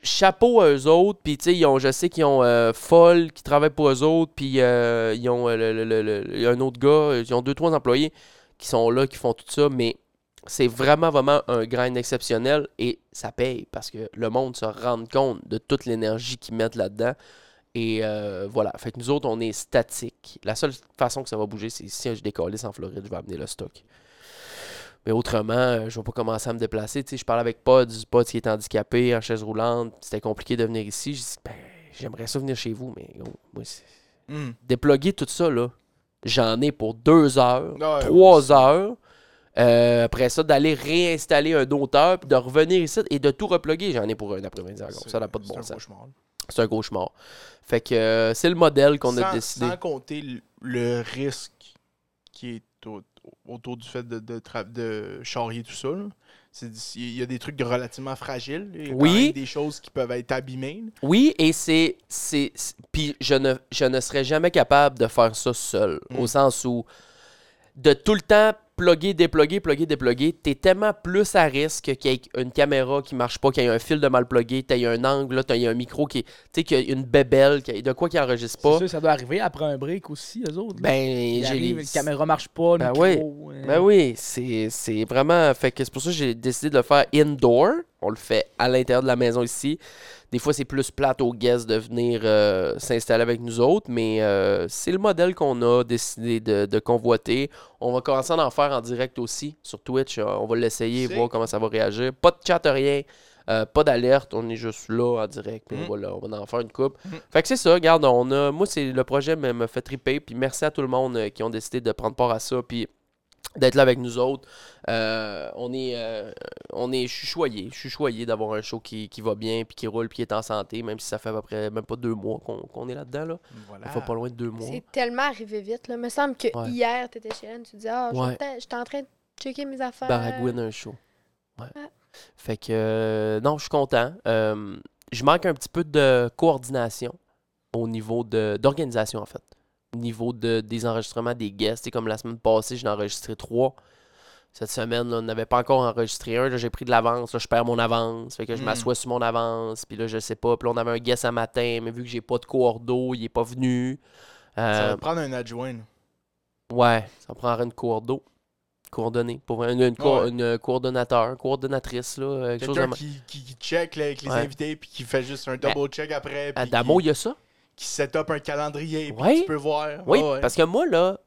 [SPEAKER 3] chapeau à eux autres. Puis, tu sais, ils ont- je sais qu'ils ont euh, Foll qui travaille pour eux autres. Puis, euh, ils ont euh, le- le- le- le- il y a un autre gars. euh, Ils ont deux, trois employés qui sont là, qui font tout ça. Mais c'est vraiment, vraiment un grind exceptionnel. Et ça paye parce que le monde se rend compte de toute l'énergie qu'ils mettent là-dedans. Et euh, voilà. Fait que nous autres, on est statique. La seule façon que ça va bouger, c'est si je décalisse en Floride, je vais amener le stock. Mais autrement, euh, je vais pas commencer à me déplacer. Tu sais, je parle avec Pods, Pods qui est handicapé, en chaise roulante. C'était compliqué de venir ici. Je dis, ben, j'aimerais ça venir chez vous, mais gros, moi, c'est-
[SPEAKER 1] Mm.
[SPEAKER 3] déploguer tout ça, là, j'en ai pour deux heures,
[SPEAKER 1] Ouais,
[SPEAKER 3] trois heures. Euh, après ça, d'aller réinstaller un auteur, puis de revenir ici et de tout reploguer, j'en ai pour un après-midi encore.
[SPEAKER 1] C'est-
[SPEAKER 3] Ça n'a pas de
[SPEAKER 1] c'est
[SPEAKER 3] bon
[SPEAKER 1] un
[SPEAKER 3] sens.
[SPEAKER 1] cauchemar.
[SPEAKER 3] C'est un cauchemar. Fait que euh, c'est le modèle qu'on
[SPEAKER 1] sans,
[SPEAKER 3] a décidé.
[SPEAKER 1] sans compter l- le risque qui est au- autour du fait de, de, tra- de charrier tout ça. là. C'est- Il y a des trucs relativement fragiles. Il y a quand
[SPEAKER 3] Oui.
[SPEAKER 1] même des choses qui peuvent être abîmées. là.
[SPEAKER 3] Oui, et c'est. c'est- c'est- Puis je ne, je ne serais jamais capable de faire ça seul.
[SPEAKER 1] Mm.
[SPEAKER 3] Au sens où, de tout le temps plugger, déploguer, plugger, déploguer, t'es tellement plus à risque qu'il y ait une caméra qui marche pas, qu'il y ait un fil de mal plugué, t'as un angle, là, t'as un micro qui. est- Tu sais, qu'il y a une bébelle, qu'il y a de quoi qui enregistre
[SPEAKER 4] C'est
[SPEAKER 3] pas.
[SPEAKER 4] sûr, ça doit arriver après un break aussi, eux autres. là.
[SPEAKER 3] Ben,
[SPEAKER 4] Ils
[SPEAKER 3] j'ai
[SPEAKER 4] arrivent,
[SPEAKER 3] les-
[SPEAKER 4] la caméra marche pas, le
[SPEAKER 3] Ben
[SPEAKER 4] micro, euh,
[SPEAKER 3] Ben oui, c'est c'est vraiment. Fait que c'est pour ça que j'ai décidé de le faire indoor. On le fait à l'intérieur de la maison ici. Des fois, c'est plus plate aux guests de venir euh, s'installer avec nous autres, mais euh, c'est le modèle qu'on a décidé de, de convoiter. On va commencer à en faire en direct aussi sur Twitch. Euh, On va l'essayer,
[SPEAKER 1] C'est-
[SPEAKER 3] voir comment ça va réagir. Pas de chat, rien. euh, pas d'alerte, on est juste là en direct. Puis
[SPEAKER 1] Mm.
[SPEAKER 3] voilà, on va en faire une coupe.
[SPEAKER 1] Mm.
[SPEAKER 3] Fait que c'est ça, regarde, on a, moi, c'est le projet me, me fait triper. Puis merci à tout le monde euh, qui ont décidé de prendre part à ça. Puis d'être là avec nous autres. Euh, on est, euh, on est, je suis choyé, je suis choyé d'avoir un show qui, qui va bien, puis qui roule, puis qui est en santé, même si ça fait à peu près même pas deux mois qu'on qu'on est là-dedans là.
[SPEAKER 1] Voilà.
[SPEAKER 3] On fait pas loin de deux mois.
[SPEAKER 6] C'est tellement arrivé vite. Là. Me semble que
[SPEAKER 3] Ouais.
[SPEAKER 6] hier, tu étais chez elle, tu dis Ah, je suis
[SPEAKER 3] Ouais.
[SPEAKER 6] peut-être- j'étais en train de checker mes affaires.
[SPEAKER 3] Baragouine
[SPEAKER 1] euh,
[SPEAKER 3] un show. Ouais.
[SPEAKER 1] Ah.
[SPEAKER 6] Ouais.
[SPEAKER 3] Fait que euh, non, je suis content. Euh, je manque un petit peu de coordination au niveau de d'organisation en fait. Au niveau de, des enregistrements des guests. C'est comme la semaine passée, j'en ai enregistré trois. Cette semaine, là, on n'avait pas encore enregistré un. Là, j'ai pris de l'avance. Là, je perds mon avance. Fait que je
[SPEAKER 1] Mm.
[SPEAKER 3] m'assois sur mon avance. Puis là, je sais pas. Puis là, on avait un guest à matin, mais vu que j'ai pas de coordo, il est pas venu.
[SPEAKER 1] Ça
[SPEAKER 3] Euh,
[SPEAKER 1] va prendre un adjoint. là.
[SPEAKER 3] Ouais, ça prendrait une cour d'eau. Coordonnée. Pour vrai, une, une, coor-
[SPEAKER 1] Ouais.
[SPEAKER 3] une, euh, coordonnateur, coordonnatrice, là, euh, quelque chose de
[SPEAKER 1] Quelqu'un
[SPEAKER 3] même.
[SPEAKER 1] qui, qui- qui check là, avec les
[SPEAKER 3] Ouais.
[SPEAKER 1] invités puis qui fait juste un double check après. puis
[SPEAKER 3] Adamo,
[SPEAKER 1] qui,
[SPEAKER 3] il y a ça?
[SPEAKER 1] qui set up un calendrier. puis
[SPEAKER 3] Ouais.
[SPEAKER 1] Tu peux voir.
[SPEAKER 3] Oui,
[SPEAKER 1] Ouais, ouais.
[SPEAKER 3] parce que moi, là,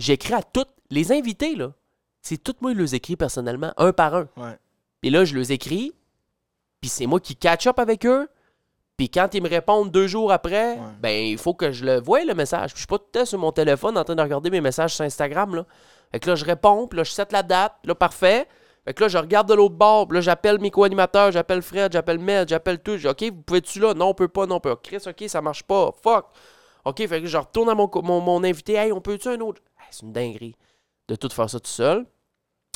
[SPEAKER 3] j'écris à toutes les invités, là. C'est tout moi qui les écris personnellement, un par un.
[SPEAKER 1] Ouais.
[SPEAKER 3] Et là, je les écris, puis c'est moi qui catch up avec eux. Puis quand ils me répondent deux jours après,
[SPEAKER 1] Ouais.
[SPEAKER 3] ben il faut que je le voie le message. Puis je suis pas tout le temps sur mon téléphone en train de regarder mes messages sur Instagram là. Fait que là je réponds, puis là je set la date, puis là parfait. Fait que là je regarde de l'autre bord, puis là j'appelle mes co-animateurs, j'appelle Fred, j'appelle Med, j'appelle tout. Je dis, OK, vous pouvez-tu là Non, on peut pas, non, on peut. Chris, OK, ça marche pas. Fuck. OK, fait que je retourne à mon, co- mon, mon invité, hey, on peut-tu un autre Hey, C'est une dinguerie de tout faire ça tout seul.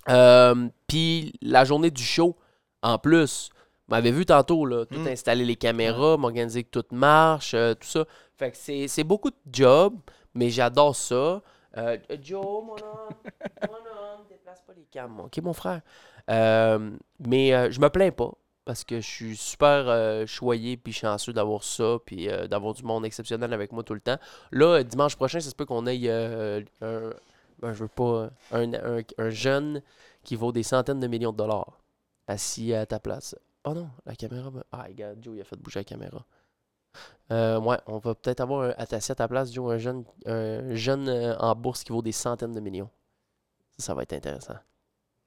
[SPEAKER 3] Euh, puis la journée du show en plus. Vous m'avez vu tantôt, là, tout
[SPEAKER 1] Mm.
[SPEAKER 3] installer les caméras, m'organiser que tout marche, euh, tout ça. Fait que c'est c'est beaucoup de job, mais j'adore ça. Euh, Joe, mon homme, mon homme, déplace pas les cams, ok, mon frère. Euh, mais euh, je me plains pas parce que je suis super euh, choyé puis chanceux d'avoir ça, puis euh, d'avoir du monde exceptionnel avec moi tout le temps. Là, euh, dimanche prochain, ça se peut qu'on aille euh, un, ben, je veux pas, euh, un, un- un jeune qui vaut des centaines de millions de dollars assis à ta place. Oh non, la caméra. me- Ah, regarde, Joe, il a fait bouger la caméra. Euh, ouais, on va peut-être avoir un, assis à ta place, Joe, un jeune, un jeune euh, en bourse qui vaut des centaines de millions. Ça, ça va être intéressant.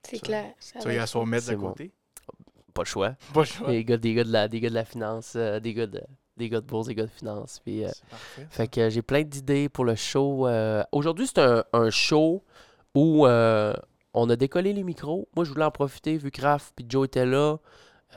[SPEAKER 6] C'est
[SPEAKER 3] Ça-
[SPEAKER 6] clair. Ça
[SPEAKER 1] Tu
[SPEAKER 6] va
[SPEAKER 1] vas y
[SPEAKER 6] être-
[SPEAKER 1] asseoir mettre de
[SPEAKER 3] C'est bon.
[SPEAKER 1] côté. [laughs]
[SPEAKER 3] Pas le choix.
[SPEAKER 1] Pas le choix.
[SPEAKER 3] Des gars, des gars de la, des gars de la finance, euh, des gars de, des gars de bourse, des gars de finance. Puis, euh,
[SPEAKER 1] C'est parfait.
[SPEAKER 3] fait que j'ai plein d'idées pour le show. euh, Aujourd'hui, c'est un, un show où euh, on a décollé les micros. Moi, je voulais en profiter vu que Raph puis Joe étaient là.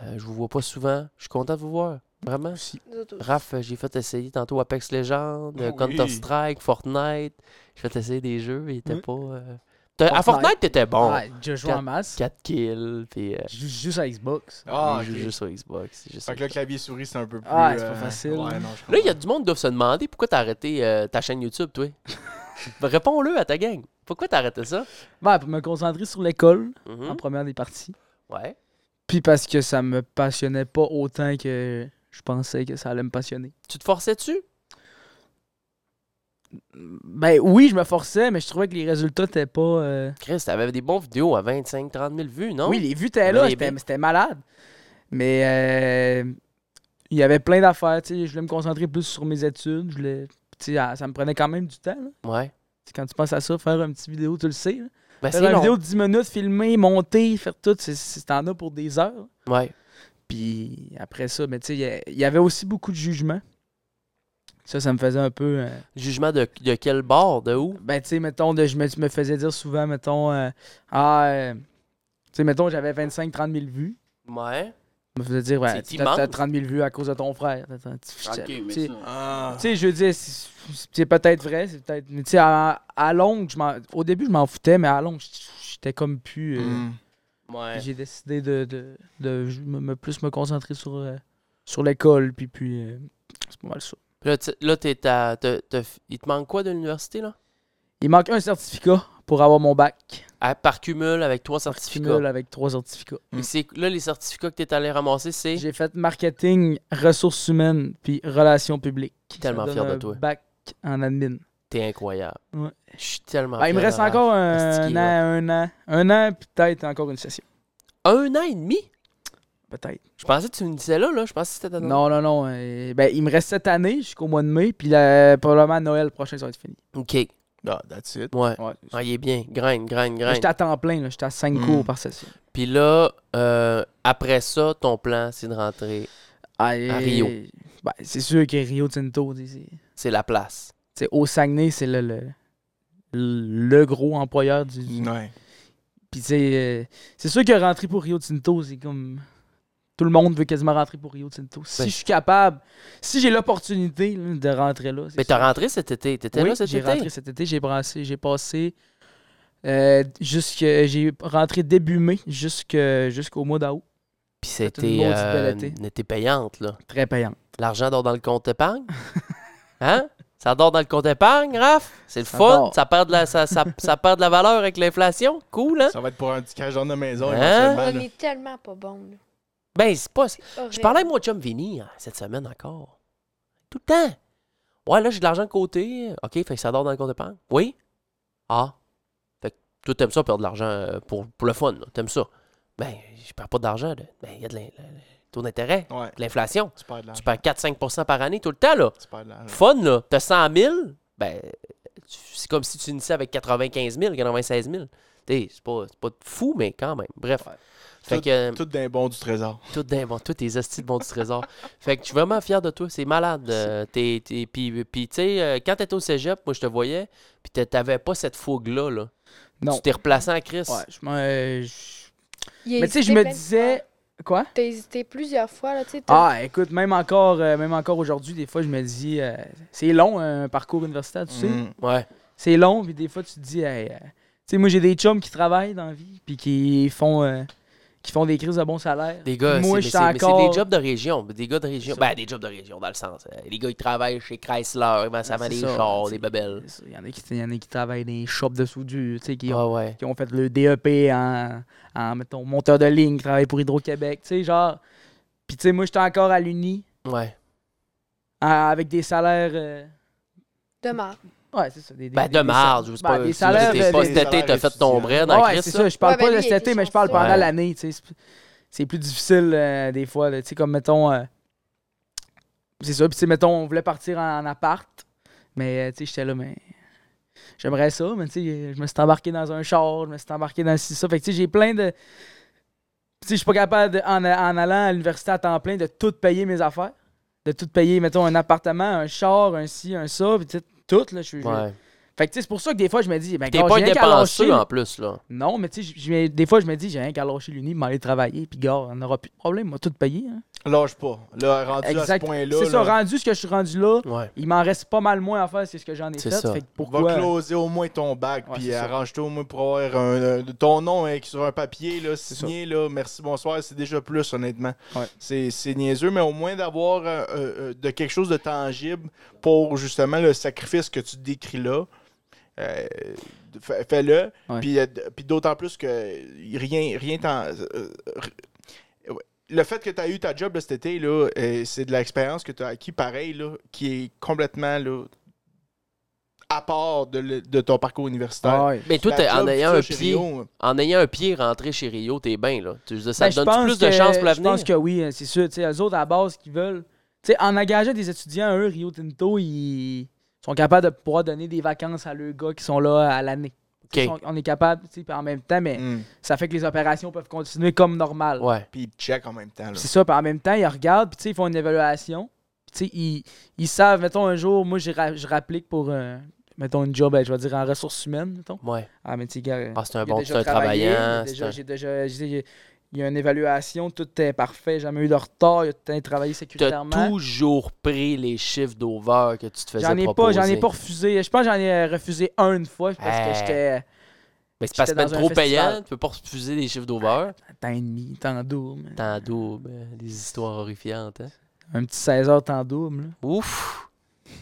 [SPEAKER 3] Euh, je vous vois pas souvent. Je suis content de vous voir. Vraiment.
[SPEAKER 6] Nous autres aussi.
[SPEAKER 3] Raph, euh, j'ai fait essayer tantôt Apex Legends, euh,
[SPEAKER 1] Ah Oui. Mm.
[SPEAKER 3] Counter-Strike, Fortnite. J'ai fait essayer des jeux, il était
[SPEAKER 4] Oui.
[SPEAKER 3] pas. euh, t'as- À
[SPEAKER 4] Fortnite.
[SPEAKER 3] Fortnite, t'étais bon.
[SPEAKER 4] Ouais, je joue en masse.
[SPEAKER 3] 4 kills, puis. euh,
[SPEAKER 4] Je joue juste à Xbox.
[SPEAKER 1] Ah,
[SPEAKER 3] il joue
[SPEAKER 1] ok.
[SPEAKER 3] juste sur Xbox. c'est juste
[SPEAKER 1] Fait que
[SPEAKER 3] ça.
[SPEAKER 1] le clavier souris, c'est un peu plus.
[SPEAKER 4] Ah, c'est pas
[SPEAKER 1] euh,
[SPEAKER 4] facile.
[SPEAKER 1] ouais, non, je
[SPEAKER 3] Là, il y a
[SPEAKER 1] comprends.
[SPEAKER 3] du monde qui doivent se demander pourquoi t'as arrêté euh, ta chaîne YouTube,
[SPEAKER 4] [laughs]
[SPEAKER 3] toi. Ben, Réponds-le à ta gang. Pourquoi t'as arrêté ça?
[SPEAKER 4] Ouais, Ben, pour me concentrer sur l'école
[SPEAKER 3] Mhm.
[SPEAKER 4] en première des parties.
[SPEAKER 3] Ouais.
[SPEAKER 4] Puis parce que ça me passionnait pas autant que je pensais que ça allait me passionner.
[SPEAKER 3] Tu te forçais-tu?
[SPEAKER 4] Ben oui, je me forçais, mais je trouvais que les résultats étaient pas. euh,
[SPEAKER 3] Chris, t'avais des bons vidéos à 25, 30 000 vues, non?
[SPEAKER 4] Oui, les vues étaient
[SPEAKER 3] On
[SPEAKER 4] là,
[SPEAKER 3] allait
[SPEAKER 4] c'était
[SPEAKER 3] bien.
[SPEAKER 4] c'était malade. Mais euh, il y avait plein d'affaires, tu sais. Je voulais me concentrer plus sur mes études. Je voulais, tu sais, ah, ça me prenait quand même du temps. là.
[SPEAKER 3] Ouais.
[SPEAKER 4] Tu sais, Quand tu penses à ça, faire une petite vidéo, tu le sais. là.
[SPEAKER 3] Ben,
[SPEAKER 4] Faire
[SPEAKER 3] c'est
[SPEAKER 4] une
[SPEAKER 3] long.
[SPEAKER 4] vidéo de 10 minutes, filmer, monter, faire tout, c'est- c'est t'en as pour des heures.
[SPEAKER 3] Ouais.
[SPEAKER 4] Puis après ça, mais tu sais, il y a- il y, avait aussi beaucoup de jugements. Ça, ça me faisait un peu. euh,
[SPEAKER 3] Jugement de, de quel bord, de où?
[SPEAKER 4] ben, tu sais, mettons, de- je me, je me faisais dire souvent, mettons, euh, ah, euh, tu sais, mettons, j'avais 25-30 000 vues.
[SPEAKER 3] Ouais.
[SPEAKER 4] me faisait dire, ouais,
[SPEAKER 3] C'est
[SPEAKER 4] t'as- t'as
[SPEAKER 3] immense.
[SPEAKER 4] 30 000 vues à cause de ton frère. T'as- t'as- tu-
[SPEAKER 2] Ok, mais
[SPEAKER 4] tu-
[SPEAKER 2] ça.
[SPEAKER 1] Ah.
[SPEAKER 4] Tu sais, je veux dire, c'est- c'est peut-être vrai, c'est peut-être. Mais tu sais, à, à longue, je m'en- au début, je m'en foutais, mais à longue, j'étais comme plus. euh,
[SPEAKER 1] Mm.
[SPEAKER 3] Ouais.
[SPEAKER 4] J'ai décidé de, de, de ju- me, me- plus me concentrer sur, euh, sur l'école, puis, puis euh, c'est pas mal ça.
[SPEAKER 3] Puis Là, tu- là t'es à- t'as- t'as- il te manque quoi de l'université, là?
[SPEAKER 4] Il manque un certificat pour avoir mon bac.
[SPEAKER 3] À- par cumul avec trois certificats.
[SPEAKER 4] Cumul euh, avec trois certificats.
[SPEAKER 3] Et c'est- là, les certificats que t'es allé ramasser, c'est...
[SPEAKER 4] J'ai fait marketing, ressources humaines, puis relations publiques.
[SPEAKER 3] Tellement
[SPEAKER 4] Ça
[SPEAKER 3] fier
[SPEAKER 4] donne
[SPEAKER 3] de
[SPEAKER 4] un
[SPEAKER 3] toi.
[SPEAKER 4] Bac en admin.
[SPEAKER 3] T'es incroyable.
[SPEAKER 4] Ouais.
[SPEAKER 3] Je suis tellement
[SPEAKER 4] Ah, il me
[SPEAKER 3] fier
[SPEAKER 4] reste
[SPEAKER 3] de Raph.
[SPEAKER 4] encore
[SPEAKER 3] Asti
[SPEAKER 4] un
[SPEAKER 3] qu'il est
[SPEAKER 4] an, un an. Un an, puis peut-être encore une session.
[SPEAKER 3] Un an et demi?
[SPEAKER 4] Peut-être.
[SPEAKER 3] Je pensais que tu me disais là, là. Je pensais que c'était... dans-
[SPEAKER 4] Non, non, non. euh, ben, il me reste cette année jusqu'au mois de mai, puis là, probablement à Noël prochain, ça va être fini.
[SPEAKER 3] OK. Ouais.
[SPEAKER 1] Ah, that's it.
[SPEAKER 3] Ah, il est bien. Graine, graine,
[SPEAKER 4] Là,
[SPEAKER 3] graine.
[SPEAKER 4] J'étais à temps plein, là, j'étais à 5
[SPEAKER 1] Mm.
[SPEAKER 4] cours par session.
[SPEAKER 3] Puis là, euh, après ça, ton plan, c'est de rentrer.
[SPEAKER 4] Ah, et-
[SPEAKER 3] Rio.
[SPEAKER 4] Ben, c'est sûr que Rio Tinto, tu sais, c'est-
[SPEAKER 3] C'est la place.
[SPEAKER 4] tu sais, au Saguenay, c'est le, le, le gros employeur du. du-
[SPEAKER 1] Ouais.
[SPEAKER 4] Puis, tu sais, euh, c'est sûr que rentrer pour Rio Tinto, c'est comme. Tout le monde veut quasiment rentrer pour Rio Tinto. Si
[SPEAKER 3] Ben-
[SPEAKER 4] je suis capable, si j'ai l'opportunité là, de rentrer là. c'est
[SPEAKER 3] Mais
[SPEAKER 4] sûr.
[SPEAKER 3] t'as rentré cet été. T'étais
[SPEAKER 4] Oui,
[SPEAKER 3] là cet
[SPEAKER 4] j'ai
[SPEAKER 3] été?
[SPEAKER 4] rentré cet été, j'ai brassé, j'ai passé euh, jusque j'ai rentré début mai jusque- jusqu'au mois d'août.
[SPEAKER 3] Puis
[SPEAKER 4] une
[SPEAKER 3] c'était
[SPEAKER 4] maudite
[SPEAKER 3] euh,
[SPEAKER 4] belle été.
[SPEAKER 3] une été payante, là.
[SPEAKER 4] Très payant.
[SPEAKER 3] L'argent dort dans le compte
[SPEAKER 4] [laughs]
[SPEAKER 3] épargne. Hein? Ça dort dans le compte épargne, Raph? C'est le
[SPEAKER 4] Ça
[SPEAKER 3] fun.
[SPEAKER 4] dort.
[SPEAKER 3] Ça perd, de la, ça, ça- ça perd de la valeur avec l'inflation. Cool, hein?
[SPEAKER 1] Ça va être pour un petit cash de maison
[SPEAKER 3] Hein?
[SPEAKER 6] On
[SPEAKER 1] éventuellement. là.
[SPEAKER 6] Ah, est tellement pas bon.
[SPEAKER 3] Ben, c'est pas...
[SPEAKER 6] Là.
[SPEAKER 3] Je parlais avec mon chum Vinny hein, cette semaine encore. Tout le temps. Ouais, là, j'ai de l'argent de côté. OK, fait que ça dort dans le compte épargne. Oui? Ah. Fait que toi, t'aimes ça, perdre de l'argent euh, pour, pour le fun. là. T'aimes ça. Ben, je perds pas d'argent. là. Ben, il y a de l'in- le- le taux d'intérêt,
[SPEAKER 1] Ouais.
[SPEAKER 3] de l'inflation.
[SPEAKER 1] Tu perds de
[SPEAKER 3] Tu
[SPEAKER 1] l'argent.
[SPEAKER 3] perds 4-5 par année tout le temps, là.
[SPEAKER 1] Tu perds de l'argent.
[SPEAKER 3] Fun, là. T'as 100 000, ben, tu- c'est comme si tu initiais avec 95 000, 96 000. T'sais, C'est pas, c'est pas fou, mais quand même. Bref.
[SPEAKER 4] Ouais.
[SPEAKER 3] Fait que... euh,
[SPEAKER 1] Tout d'un bon du trésor.
[SPEAKER 3] Tout d'un bon, tous tes hosties de bon du trésor. Fait que je suis vraiment fier de toi, c'est malade. euh, t'es- t'es- puis, puis, tu sais, euh, quand t'étais au cégep, moi je te voyais, puis t'a- t'avais pas cette fougue-là. Là.
[SPEAKER 4] Non.
[SPEAKER 3] Tu t'es replacé en Chris.
[SPEAKER 4] Ouais, je m'en- euh, je-
[SPEAKER 6] Il a
[SPEAKER 4] Mais tu sais,
[SPEAKER 6] hésité
[SPEAKER 4] je me
[SPEAKER 6] plein de
[SPEAKER 4] disais
[SPEAKER 6] fois.
[SPEAKER 4] quoi
[SPEAKER 6] T'as hésité plusieurs fois, là, tu sais. t'as-
[SPEAKER 4] Ah, écoute, même encore euh, même encore aujourd'hui, des fois je me dis euh, c'est long un parcours universitaire, tu sais.
[SPEAKER 1] Mm.
[SPEAKER 3] Ouais.
[SPEAKER 4] C'est long, puis des fois tu te dis hey, euh, tu sais moi j'ai des chums qui travaillent dans la vie puis qui font euh, qui font des crises de bon salaire.
[SPEAKER 3] Des gars,
[SPEAKER 4] moi
[SPEAKER 3] c'est,
[SPEAKER 4] je
[SPEAKER 3] mais
[SPEAKER 4] suis
[SPEAKER 3] c'est, mais c'est
[SPEAKER 4] encore
[SPEAKER 3] des jobs de région. Des gars de région.
[SPEAKER 4] C'est ça.
[SPEAKER 3] Ben, des jobs de région, dans le sens. euh, les gars, ils travaillent chez Chrysler, ben, ça
[SPEAKER 4] Ouais,
[SPEAKER 3] vend
[SPEAKER 4] c'est
[SPEAKER 3] des
[SPEAKER 4] ça,
[SPEAKER 3] chars,
[SPEAKER 4] c'est-
[SPEAKER 3] des babelles. Ah.
[SPEAKER 4] Il y en a qui, il y en a qui travaillent dans les shops de soudure, tu sais, qui,
[SPEAKER 3] Ouais,
[SPEAKER 4] ont-
[SPEAKER 3] ouais.
[SPEAKER 4] qui ont fait le DEP en, en, mettons, monteur de ligne, qui travaillent pour Hydro-Québec, tu sais, genre. Puis, tu sais, moi, j'étais encore à l'Uni,
[SPEAKER 3] Ouais.
[SPEAKER 4] à- avec des salaires. euh,
[SPEAKER 6] De mort.
[SPEAKER 4] ouais, c'est ça. Des, des-
[SPEAKER 3] Ben,
[SPEAKER 4] des-
[SPEAKER 3] de
[SPEAKER 4] des
[SPEAKER 3] marge,
[SPEAKER 4] salaires-
[SPEAKER 3] je sais pas.
[SPEAKER 4] Ben,
[SPEAKER 3] tu
[SPEAKER 4] des
[SPEAKER 3] sais,
[SPEAKER 4] salaires.
[SPEAKER 3] t'es
[SPEAKER 4] euh,
[SPEAKER 3] pas
[SPEAKER 4] des-
[SPEAKER 3] cet été, t'as fait ton
[SPEAKER 1] des-
[SPEAKER 3] bread
[SPEAKER 4] Ouais,
[SPEAKER 3] en
[SPEAKER 4] Ah ouais,
[SPEAKER 3] Chris.
[SPEAKER 4] c'est
[SPEAKER 3] là.
[SPEAKER 4] ça. Je parle
[SPEAKER 6] Ouais,
[SPEAKER 4] pas
[SPEAKER 6] ben,
[SPEAKER 4] de
[SPEAKER 6] lui, il
[SPEAKER 4] cet
[SPEAKER 6] a
[SPEAKER 4] été,
[SPEAKER 6] été
[SPEAKER 4] mais je parle pendant
[SPEAKER 3] chanceux.
[SPEAKER 4] l'année. tu sais, C'est c'est plus difficile euh, des fois. là, Tu sais, comme mettons. euh, c'est ça. Puis, tu sais, mettons, on voulait partir en, en appart. Mais, euh, tu sais, j'étais là, mais. J'aimerais ça, mais tu sais, je me suis embarqué dans un char, je me suis embarqué dans ci, ça. Fait que, tu sais, j'ai plein de. Tu sais, je suis pas capable, de- en, en allant à l'université à temps plein, de tout payer mes affaires. De tout payer, mettons, un appartement, un char, un ci, un ça, puis tu sais, tout, là. Je, je-
[SPEAKER 3] Ouais.
[SPEAKER 4] Fait que, tu sais, c'est pour ça que des fois, je me dis, ben,
[SPEAKER 3] T'es
[SPEAKER 4] gars,
[SPEAKER 3] pas
[SPEAKER 4] j'ai
[SPEAKER 3] un
[SPEAKER 4] rien qu'à lâcher,
[SPEAKER 3] dépenseux
[SPEAKER 4] là.
[SPEAKER 3] en plus, là.
[SPEAKER 4] Non, mais tu sais, je- je- des fois, je me dis, j'ai rien qu'à lâcher l'uni, m'aller travailler, puis gars, on n'aura plus de problème, on va tout payer. hein.
[SPEAKER 1] Lâche pas. Là, rendu à ce point-là.
[SPEAKER 4] C'est ça,
[SPEAKER 1] là,
[SPEAKER 4] rendu ce que je suis rendu là,
[SPEAKER 3] Ouais.
[SPEAKER 4] il m'en reste pas mal moins à faire, c'est ce que j'en ai
[SPEAKER 3] C'est
[SPEAKER 4] fait.
[SPEAKER 3] ça.
[SPEAKER 4] Fait que
[SPEAKER 1] Va
[SPEAKER 4] pourquoi.
[SPEAKER 1] closer au moins ton bac,
[SPEAKER 4] Ouais,
[SPEAKER 1] puis
[SPEAKER 4] c'est ça.
[SPEAKER 1] arrange-toi au moins pour avoir un, euh, ton nom hein, sur un papier, là,
[SPEAKER 4] ça.
[SPEAKER 1] signé, là, merci, bonsoir, c'est déjà plus, honnêtement.
[SPEAKER 4] Ouais.
[SPEAKER 1] C'est c'est niaiseux, mais au moins d'avoir euh, euh, euh, de quelque chose de tangible pour justement le sacrifice que tu décris là. Euh, fais- Fais-le.
[SPEAKER 4] Ouais.
[SPEAKER 1] Puis, euh, d- puis d'autant plus que rien, rien t'en- euh, euh, le fait que tu as eu ta job là, cet été, là, euh, c'est de l'expérience que tu as acquis pareil, là, qui est complètement là, à part de, le- de ton parcours universitaire.
[SPEAKER 4] Ah ouais.
[SPEAKER 3] Mais toi,
[SPEAKER 1] La
[SPEAKER 3] t'es- en
[SPEAKER 1] job,
[SPEAKER 3] ayant
[SPEAKER 1] ça,
[SPEAKER 3] un
[SPEAKER 1] chez
[SPEAKER 3] pied.
[SPEAKER 1] Rio, euh,
[SPEAKER 3] en ayant un pied rentré chez Rio, t'es bien, là. Tu- je veux dire, ça
[SPEAKER 4] Ben,
[SPEAKER 3] te
[SPEAKER 4] je
[SPEAKER 3] donne
[SPEAKER 4] pense
[SPEAKER 3] plus de
[SPEAKER 4] que-
[SPEAKER 3] chances pour l'avenir.
[SPEAKER 4] Je pense que oui, hein, c'est sûr. Tu sais, eux autres, à la base, qu'ils veulent. Tu sais, en engageant des étudiants, eux, Rio Tinto, ils sont capables de pouvoir donner des vacances à leurs gars qui sont là à l'année. Tu sais,
[SPEAKER 3] OK.
[SPEAKER 4] On est capable, tu sais, puis en même temps, mais
[SPEAKER 1] mm.
[SPEAKER 4] ça fait que les opérations peuvent continuer comme normal.
[SPEAKER 3] Ouais.
[SPEAKER 1] Puis check en même temps. là.
[SPEAKER 4] C'est ça, puis en même temps, ils regardent, puis tu sais, ils font une évaluation. Puis tu sais, ils, ils savent, mettons, un jour, moi, j'ai ra- je rapplique pour, euh, mettons, une job, euh, je vais dire, en ressources humaines, mettons.
[SPEAKER 3] Ouais.
[SPEAKER 4] Ah, mais tu sais, gars, euh,
[SPEAKER 3] Ah, c'est un
[SPEAKER 4] j'ai
[SPEAKER 3] bon, c'est
[SPEAKER 4] déjà
[SPEAKER 3] un
[SPEAKER 4] travaillé,
[SPEAKER 3] travaillant.
[SPEAKER 4] j'ai
[SPEAKER 3] c'est
[SPEAKER 4] déjà-
[SPEAKER 3] un-
[SPEAKER 4] J'ai déjà, j'ai- Il y a une évaluation, tout est parfait, jamais eu de retard, il a tout le temps travaillé
[SPEAKER 3] T'as
[SPEAKER 4] sécuritairement.
[SPEAKER 3] toujours pris les chiffres d'over que tu te faisais
[SPEAKER 4] J'en ai pas,
[SPEAKER 3] proposer.
[SPEAKER 4] j'en ai pas refusé. Je pense que j'en ai euh, refusé une fois parce
[SPEAKER 3] Hey.
[SPEAKER 4] que j'étais
[SPEAKER 3] Mais c'est parce que
[SPEAKER 4] J'étais
[SPEAKER 3] c'est
[SPEAKER 4] dans
[SPEAKER 3] trop
[SPEAKER 4] un festival.
[SPEAKER 3] payant, tu peux pas refuser les chiffres d'over.
[SPEAKER 4] temps et demi, temps double.
[SPEAKER 3] T'en double, hein, des histoires horrifiantes. hein.
[SPEAKER 4] Un petit 16 heures temps double. là.
[SPEAKER 3] Ouf!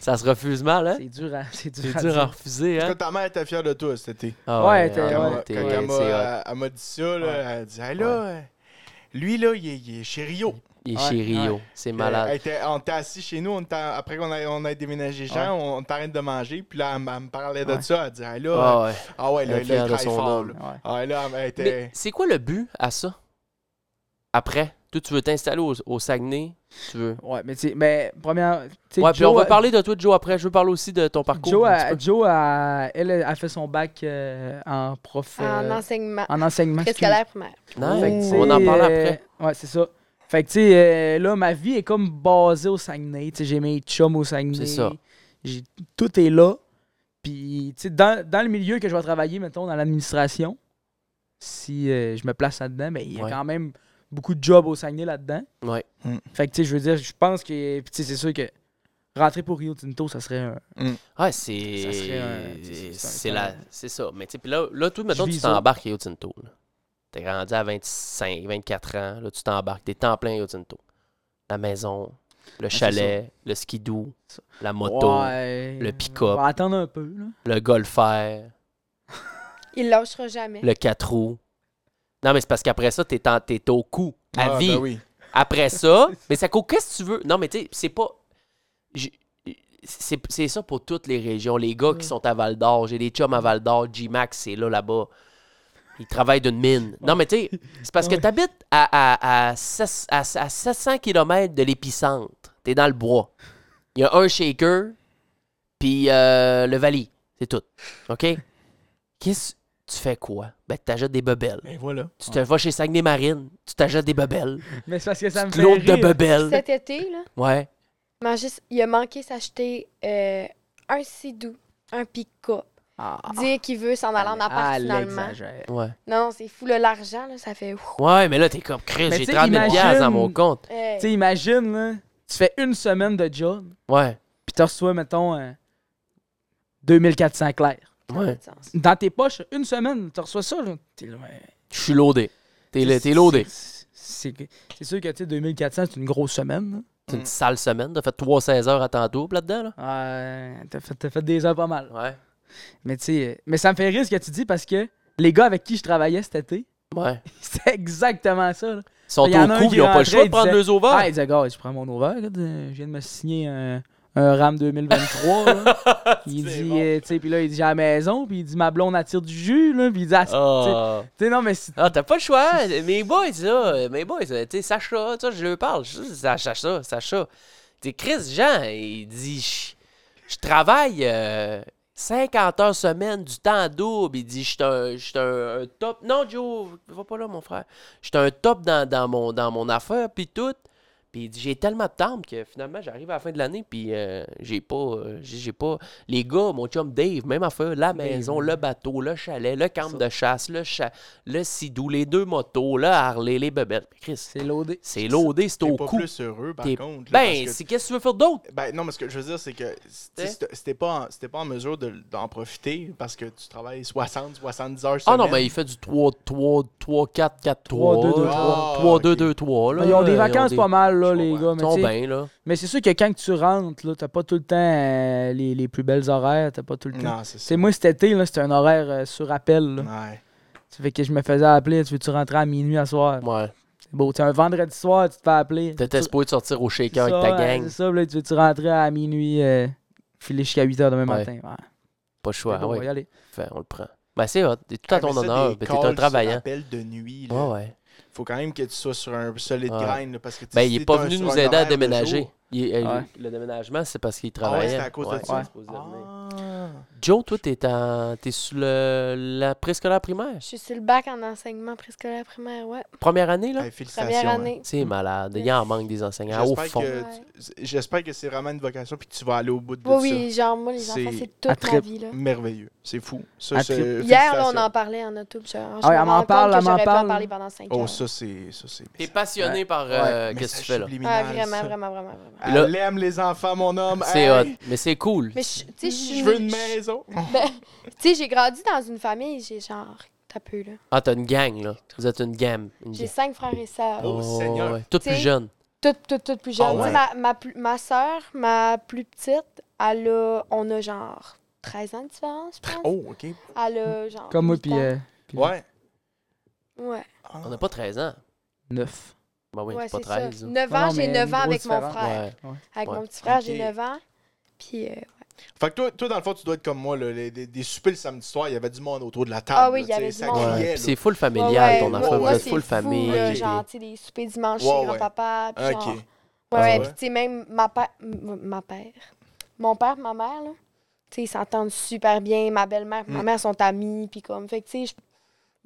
[SPEAKER 3] Ça se refuse mal, hein?
[SPEAKER 4] C'est dur à c'est dur
[SPEAKER 3] C'est
[SPEAKER 4] à
[SPEAKER 3] dur
[SPEAKER 4] dire.
[SPEAKER 3] à refuser,
[SPEAKER 1] Quand
[SPEAKER 3] hein?
[SPEAKER 1] ta mère était fière de toi cet été.
[SPEAKER 3] Ah
[SPEAKER 4] Ouais, t'es-
[SPEAKER 3] ah
[SPEAKER 1] Quand,
[SPEAKER 4] ouais,
[SPEAKER 1] moi-
[SPEAKER 3] t'es-
[SPEAKER 1] quand
[SPEAKER 3] c'est
[SPEAKER 1] elle m'a-
[SPEAKER 3] hot.
[SPEAKER 1] elle- elle m'a dit ça, là, elle a dit Hey, là, euh, lui, là, il est, il est chez Rio.
[SPEAKER 3] Il est
[SPEAKER 4] Ouais,
[SPEAKER 3] chez Rio,
[SPEAKER 4] ouais.
[SPEAKER 3] c'est
[SPEAKER 1] Puis,
[SPEAKER 3] malade.
[SPEAKER 1] elle était- on était assis chez nous, on était- après qu'on a, on a déménagé Jean, on, on t'arrête de manger. Puis là, elle, m- elle me parlait de
[SPEAKER 4] Ouais.
[SPEAKER 1] ça. Elle dit Hey, là,
[SPEAKER 3] Ah ouais.
[SPEAKER 1] euh, ah ouais, là,
[SPEAKER 3] elle est
[SPEAKER 1] là,
[SPEAKER 3] fière
[SPEAKER 1] il
[SPEAKER 3] de
[SPEAKER 1] travaille
[SPEAKER 3] son
[SPEAKER 1] fort.
[SPEAKER 3] homme.
[SPEAKER 1] là.
[SPEAKER 4] Ouais.
[SPEAKER 1] Ah, là, elle était.
[SPEAKER 3] Mais c'est quoi le but à ça? Après, toi, tu veux t'installer au, au Saguenay? Tu veux.
[SPEAKER 4] Ouais, mais tu sais, mais première. tu sais,
[SPEAKER 3] Ouais, puis on
[SPEAKER 4] Joe,
[SPEAKER 3] va
[SPEAKER 4] euh,
[SPEAKER 3] parler de toi, Joe, après. Je veux parler aussi de ton parcours.
[SPEAKER 4] Joe,
[SPEAKER 3] un
[SPEAKER 4] a,
[SPEAKER 3] petit peu.
[SPEAKER 4] Joe a, elle a fait son bac euh, en prof.
[SPEAKER 6] En
[SPEAKER 4] euh,
[SPEAKER 6] enseignement.
[SPEAKER 4] en enseignement. excuse.
[SPEAKER 6] Préscolaire primaire.
[SPEAKER 3] Nice.
[SPEAKER 4] Fait que, tu sais,
[SPEAKER 3] on en parle
[SPEAKER 4] euh,
[SPEAKER 3] après.
[SPEAKER 4] ouais, c'est ça. Fait que, tu sais, euh, là, ma vie est comme basée au Saguenay. Tu sais, j'ai mes chums au Saguenay.
[SPEAKER 3] C'est ça.
[SPEAKER 4] J'ai- tout est là. Puis, tu sais, dans, dans le milieu que je vais travailler, mettons, dans l'administration, si euh, je me place là-dedans, ben, il y a
[SPEAKER 3] Ouais.
[SPEAKER 4] quand même beaucoup de jobs au Saguenay là-dedans.
[SPEAKER 3] Ouais.
[SPEAKER 4] Fait que, tu sais, je veux dire, je pense que. Puis, tu sais, c'est sûr que rentrer pour Rio Tinto, ça serait un.
[SPEAKER 3] Ah,
[SPEAKER 4] Ça serait un-
[SPEAKER 3] c'est.
[SPEAKER 4] c'est- c'est un-
[SPEAKER 3] C'est la... c'est ça. Mais tu sais, puis là, là, toi, mettons,
[SPEAKER 4] Je
[SPEAKER 3] tu
[SPEAKER 4] vis ça.
[SPEAKER 3] t'embarques à Yotinto. là. T'es grandi à 25, 24 ans. Là, tu t'embarques. T'es en plein Yotinto. La maison, le
[SPEAKER 4] Ah, c'est
[SPEAKER 3] chalet, le skidoo,
[SPEAKER 4] Ça.
[SPEAKER 3] la moto,
[SPEAKER 4] Ouais.
[SPEAKER 3] le pick-up.
[SPEAKER 4] On va attendre un peu, là.
[SPEAKER 3] le golfer.
[SPEAKER 6] Il lâchera jamais.
[SPEAKER 3] le 4 roues. Non, mais c'est parce qu'après ça, t'es, en- t'es au coup, à
[SPEAKER 1] Ah, ben
[SPEAKER 3] vie.
[SPEAKER 1] oui.
[SPEAKER 3] Après ça, mais ça coûte qu'est-ce que tu veux. Non, mais tu sais, c'est pas. j'ai- C'est, c'est ça pour toutes les régions. Les gars qui sont à Val d'Or, j'ai des chums à Val d'Or, G-Max, c'est là, là-bas. Ils travaillent d'une mine. Non, mais tu sais, c'est parce que
[SPEAKER 4] Ouais.
[SPEAKER 3] t'habites à, à, à, sept- à- à 700 km de l'épicentre. T'es dans le bois. Il y a un shaker, puis euh, le valley. C'est tout. OK? Qu'est-ce. Tu fais quoi? Ben, t'achètes des bebelles.
[SPEAKER 1] Et voilà.
[SPEAKER 3] Tu te vas chez Saguenay Marine, tu t'achètes des bebelles.
[SPEAKER 4] Mais c'est parce que ça me fait.
[SPEAKER 3] L'autre de
[SPEAKER 4] rire.
[SPEAKER 3] bebelles.
[SPEAKER 6] Cet été, là,
[SPEAKER 3] Ouais.
[SPEAKER 6] manger, il a manqué s'acheter euh, un sidou, un pick-up.
[SPEAKER 4] Ah,
[SPEAKER 6] Dire qu'il veut s'en aller en appart
[SPEAKER 4] ah,
[SPEAKER 6] finalement.
[SPEAKER 4] l'exagère.
[SPEAKER 3] Ouais.
[SPEAKER 6] Non, non, c'est fou, là, l'argent, là, ça fait... ouf.
[SPEAKER 3] Ouais, mais là, t'es comme Chris,
[SPEAKER 4] Mais
[SPEAKER 3] j'ai
[SPEAKER 4] t'sais,
[SPEAKER 3] 30 000 piastres dans mon
[SPEAKER 4] imagine-
[SPEAKER 3] compte.
[SPEAKER 6] Hey.
[SPEAKER 4] Tu sais, imagine, là, tu fais une semaine de job,
[SPEAKER 3] Ouais.
[SPEAKER 4] puis tu reçois, mettons, euh, 2400 clairs.
[SPEAKER 3] Ouais.
[SPEAKER 6] Ça a pas de sens.
[SPEAKER 4] Dans tes poches, une semaine, tu reçois ça, là, t'es loin.
[SPEAKER 3] Je suis loadé. T'es, le- t'es
[SPEAKER 4] C'est-
[SPEAKER 3] loadé.
[SPEAKER 4] c'est- C'est c'est sûr que, tu sais, 2400, c'est une grosse semaine.
[SPEAKER 3] C'est une sale semaine. T'as fait 3-16 heures à ton double là-dedans, là.
[SPEAKER 4] là. Euh, T'as fait, t'as fait des heures pas mal.
[SPEAKER 3] Ouais.
[SPEAKER 4] Mais tu sais, euh, mais ça me fait rire ce que tu dis parce que les gars avec qui je travaillais cet été, [laughs]
[SPEAKER 3] Ouais.
[SPEAKER 4] c'était exactement ça. là.
[SPEAKER 3] Ils sont
[SPEAKER 4] Il y en a
[SPEAKER 3] au
[SPEAKER 4] un
[SPEAKER 3] coup,
[SPEAKER 4] qui
[SPEAKER 3] ils ont pas le
[SPEAKER 4] rentrait,
[SPEAKER 3] choix de
[SPEAKER 4] il
[SPEAKER 3] prendre
[SPEAKER 4] disait,
[SPEAKER 3] deux over.
[SPEAKER 4] Ah, il disait, gars, je prends mon over, regarde, euh, je viens de me signer un, un RAM
[SPEAKER 3] [laughs]
[SPEAKER 4] 2023. là. il
[SPEAKER 3] C'est
[SPEAKER 4] dit,
[SPEAKER 3] bon.
[SPEAKER 4] euh, tu sais, puis là, il dit, j'ai la maison, puis il dit, ma blonde attire du jus, là, puis il dit, ah, tu
[SPEAKER 3] Ah.
[SPEAKER 4] sais, non, mais c'est-
[SPEAKER 3] Ah, t'as pas le choix. Mes boys, là. Mes boys, là, tu sais, Sacha, tu sais, je lui parle. Je- Sacha, Sacha, Sacha. Tu sais, Chris Jean, il dit Je, je travaille euh, 50 heures semaine, du temps double. Il dit Je suis un, je suis un- un top. Non, Joe, va pas là, mon frère. Je suis un top dans, dans mon, dans mon affaire, puis tout. Puis il dit J'ai tellement de temps que finalement, j'arrive à la fin de l'année, puis euh, j'ai pas. euh, j'ai j'ai pas. Les gars, mon chum Dave, même affaire, la maison, le bateau, le chalet, le camp de chasse, le chat le Sidou, les deux motos, le Harley, les bebelles. Chris,
[SPEAKER 4] c'est loadé.
[SPEAKER 3] c'est loadé, c'est
[SPEAKER 1] T'es
[SPEAKER 3] au
[SPEAKER 1] pas
[SPEAKER 3] coup.
[SPEAKER 1] plus heureux, par
[SPEAKER 3] T'es-
[SPEAKER 1] contre. là, parce
[SPEAKER 3] Ben,
[SPEAKER 1] que-
[SPEAKER 3] c'est qu'est-ce que tu veux faire d'autre?
[SPEAKER 1] Ben, non, mais ce que je veux dire, c'est que
[SPEAKER 3] Hein?
[SPEAKER 1] c'était pas, en- si t'es pas en mesure de- d'en profiter parce que tu travailles 60, 70 heures
[SPEAKER 3] Ah
[SPEAKER 1] semaine.
[SPEAKER 3] non, mais il fait du 3, 3, 3, 4, 4, 3.
[SPEAKER 4] 3, 2, 2,
[SPEAKER 1] 3.
[SPEAKER 3] 3, 2,
[SPEAKER 1] Ah, ok.
[SPEAKER 3] 2, 3. Là,
[SPEAKER 4] ils ont des vacances pas
[SPEAKER 3] pas
[SPEAKER 4] mal, là,
[SPEAKER 1] je
[SPEAKER 4] les
[SPEAKER 1] comprends.
[SPEAKER 4] gars,
[SPEAKER 3] Ils
[SPEAKER 4] mais
[SPEAKER 3] sont
[SPEAKER 4] tu sais,
[SPEAKER 3] bien, là.
[SPEAKER 4] Mais c'est sûr que quand que tu rentres, là, t'as pas tout le temps euh, les, les plus belles horaires, t'as pas tout le temps.
[SPEAKER 1] Non, c'est ça.
[SPEAKER 4] C'est moi cet été, là, c'était un horaire euh, sur appel. Là.
[SPEAKER 1] Ouais.
[SPEAKER 4] Tu fais que je me faisais appeler, tu veux-tu rentrer à minuit à soir?
[SPEAKER 3] Ouais.
[SPEAKER 4] C'est beau, tu sais, un vendredi soir, tu te fais appeler.
[SPEAKER 3] T'étais supposé de sortir au
[SPEAKER 4] C'est
[SPEAKER 3] shaker
[SPEAKER 4] ça,
[SPEAKER 3] avec ta
[SPEAKER 4] ouais,
[SPEAKER 3] gang.
[SPEAKER 4] C'est ça, là, tu veux-tu rentrer à minuit, euh, filer jusqu'à 8 h demain
[SPEAKER 3] Ouais.
[SPEAKER 4] matin? Ouais.
[SPEAKER 3] Pas le choix.
[SPEAKER 4] C'est bon, on va y
[SPEAKER 3] ouais.
[SPEAKER 4] aller.
[SPEAKER 3] Fait, on le prend. Ben, c'est hot. T'es tout à
[SPEAKER 1] Ah, mais
[SPEAKER 3] ton
[SPEAKER 1] ça,
[SPEAKER 3] honneur.
[SPEAKER 1] des
[SPEAKER 3] ben,
[SPEAKER 1] calls
[SPEAKER 3] T'es un
[SPEAKER 1] sur
[SPEAKER 3] travaillant.
[SPEAKER 1] appel de nuit.
[SPEAKER 3] Ouais,
[SPEAKER 1] Là.
[SPEAKER 3] ouais.
[SPEAKER 1] Faut quand même que tu sois sur un solide
[SPEAKER 3] Ouais.
[SPEAKER 1] grind. là, parce que, tu
[SPEAKER 3] Ben,
[SPEAKER 1] sais,
[SPEAKER 3] il
[SPEAKER 1] si
[SPEAKER 3] est pas
[SPEAKER 1] t'es un-
[SPEAKER 3] venu
[SPEAKER 1] sur
[SPEAKER 3] nous
[SPEAKER 1] un
[SPEAKER 3] aider à
[SPEAKER 1] horaire de
[SPEAKER 3] déménager.
[SPEAKER 1] jour,
[SPEAKER 3] Il- euh,
[SPEAKER 4] Ouais.
[SPEAKER 3] Le déménagement, c'est parce qu'il
[SPEAKER 1] Ah ouais,
[SPEAKER 3] travaillait.
[SPEAKER 1] c'était à cause de ça.
[SPEAKER 3] c'est
[SPEAKER 4] Ouais.
[SPEAKER 3] supposé venir.
[SPEAKER 1] Ah.
[SPEAKER 3] Joe, toi, t'es, en... t'es sur le... la préscolaire primaire.
[SPEAKER 6] Je suis sur le bac en enseignement préscolaire primaire, ouais.
[SPEAKER 3] Première année, là?
[SPEAKER 1] Hey, félicitations.
[SPEAKER 6] Première
[SPEAKER 1] hein.
[SPEAKER 6] année.
[SPEAKER 3] C'est malade. Il y en manque des enseignants, au
[SPEAKER 1] J'espère
[SPEAKER 3] fond.
[SPEAKER 1] que,
[SPEAKER 6] Ouais.
[SPEAKER 1] tu- j'espère que c'est vraiment une vocation puis que tu vas aller au bout de
[SPEAKER 6] Oui,
[SPEAKER 1] ça.
[SPEAKER 6] oui, genre, moi, les enfants,
[SPEAKER 1] C'est
[SPEAKER 6] c'est
[SPEAKER 4] à
[SPEAKER 6] toute ma
[SPEAKER 4] trip.
[SPEAKER 6] vie, là.
[SPEAKER 1] Merveilleux. C'est fou. Ça,
[SPEAKER 4] À
[SPEAKER 1] c'est-
[SPEAKER 4] trip.
[SPEAKER 6] Hier, là, on
[SPEAKER 1] félicitations.
[SPEAKER 6] en parlait en auto. puis Genre, je
[SPEAKER 4] Ah ouais,
[SPEAKER 6] me
[SPEAKER 4] elle m'en
[SPEAKER 6] rends compte
[SPEAKER 4] parle,
[SPEAKER 6] que
[SPEAKER 4] elle m'en
[SPEAKER 6] j'aurais pu en
[SPEAKER 4] parle.
[SPEAKER 6] parler pendant 5 ans.
[SPEAKER 1] Oh, ça, c'est. Ça, c'est
[SPEAKER 3] T'es passionné par
[SPEAKER 4] Ouais.
[SPEAKER 3] euh,
[SPEAKER 1] Mais
[SPEAKER 3] qu'est-ce
[SPEAKER 1] ça,
[SPEAKER 3] que tu fais, là.
[SPEAKER 6] Ah,
[SPEAKER 1] subliminal,
[SPEAKER 6] vraiment,
[SPEAKER 1] ça.
[SPEAKER 6] vraiment, vraiment,
[SPEAKER 4] Ah,
[SPEAKER 6] vraiment.
[SPEAKER 1] Elle aime les enfants, mon homme.
[SPEAKER 3] C'est
[SPEAKER 1] Hey,
[SPEAKER 3] hot. Mais c'est cool.
[SPEAKER 6] Mais je- tu sais, je suis-
[SPEAKER 1] Je veux une maison.
[SPEAKER 6] Tu sais, j'ai grandi dans une famille, j'ai genre, t'as peu, là.
[SPEAKER 3] Ah, t'as une gang, là. Vous êtes une gamme. Une
[SPEAKER 6] J'ai
[SPEAKER 3] gang.
[SPEAKER 6] cinq frères et sœurs.
[SPEAKER 1] Oh, Seigneur.
[SPEAKER 3] ouais. Toutes
[SPEAKER 6] T'sais-
[SPEAKER 3] plus jeunes.
[SPEAKER 6] Toutes, toutes, toutes plus
[SPEAKER 1] Ah
[SPEAKER 6] jeunes. Tu
[SPEAKER 1] ouais.
[SPEAKER 6] sais, ma, ma, plus- ma sœur, ma plus petite, elle a, on a genre 13 ans de différence, je pense.
[SPEAKER 1] Oh, OK.
[SPEAKER 3] Mmh.
[SPEAKER 6] Elle a genre.
[SPEAKER 4] Comme moi,
[SPEAKER 6] huit
[SPEAKER 4] puis
[SPEAKER 6] ans.
[SPEAKER 4] euh, Puis-
[SPEAKER 1] Ouais.
[SPEAKER 6] Ouais,
[SPEAKER 1] Ah.
[SPEAKER 3] On n'a pas 13 ans.
[SPEAKER 4] neuf.
[SPEAKER 3] Bah oui,
[SPEAKER 6] ouais
[SPEAKER 3] c'est
[SPEAKER 6] c'est
[SPEAKER 3] pas
[SPEAKER 6] ça.
[SPEAKER 3] 13. là.
[SPEAKER 6] 9
[SPEAKER 4] Non,
[SPEAKER 6] ans,
[SPEAKER 4] non,
[SPEAKER 6] j'ai
[SPEAKER 4] mais
[SPEAKER 6] 9
[SPEAKER 4] une
[SPEAKER 6] ans avec
[SPEAKER 4] grosse
[SPEAKER 6] mon
[SPEAKER 4] différence.
[SPEAKER 6] frère.
[SPEAKER 3] Ouais.
[SPEAKER 6] Avec
[SPEAKER 3] Ouais.
[SPEAKER 6] mon petit frère,
[SPEAKER 1] Ok.
[SPEAKER 6] j'ai 9 ans. Puis, euh,
[SPEAKER 1] Fait que toi, toi, dans le fond, tu dois être comme moi. là, les- des, des soupers le samedi soir, il y avait du monde autour de la table.
[SPEAKER 6] Ah oui,
[SPEAKER 1] là,
[SPEAKER 6] il y avait
[SPEAKER 1] tu sais,
[SPEAKER 6] du
[SPEAKER 1] ça
[SPEAKER 6] monde.
[SPEAKER 1] criait,
[SPEAKER 3] Puis
[SPEAKER 1] là.
[SPEAKER 3] C'est full
[SPEAKER 6] ouais,
[SPEAKER 3] familial,
[SPEAKER 6] ouais,
[SPEAKER 3] ton
[SPEAKER 6] ouais,
[SPEAKER 3] enfant.
[SPEAKER 1] ouais,
[SPEAKER 3] Vous êtes
[SPEAKER 6] c'est
[SPEAKER 3] full
[SPEAKER 6] fou,
[SPEAKER 3] famille.
[SPEAKER 6] là,
[SPEAKER 1] Ok.
[SPEAKER 6] genre, tu sais, des soupers dimanche
[SPEAKER 1] Ouais,
[SPEAKER 6] chez
[SPEAKER 1] ouais.
[SPEAKER 6] grand-papa. puis genre-
[SPEAKER 1] OK.
[SPEAKER 6] Ouais,
[SPEAKER 3] Ah
[SPEAKER 6] ouais.
[SPEAKER 1] ouais?
[SPEAKER 6] Puis, tu sais, même ma, pa- m- ma père. Mon père, ma mère, là. Tu sais, ils s'entendent super bien. Ma belle-mère, puis ma
[SPEAKER 1] Mm.
[SPEAKER 6] mère sont amies. Puis, comme, fait que, tu sais, je-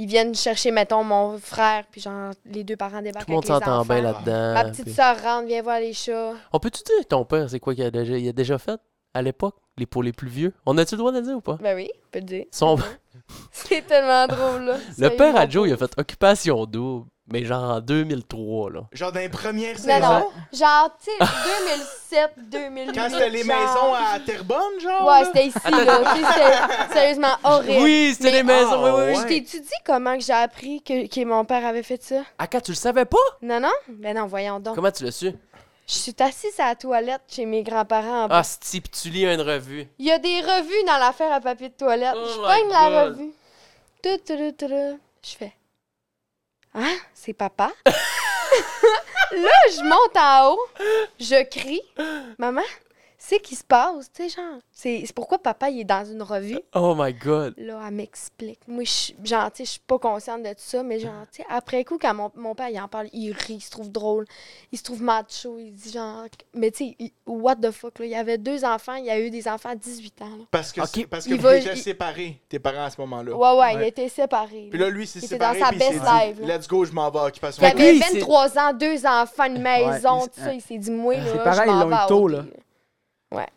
[SPEAKER 6] ils viennent chercher, mettons, mon frère. Puis, genre, les deux parents débarquent.
[SPEAKER 3] Tout le monde
[SPEAKER 6] avec les
[SPEAKER 3] s'entend bien
[SPEAKER 6] enfants.
[SPEAKER 3] là-dedans.
[SPEAKER 6] Ma petite
[SPEAKER 3] puis-
[SPEAKER 6] sœur rentre, vient voir les chats.
[SPEAKER 3] On peut-tu dire ton père, c'est quoi qu'il a déjà, il a déjà fait à l'époque, les, pour les plus vieux? On a-tu le droit de le dire ou pas?
[SPEAKER 6] Ben oui, on peut le dire.
[SPEAKER 3] Son-
[SPEAKER 6] [laughs] C'est tellement drôle, là.
[SPEAKER 3] le
[SPEAKER 6] Sérieux,
[SPEAKER 3] père à
[SPEAKER 6] mon
[SPEAKER 3] Joe, il a
[SPEAKER 6] pauvre.
[SPEAKER 3] fait occupation double, mais genre en 2003, là.
[SPEAKER 1] Genre dans les premières
[SPEAKER 6] Non,
[SPEAKER 1] saisons.
[SPEAKER 6] non. Genre, tu sais, 2007, 2008.
[SPEAKER 1] Quand c'était les
[SPEAKER 6] genre.
[SPEAKER 1] maisons à Terrebonne, genre.
[SPEAKER 6] Ouais,
[SPEAKER 1] là?
[SPEAKER 6] c'était ici, là. Tu sais, c'était sérieusement horrible.
[SPEAKER 3] Oui, c'était
[SPEAKER 6] Mais-
[SPEAKER 3] les maisons, oui,
[SPEAKER 1] Ah,
[SPEAKER 3] oui, oui.
[SPEAKER 1] ouais.
[SPEAKER 6] Je t'ai-tu dit comment que j'ai appris que, que mon père avait fait ça?
[SPEAKER 3] Ah, quand tu le savais pas?
[SPEAKER 6] Non, non? Ben non, voyons donc.
[SPEAKER 3] Comment tu l'as su?
[SPEAKER 6] Je suis assise à la toilette chez mes grands-parents. en bas.
[SPEAKER 3] Ah, si pis tu lis une revue.
[SPEAKER 6] Il y a des revues dans l'affaire à papier de toilette.
[SPEAKER 3] Oh
[SPEAKER 6] je
[SPEAKER 3] my
[SPEAKER 6] pogne la
[SPEAKER 3] God.
[SPEAKER 6] revue. Tout, tout, tout, tout, tout. Je fais. Hein? C'est papa? [laughs] Là, je monte en haut. Je crie. Maman, c'est qui se passe? Tu sais, genre, c'est c'est pourquoi papa, il est dans une revue.
[SPEAKER 3] Oh my god.
[SPEAKER 6] Là, elle m'explique. Moi, je suis- genre, tu sais, je suis pas consciente de tout ça, mais genre, tu sais, après coup, quand mon, mon père, il en parle, il rit, il se trouve drôle, il se trouve macho, il dit genre... Mais tu sais, il- what the fuck, là, il y avait deux enfants, il y a eu des enfants à 18 ans, là.
[SPEAKER 1] Parce que,
[SPEAKER 3] Ok.
[SPEAKER 1] c'est- parce que
[SPEAKER 6] Il
[SPEAKER 1] vous
[SPEAKER 6] va-
[SPEAKER 1] étiez
[SPEAKER 6] il-
[SPEAKER 1] séparés, tes parents à ce moment-là.
[SPEAKER 6] Ouais,
[SPEAKER 1] Ouais.
[SPEAKER 6] ouais, il était séparé.
[SPEAKER 1] Puis là, lui, c'est
[SPEAKER 6] Il était
[SPEAKER 1] séparé.
[SPEAKER 6] dans sa
[SPEAKER 1] puis il s'est
[SPEAKER 6] best
[SPEAKER 1] dit,
[SPEAKER 6] life, là.
[SPEAKER 1] Let's go, je m'en vais à occupation.
[SPEAKER 6] il
[SPEAKER 3] Fait que
[SPEAKER 6] avait
[SPEAKER 3] lui, il s'est-
[SPEAKER 6] 23 ans, deux enfants, une maison,
[SPEAKER 4] Ouais,
[SPEAKER 6] tout
[SPEAKER 4] il-
[SPEAKER 6] ça, il s'est dit, moi, là,
[SPEAKER 4] Ses
[SPEAKER 6] je
[SPEAKER 4] parents, ils
[SPEAKER 6] m'en
[SPEAKER 4] l'ont
[SPEAKER 6] vais
[SPEAKER 4] eu
[SPEAKER 6] à
[SPEAKER 4] tôt,
[SPEAKER 6] OD,
[SPEAKER 4] là.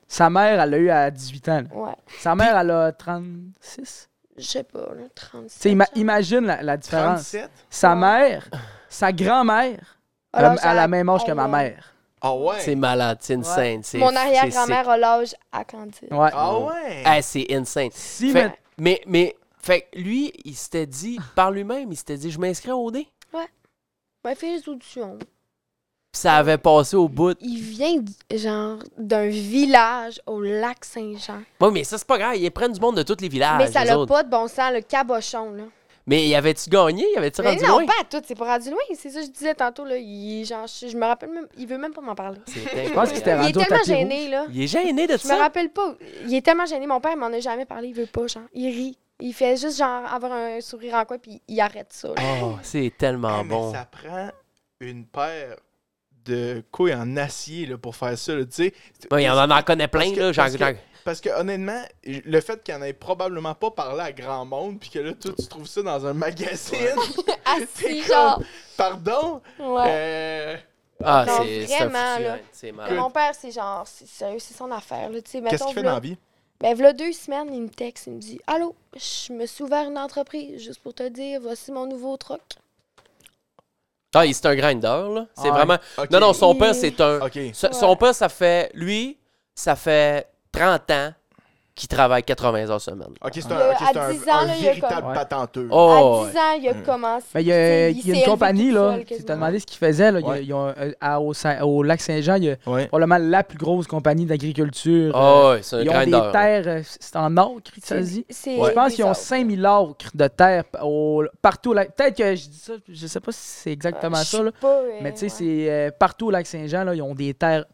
[SPEAKER 4] Sa mère, elle l'a eu à 18 ans. là.
[SPEAKER 6] Ouais,
[SPEAKER 4] Sa mère, elle a 36.
[SPEAKER 6] je sais pas, là, 36.
[SPEAKER 4] Tu sais, ima-
[SPEAKER 6] genre.
[SPEAKER 4] imagine la, la différence.
[SPEAKER 1] 37?
[SPEAKER 4] Sa
[SPEAKER 6] Ouais.
[SPEAKER 4] mère, sa grand-mère,
[SPEAKER 6] Ah,
[SPEAKER 4] elle a-
[SPEAKER 6] là, j'ai
[SPEAKER 4] elle a la même âge que ma
[SPEAKER 6] elle-
[SPEAKER 4] mère.
[SPEAKER 1] Ah ouais?
[SPEAKER 3] C'est malade, c'est insane. c'est-
[SPEAKER 6] Mon
[SPEAKER 3] c'est
[SPEAKER 6] arrière-grand-mère a l'âge à Candide.
[SPEAKER 4] Ouais.
[SPEAKER 1] Ah ouais?
[SPEAKER 3] sick. Ah, c'est insane.
[SPEAKER 4] Si,
[SPEAKER 3] Fait-
[SPEAKER 4] mais-
[SPEAKER 3] mais, mais, fait que lui, il s'était dit, par lui-même, il s'était dit, je m'inscris au dé.
[SPEAKER 6] Ouais, il fait les auditions.
[SPEAKER 3] Pis ça avait passé au bout.
[SPEAKER 6] Il vient d- genre d'un village au lac Saint-Jean.
[SPEAKER 3] Oui, mais ça, c'est pas grave. Ils prennent du monde de tous Ah, les villages.
[SPEAKER 6] mais ça
[SPEAKER 3] eux
[SPEAKER 6] n'a
[SPEAKER 3] autres.
[SPEAKER 6] pas de bon sens, le cabochon, là.
[SPEAKER 3] Mais y avait-tu gagné? Y avait-tu
[SPEAKER 6] Mais
[SPEAKER 3] rendu
[SPEAKER 6] non,
[SPEAKER 3] loin?
[SPEAKER 6] pas à tout, c'est pas rendu loin. C'est ça que je disais tantôt, là. Il, est genre, je, je me rappelle même, il veut même pas m'en parler.
[SPEAKER 3] Je
[SPEAKER 4] pense qu'il était
[SPEAKER 6] Il
[SPEAKER 4] rendu
[SPEAKER 6] est
[SPEAKER 4] au
[SPEAKER 6] tellement
[SPEAKER 4] tapis
[SPEAKER 6] gêné, là.
[SPEAKER 3] Il est gêné de
[SPEAKER 6] Je me
[SPEAKER 3] ça.
[SPEAKER 6] rappelle pas. Il est tellement gêné. Mon père, il m'en a jamais parlé, il veut pas, genre. Il rit. Il fait juste, genre, avoir un sourire en coin, puis il arrête ça. là.
[SPEAKER 3] Oh, c'est
[SPEAKER 1] Eh,
[SPEAKER 3] tellement
[SPEAKER 1] mais
[SPEAKER 3] bon.
[SPEAKER 1] ça prend une paire de couilles en acier là, pour faire ça, là, tu sais.
[SPEAKER 3] Ouais, Ben, il y en, on en connaît plein,
[SPEAKER 1] Parce que-
[SPEAKER 3] là. J'en,
[SPEAKER 1] parce que- Parce que honnêtement, le fait qu'il en ait probablement pas parlé à grand monde, puis que là, toi, tu trouves ça dans un magazine, [laughs] Ah,
[SPEAKER 6] Assis,
[SPEAKER 1] comme-
[SPEAKER 6] genre.
[SPEAKER 1] pardon,
[SPEAKER 6] [laughs] Ouais.
[SPEAKER 1] euh,
[SPEAKER 3] Ah,
[SPEAKER 6] Non,
[SPEAKER 3] c'est, c'est un
[SPEAKER 6] vraiment,
[SPEAKER 3] foutu,
[SPEAKER 6] là.
[SPEAKER 3] hein, C'est
[SPEAKER 6] Mais
[SPEAKER 3] malade.
[SPEAKER 6] Mon père, c'est genre, c'est sérieux, c'est son affaire, là. Tu sais,
[SPEAKER 1] qu'est-ce
[SPEAKER 6] mettons,
[SPEAKER 1] qu'il fait
[SPEAKER 6] v'là-
[SPEAKER 1] dans la vie?
[SPEAKER 6] Ben, v'là deux semaines, il me texte, il me dit Allô, je me suis ouvert une entreprise, juste pour te dire, voici mon nouveau truc.
[SPEAKER 3] Ah, il- c'est un grinder, là. C'est
[SPEAKER 4] Ah,
[SPEAKER 3] vraiment.
[SPEAKER 1] Ok,
[SPEAKER 3] Non, non, son
[SPEAKER 6] Il-
[SPEAKER 3] père, c'est un.
[SPEAKER 1] Ok.
[SPEAKER 3] so- Son
[SPEAKER 6] Ouais.
[SPEAKER 3] père, ça fait. Lui, ça fait 30 ans qu'il travaille 80 heures semaine.
[SPEAKER 1] Ok, c'est
[SPEAKER 6] Le-
[SPEAKER 1] un, ok,
[SPEAKER 6] Ah. à
[SPEAKER 1] c'est un-
[SPEAKER 6] 10
[SPEAKER 1] un
[SPEAKER 6] ans, là, il y a
[SPEAKER 1] véritable
[SPEAKER 4] comme-
[SPEAKER 1] patenteux.
[SPEAKER 3] Oh,
[SPEAKER 6] à
[SPEAKER 3] ouais.
[SPEAKER 6] 10 ans, il a
[SPEAKER 1] Hmm.
[SPEAKER 6] commencé.
[SPEAKER 4] Mais Ben, il y a,
[SPEAKER 6] tu sais,
[SPEAKER 4] il y
[SPEAKER 6] s'est
[SPEAKER 4] a
[SPEAKER 6] élevé
[SPEAKER 4] une compagnie,
[SPEAKER 6] tout
[SPEAKER 4] là.
[SPEAKER 6] seul,
[SPEAKER 4] Tu t'as
[SPEAKER 6] quasiment.
[SPEAKER 4] demandé ce qu'ils faisaient, là. il y a-
[SPEAKER 1] Ouais.
[SPEAKER 4] ils ont, euh, à- au, Saint- au lac Saint-Jean, il y a
[SPEAKER 1] Ouais.
[SPEAKER 4] probablement la plus grosse compagnie d'agriculture.
[SPEAKER 3] Oh, ouais, c'est
[SPEAKER 4] Euh,
[SPEAKER 3] un
[SPEAKER 4] ils ont
[SPEAKER 3] grinder.
[SPEAKER 4] des terres, euh, c'est en ocre, ça se dit.
[SPEAKER 6] C'est-
[SPEAKER 4] Je pense
[SPEAKER 6] c'est
[SPEAKER 4] qu'ils ont
[SPEAKER 6] bizarre.
[SPEAKER 4] 5000 acres de terre p- au- partout au lac. Peut-être que je dis ça, je sais pas si c'est exactement
[SPEAKER 6] Je
[SPEAKER 4] ça,
[SPEAKER 6] sais
[SPEAKER 4] là.
[SPEAKER 6] pas, euh,
[SPEAKER 4] Mais tu sais,
[SPEAKER 6] ouais.
[SPEAKER 4] c'est euh, partout au lac Saint-Jean, là, ils ont des terres.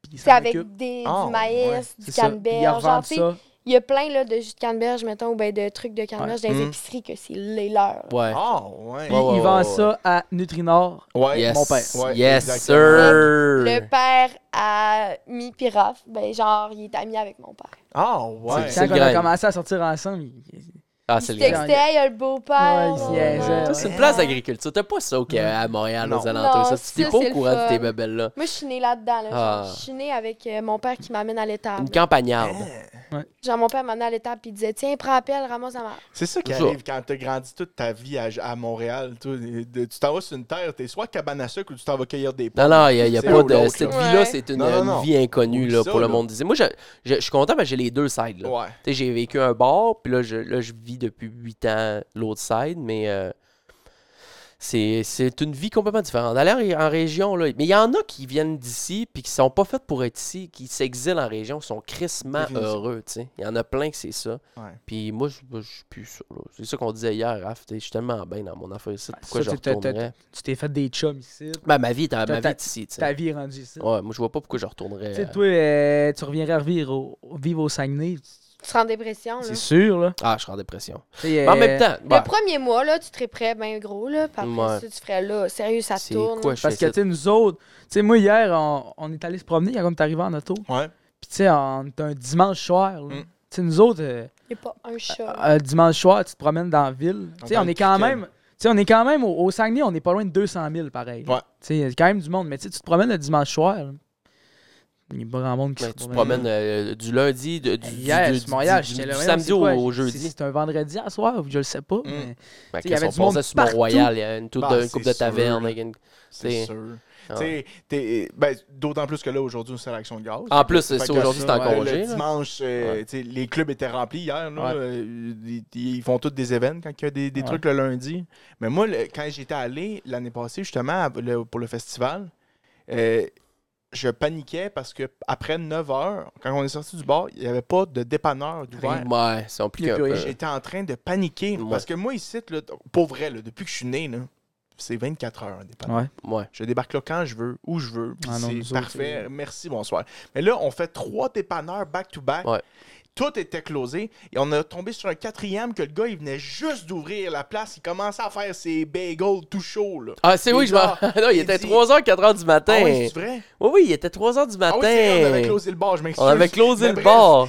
[SPEAKER 4] puis ils
[SPEAKER 6] C'est
[SPEAKER 4] s'en
[SPEAKER 6] avec
[SPEAKER 4] occupent.
[SPEAKER 6] des,
[SPEAKER 1] Ah,
[SPEAKER 6] du maïs,
[SPEAKER 1] ouais,
[SPEAKER 6] du
[SPEAKER 4] C'est ça. Puis Ils
[SPEAKER 6] canneberge. Genre,
[SPEAKER 4] revendent
[SPEAKER 6] tu sais,
[SPEAKER 4] ça.
[SPEAKER 6] Il y a plein là, de jus de canneberge, mettons, ou ben, de trucs de canneberge dans les
[SPEAKER 1] Mm.
[SPEAKER 6] épiceries que c'est les leurs.
[SPEAKER 3] Ouais.
[SPEAKER 1] Ah, ouais.
[SPEAKER 4] Puis
[SPEAKER 3] Ouais, ouais,
[SPEAKER 4] il vend
[SPEAKER 3] ouais,
[SPEAKER 4] ça à Nutrinor.
[SPEAKER 1] Ouais.
[SPEAKER 3] Yes.
[SPEAKER 4] mon père.
[SPEAKER 1] Ouais,
[SPEAKER 3] yes,
[SPEAKER 1] exactement.
[SPEAKER 3] sir.
[SPEAKER 6] Le père à Mi puis Raph, ben genre, il est ami avec mon père.
[SPEAKER 1] Ah, ouais.
[SPEAKER 3] C'est
[SPEAKER 4] Quand
[SPEAKER 3] le
[SPEAKER 4] on a
[SPEAKER 3] grain.
[SPEAKER 4] commencé à sortir ensemble, il-
[SPEAKER 3] Ah,
[SPEAKER 6] il
[SPEAKER 3] c'est le
[SPEAKER 6] se
[SPEAKER 3] gars.
[SPEAKER 4] gars.
[SPEAKER 6] textait, il y a le beau-père.
[SPEAKER 4] Ouais,
[SPEAKER 3] il
[SPEAKER 6] blablabla.
[SPEAKER 3] niaisait,
[SPEAKER 1] ouais.
[SPEAKER 3] C'est une place d'agriculture. T'as pas ça au- qu'à- à Montréal,
[SPEAKER 1] Non.
[SPEAKER 3] aux alentours.
[SPEAKER 6] Non,
[SPEAKER 3] ça. Tu t'es
[SPEAKER 6] ça,
[SPEAKER 3] pas
[SPEAKER 6] c'est
[SPEAKER 3] au
[SPEAKER 6] le
[SPEAKER 3] courant de
[SPEAKER 6] fun.
[SPEAKER 3] tes bébelles-là.
[SPEAKER 6] Moi, je suis née là-dedans. Là. Genre,
[SPEAKER 3] Ah.
[SPEAKER 6] Je suis née avec euh, mon père qui m'amène à l'étable.
[SPEAKER 3] Une campagnarde.
[SPEAKER 6] Genre, mon père m'amène à l'étable puis il disait Tiens, prends la pelle, ramasse la marde.
[SPEAKER 1] C'est ça qui
[SPEAKER 3] C'est ça.
[SPEAKER 1] arrive quand t'as grandi toute ta vie à, à Montréal. toi. De- Tu t'en vas sur une terre, t'es soit cabane à sucre ou tu t'en vas cueillir des pommes.
[SPEAKER 3] Non, non, il n'y a, y a
[SPEAKER 1] C'est
[SPEAKER 3] pas
[SPEAKER 1] un ou
[SPEAKER 3] de.
[SPEAKER 1] l'autre,
[SPEAKER 3] Cette
[SPEAKER 6] là.
[SPEAKER 3] vie-là,
[SPEAKER 6] Ouais.
[SPEAKER 3] c'est une,
[SPEAKER 1] Non, non,
[SPEAKER 3] une
[SPEAKER 1] non.
[SPEAKER 3] vie inconnue
[SPEAKER 1] Oublie
[SPEAKER 3] là,
[SPEAKER 1] ça,
[SPEAKER 3] pour le
[SPEAKER 1] là.
[SPEAKER 3] monde. disait. Moi, je, je- je suis content parce que j'ai les deux sides. Là.
[SPEAKER 1] Ouais.
[SPEAKER 3] Tu sais, J'ai vécu un bord, puis là je, là, je vis depuis 8 ans l'autre side, mais euh, c'est c'est une vie complètement différente. D'aller en, en région, là, mais il y en a qui viennent d'ici, puis qui sont pas faites pour être ici, qui s'exilent en région, qui sont crissement
[SPEAKER 1] Définition.
[SPEAKER 3] heureux. tu sais. Il y en a plein que c'est ça.
[SPEAKER 1] Ouais.
[SPEAKER 3] Puis moi, je moi, je suis plus ça. là. C'est ça qu'on disait hier, Raph. tu sais, Je suis tellement bien dans mon affaire ici. Pourquoi
[SPEAKER 4] ça,
[SPEAKER 3] je
[SPEAKER 4] t'es- t'es- t'es-
[SPEAKER 3] retournerais?
[SPEAKER 4] tu t'es fait des chums ici.
[SPEAKER 3] Ben, ma vie est à- ma
[SPEAKER 4] t'as-
[SPEAKER 3] vie est ici. tu sais.
[SPEAKER 4] Ta vie est rendue ici.
[SPEAKER 3] Ouais, moi, je vois pas pourquoi je retournerais.
[SPEAKER 4] Tu sais,
[SPEAKER 3] euh,
[SPEAKER 4] toi, euh, tu reviendrais vivre au, vivre au Saguenay.
[SPEAKER 6] Tu seras en dépression. Là.
[SPEAKER 4] C'est sûr, là.
[SPEAKER 3] Ah, je serais en dépression.
[SPEAKER 4] Tu sais,
[SPEAKER 3] Mais en
[SPEAKER 4] euh,
[SPEAKER 3] même temps,
[SPEAKER 6] Le
[SPEAKER 3] bah,
[SPEAKER 6] premier mois, là, tu te prêperais bien gros, là. Puis après
[SPEAKER 3] Ouais.
[SPEAKER 6] ça, tu ferais là. Sérieux, ça
[SPEAKER 3] c'est
[SPEAKER 6] tourne.
[SPEAKER 3] quoi, je
[SPEAKER 4] Parce que,
[SPEAKER 3] fais
[SPEAKER 4] tu sais, nous autres, tu sais, moi, hier, on, on est allé se promener quand on est arrivé en auto.
[SPEAKER 1] Ouais.
[SPEAKER 4] Puis, tu sais, on était un dimanche soir. là.
[SPEAKER 1] Mm.
[SPEAKER 4] Tu sais, nous autres, euh,
[SPEAKER 6] Il n'y a pas un
[SPEAKER 3] Ah,
[SPEAKER 6] chat.
[SPEAKER 4] euh, dimanche soir, tu te promènes dans la ville. Tu sais,
[SPEAKER 1] dans
[SPEAKER 4] on
[SPEAKER 1] le
[SPEAKER 4] est quand
[SPEAKER 1] cricket.
[SPEAKER 4] même. tu sais, on est quand même au, au Saguenay, on est pas loin de 200 000, pareil.
[SPEAKER 1] Ouais.
[SPEAKER 4] Tu sais, il y a quand même du monde. Mais tu sais, tu te promènes le dimanche soir. là. Il y a pas grand monde qui
[SPEAKER 3] Ben,
[SPEAKER 4] se
[SPEAKER 3] tu te
[SPEAKER 4] promène.
[SPEAKER 3] promènes euh, du lundi, de- du, du-
[SPEAKER 4] Hier,
[SPEAKER 3] du-
[SPEAKER 4] sur
[SPEAKER 3] du-
[SPEAKER 4] Montréal,
[SPEAKER 3] du-
[SPEAKER 4] j'étais
[SPEAKER 3] du
[SPEAKER 4] là, voyons,
[SPEAKER 3] samedi
[SPEAKER 4] c'est quoi,
[SPEAKER 3] au, au
[SPEAKER 4] c'est-
[SPEAKER 3] jeudi. Mm.
[SPEAKER 4] C'est un vendredi à soir, je le sais pas. mais-
[SPEAKER 3] Fait que
[SPEAKER 4] il y
[SPEAKER 3] là, si
[SPEAKER 4] avait
[SPEAKER 3] on
[SPEAKER 4] du monde
[SPEAKER 3] passait sur Mont-Royal, il y a une, toute
[SPEAKER 1] Bah,
[SPEAKER 3] de- une
[SPEAKER 1] c'est
[SPEAKER 3] coupe de
[SPEAKER 1] sûr.
[SPEAKER 3] taverne. avec une-
[SPEAKER 1] C'est
[SPEAKER 3] T'sais,
[SPEAKER 1] sûr.
[SPEAKER 3] ah.
[SPEAKER 1] T'sais, t'es- ben, D'autant plus que là, aujourd'hui, c'est l'action de gaz.
[SPEAKER 3] En plus, c'est
[SPEAKER 1] Fait
[SPEAKER 3] ça,
[SPEAKER 1] que
[SPEAKER 3] aujourd'hui, c'est en
[SPEAKER 1] le-
[SPEAKER 3] congé.
[SPEAKER 1] Le
[SPEAKER 3] là.
[SPEAKER 1] dimanche, euh, t'sais, les clubs étaient remplis hier. là.
[SPEAKER 4] Ouais.
[SPEAKER 1] Euh, ils, ils font tous des événements quand il y a des, des
[SPEAKER 4] Ouais.
[SPEAKER 1] trucs le lundi. Mais moi, le- quand j'étais allé l'année passée, justement, à- le- pour le festival, euh, je paniquais parce que après 9 h, quand on est sorti du bar, il n'y avait pas de dépanneur d'ouvert.
[SPEAKER 3] Ouais, c'est compliqué
[SPEAKER 4] Il y a
[SPEAKER 3] un
[SPEAKER 4] plus
[SPEAKER 3] peu.
[SPEAKER 4] rien.
[SPEAKER 1] J'étais en train de paniquer.
[SPEAKER 3] Ouais.
[SPEAKER 1] Parce que moi, ici, là, pour vrai, là, depuis que je suis né, là, c'est 24 heures, un dépanneur.
[SPEAKER 4] Ouais.
[SPEAKER 3] Ouais.
[SPEAKER 1] Je débarque là quand je veux, où je veux. puis
[SPEAKER 4] Ah non, nous
[SPEAKER 1] c'est
[SPEAKER 4] autres,
[SPEAKER 1] parfait.
[SPEAKER 4] c'est-
[SPEAKER 1] Merci, bonsoir. Mais là, on fait trois dépanneurs back-to-back.
[SPEAKER 3] Ouais.
[SPEAKER 1] Tout était closé. Et on a tombé sur un quatrième que le gars, il venait juste d'ouvrir la place. Il commençait à faire ses bagels tout chauds. là.
[SPEAKER 3] Ah, c'est
[SPEAKER 1] Il
[SPEAKER 3] oui, je m'en.
[SPEAKER 1] dort.
[SPEAKER 3] Non, il
[SPEAKER 1] Il
[SPEAKER 3] était
[SPEAKER 1] dit-
[SPEAKER 3] 3h, 4h du matin.
[SPEAKER 1] Ah oui,
[SPEAKER 3] oui,
[SPEAKER 1] c'est vrai?
[SPEAKER 3] oui, il était 3h du
[SPEAKER 1] Ah
[SPEAKER 3] matin.
[SPEAKER 1] oui, c'est vrai, on avait closé le bar, je m'excuse.
[SPEAKER 3] On avait closé
[SPEAKER 1] Mais
[SPEAKER 3] le
[SPEAKER 1] bref,
[SPEAKER 3] bar.
[SPEAKER 1] euh,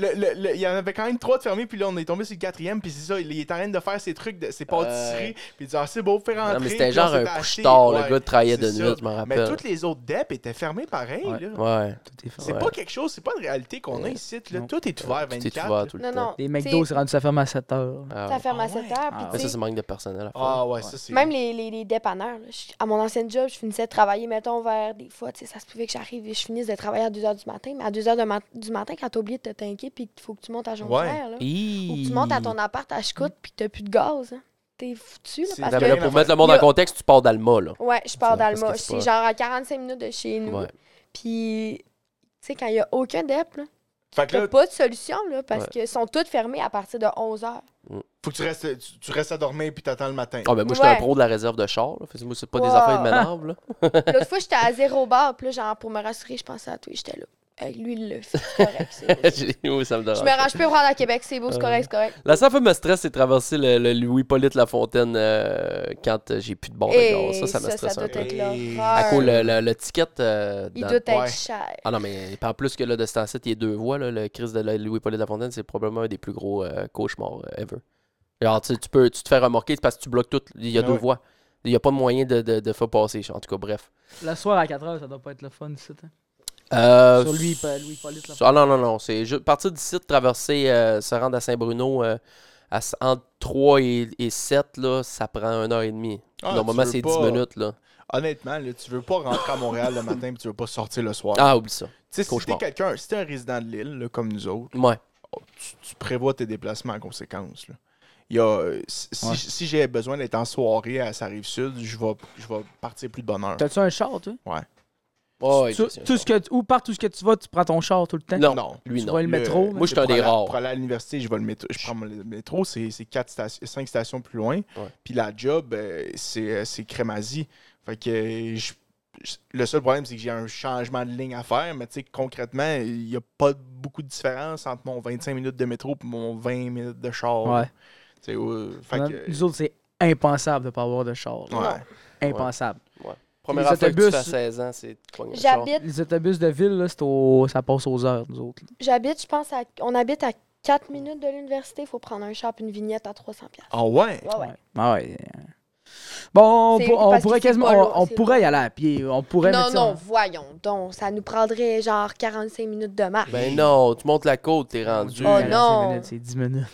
[SPEAKER 1] le- le- le- il y en avait quand même trois de fermés, puis là, on est tombé sur le quatrième, puis c'est ça, il est en train de faire ses trucs, de, ses pâtisseries, puis il dit « Ah, c'est beau, faire rentrer.
[SPEAKER 3] Euh, Non, » mais
[SPEAKER 1] Puis là,
[SPEAKER 3] c'était genre
[SPEAKER 1] on
[SPEAKER 3] un
[SPEAKER 1] s'était acheté-
[SPEAKER 3] couche-tard. Le
[SPEAKER 1] Ouais.
[SPEAKER 3] gars travaillait de
[SPEAKER 1] c'est
[SPEAKER 3] nuit,
[SPEAKER 1] ça.
[SPEAKER 3] je m'en
[SPEAKER 1] Mais
[SPEAKER 3] rappelle.
[SPEAKER 1] toutes les autres DEP étaient fermées pareil,
[SPEAKER 4] Ouais.
[SPEAKER 1] là.
[SPEAKER 3] Ouais.
[SPEAKER 4] Tout est fait.
[SPEAKER 1] C'est
[SPEAKER 3] Ouais.
[SPEAKER 1] pas quelque chose, c'est pas une réalité qu'on a
[SPEAKER 3] Ouais.
[SPEAKER 1] ici. Là.
[SPEAKER 4] Non.
[SPEAKER 1] Tout est ouvert 24.
[SPEAKER 3] Tout est ouvert tout le
[SPEAKER 6] Non,
[SPEAKER 3] temps.
[SPEAKER 6] non.
[SPEAKER 4] Les
[SPEAKER 6] tu
[SPEAKER 4] McDo
[SPEAKER 6] sais,
[SPEAKER 4] se rendent, ça ferme à 7 heures.
[SPEAKER 3] Ah
[SPEAKER 6] Ça
[SPEAKER 3] ouais.
[SPEAKER 6] ferme
[SPEAKER 1] Ah
[SPEAKER 6] à 7
[SPEAKER 1] ouais.
[SPEAKER 6] heures.
[SPEAKER 4] Ah
[SPEAKER 3] Mais
[SPEAKER 6] Puis,
[SPEAKER 3] ça,
[SPEAKER 6] tu
[SPEAKER 3] c'est
[SPEAKER 6] sais,
[SPEAKER 3] manque de personnel à faire.
[SPEAKER 1] Ah ouais, ça c'est.
[SPEAKER 6] même les, les, les dépanneurs. là, je- à mon ancienne job, je finissais de travailler, mettons, vers des fois, tu sais, ça se pouvait que j'arrive et je finisse de travailler à 2 h du matin. Mais à 2 h du matin, quand t'as oublié de te tanker puis qu'il faut que tu montes à Jonquière, là, ou que tu montes à ton appart à Chicoute puis que t'as plus de gaz, hein, t'es foutu, là,
[SPEAKER 1] C'est
[SPEAKER 6] parce
[SPEAKER 3] Non, mais
[SPEAKER 1] vrai.
[SPEAKER 6] que...
[SPEAKER 3] là, pour mettre le monde
[SPEAKER 6] Il y
[SPEAKER 3] en
[SPEAKER 6] a-
[SPEAKER 3] contexte, tu pars d'Alma, là.
[SPEAKER 6] Ouais, je
[SPEAKER 3] Ça,
[SPEAKER 6] pars
[SPEAKER 3] parce que
[SPEAKER 6] d'Alma.
[SPEAKER 3] c'est pas-
[SPEAKER 6] C'est genre à 45 minutes de chez nous.
[SPEAKER 3] Ouais.
[SPEAKER 6] Puis, tu sais, quand il n'y a aucun DEP, là,
[SPEAKER 1] Fait que
[SPEAKER 6] t'as
[SPEAKER 1] là,
[SPEAKER 6] pas de solution, là, parce
[SPEAKER 3] Ouais.
[SPEAKER 6] qu'ils sont toutes fermées à partir de 11 h
[SPEAKER 1] faut que tu restes, tu, tu restes à dormir puis t'attends le matin.
[SPEAKER 3] Ah ben moi j'étais un
[SPEAKER 6] Ouais.
[SPEAKER 3] pro de la réserve de char, là. Fait que moi c'est pas des
[SPEAKER 6] Wow.
[SPEAKER 3] affaires de ménage là.
[SPEAKER 6] [laughs]
[SPEAKER 3] [laughs]
[SPEAKER 6] L'autre fois, j'étais à zéro bar, puis là, genre, pour me rassurer, je pensais à toi, j'étais là. Hey, lui, il le fait, c'est correct.
[SPEAKER 3] [laughs]
[SPEAKER 6] c'est-
[SPEAKER 3] J'ai- oui, ça me
[SPEAKER 6] Je
[SPEAKER 3] dérange.
[SPEAKER 6] me range, je peux prendre à Québec, c'est beau, c'est correct, c'est correct.
[SPEAKER 3] La seule fois que me stresse c'est de traverser le, le Louis Polyte Lafontaine euh, quand euh, j'ai plus de bord de
[SPEAKER 6] Et
[SPEAKER 3] gaz. Ça ça me
[SPEAKER 6] ça,
[SPEAKER 3] stresse
[SPEAKER 6] ça
[SPEAKER 3] un
[SPEAKER 6] doit
[SPEAKER 3] peu.
[SPEAKER 6] être
[SPEAKER 1] Et-
[SPEAKER 6] l'horreur.
[SPEAKER 3] À cause le, le, le ticket euh,
[SPEAKER 6] Il
[SPEAKER 3] dans-
[SPEAKER 6] doit être
[SPEAKER 1] Ouais.
[SPEAKER 6] cher.
[SPEAKER 3] Ah non mais en plus que là de ce temps-ci il y a deux voies là, le crise de la Louis Polyte Lafontaine c'est probablement un des plus gros euh, cauchemars euh, ever. Genre tu, sais, tu peux tu te fais remorquer parce que tu bloques tout, il y a
[SPEAKER 1] Ah
[SPEAKER 3] deux
[SPEAKER 1] ouais.
[SPEAKER 3] voies. Il n'y a pas de moyen de, de, de faire passer. En tout cas, bref.
[SPEAKER 4] Le soir à 4 heures, ça doit pas être le fun, ça. hein.
[SPEAKER 3] Euh,
[SPEAKER 4] Sur lui, pa- Louis Polyte, là.
[SPEAKER 3] Ah non, non, non. C'est juste partir d'ici, de traverser, euh, se rendre à Saint-Bruno euh, à s- entre 3 et, et 7, là, ça prend 1h30.
[SPEAKER 1] Ah,
[SPEAKER 3] Normalement,
[SPEAKER 1] tu veux
[SPEAKER 3] c'est
[SPEAKER 1] pas-
[SPEAKER 3] 10 minutes. Là.
[SPEAKER 1] Honnêtement, là, tu veux pas rentrer à Montréal le matin puis tu veux pas sortir le soir.
[SPEAKER 3] Ah, oublie ça.
[SPEAKER 1] tu sais, si t'es
[SPEAKER 3] cauchemar.
[SPEAKER 1] quelqu'un, si t'es un résident de l'île, là, comme nous autres, oh,
[SPEAKER 3] Ouais.
[SPEAKER 1] tu, tu prévois tes déplacements en conséquence. là. Il y a, euh, si
[SPEAKER 4] Ouais.
[SPEAKER 1] si- si j'ai besoin d'être en soirée à sa rive sud, je vais, je vais partir plus de bonne heure.
[SPEAKER 4] T'as-tu un char, toi?
[SPEAKER 3] Ouais,
[SPEAKER 4] Tu-
[SPEAKER 3] c'est-
[SPEAKER 4] tout ce que, où partout où ce que tu vas, tu prends ton char tout le temps.
[SPEAKER 3] Non,
[SPEAKER 1] Non.
[SPEAKER 3] lui,
[SPEAKER 4] tu
[SPEAKER 3] non.
[SPEAKER 4] vois le
[SPEAKER 1] Le-
[SPEAKER 4] métro.
[SPEAKER 3] Moi, je suis un
[SPEAKER 1] pour
[SPEAKER 3] des
[SPEAKER 1] aller-
[SPEAKER 3] rares.
[SPEAKER 1] Pour aller à l'université, je vais le métro. Je prends le métro, c'est 5 stations, cinq stations plus loin.
[SPEAKER 3] Ouais.
[SPEAKER 1] Puis la job, euh, c'est euh, c'est Crémazie. Fait que euh, je Le seul problème, c'est que j'ai un changement de ligne à faire, mais tu sais, concrètement, il n'y a pas beaucoup de différence entre mon 25 minutes de métro et mon 20 minutes de char.
[SPEAKER 4] Ouais.
[SPEAKER 1] Tu sais, euh, fait
[SPEAKER 4] Même
[SPEAKER 1] que-
[SPEAKER 4] Nous autres, c'est impensable de pas avoir de char. là.
[SPEAKER 1] ouais.
[SPEAKER 4] Impensable.
[SPEAKER 3] Première
[SPEAKER 4] Les
[SPEAKER 3] affaire que tu
[SPEAKER 4] autobus-
[SPEAKER 3] fais à 16 ans, c'est de pogner le char.
[SPEAKER 6] J'habite,
[SPEAKER 4] Les autobus de ville, là, c'est au- ça passe aux heures, nous autres. là.
[SPEAKER 6] j'habite, je pense, à, on habite à 4 minutes de l'université. Il faut prendre un shop, une vignette à 300$. piastres.
[SPEAKER 1] Ah ouais?
[SPEAKER 6] Ouais, ouais.
[SPEAKER 4] Ah ouais. Bon, on,
[SPEAKER 6] C'est-
[SPEAKER 4] pour- on
[SPEAKER 6] parce que
[SPEAKER 4] pourrait
[SPEAKER 6] c'est
[SPEAKER 4] quasiment.
[SPEAKER 6] pas lourd,
[SPEAKER 4] On, on
[SPEAKER 6] c'est
[SPEAKER 4] pourrait
[SPEAKER 6] pas-
[SPEAKER 4] y aller à pied. On pourrait. mais
[SPEAKER 6] non,
[SPEAKER 4] tu sais,
[SPEAKER 6] non,
[SPEAKER 4] on-
[SPEAKER 6] voyons donc. Ça nous prendrait genre 45 minutes de marche.
[SPEAKER 3] Ben non, tu montes la côte, t'es rendu. euh,
[SPEAKER 6] Oh
[SPEAKER 4] c'est
[SPEAKER 6] non.
[SPEAKER 4] minutes, C'est 10 minutes.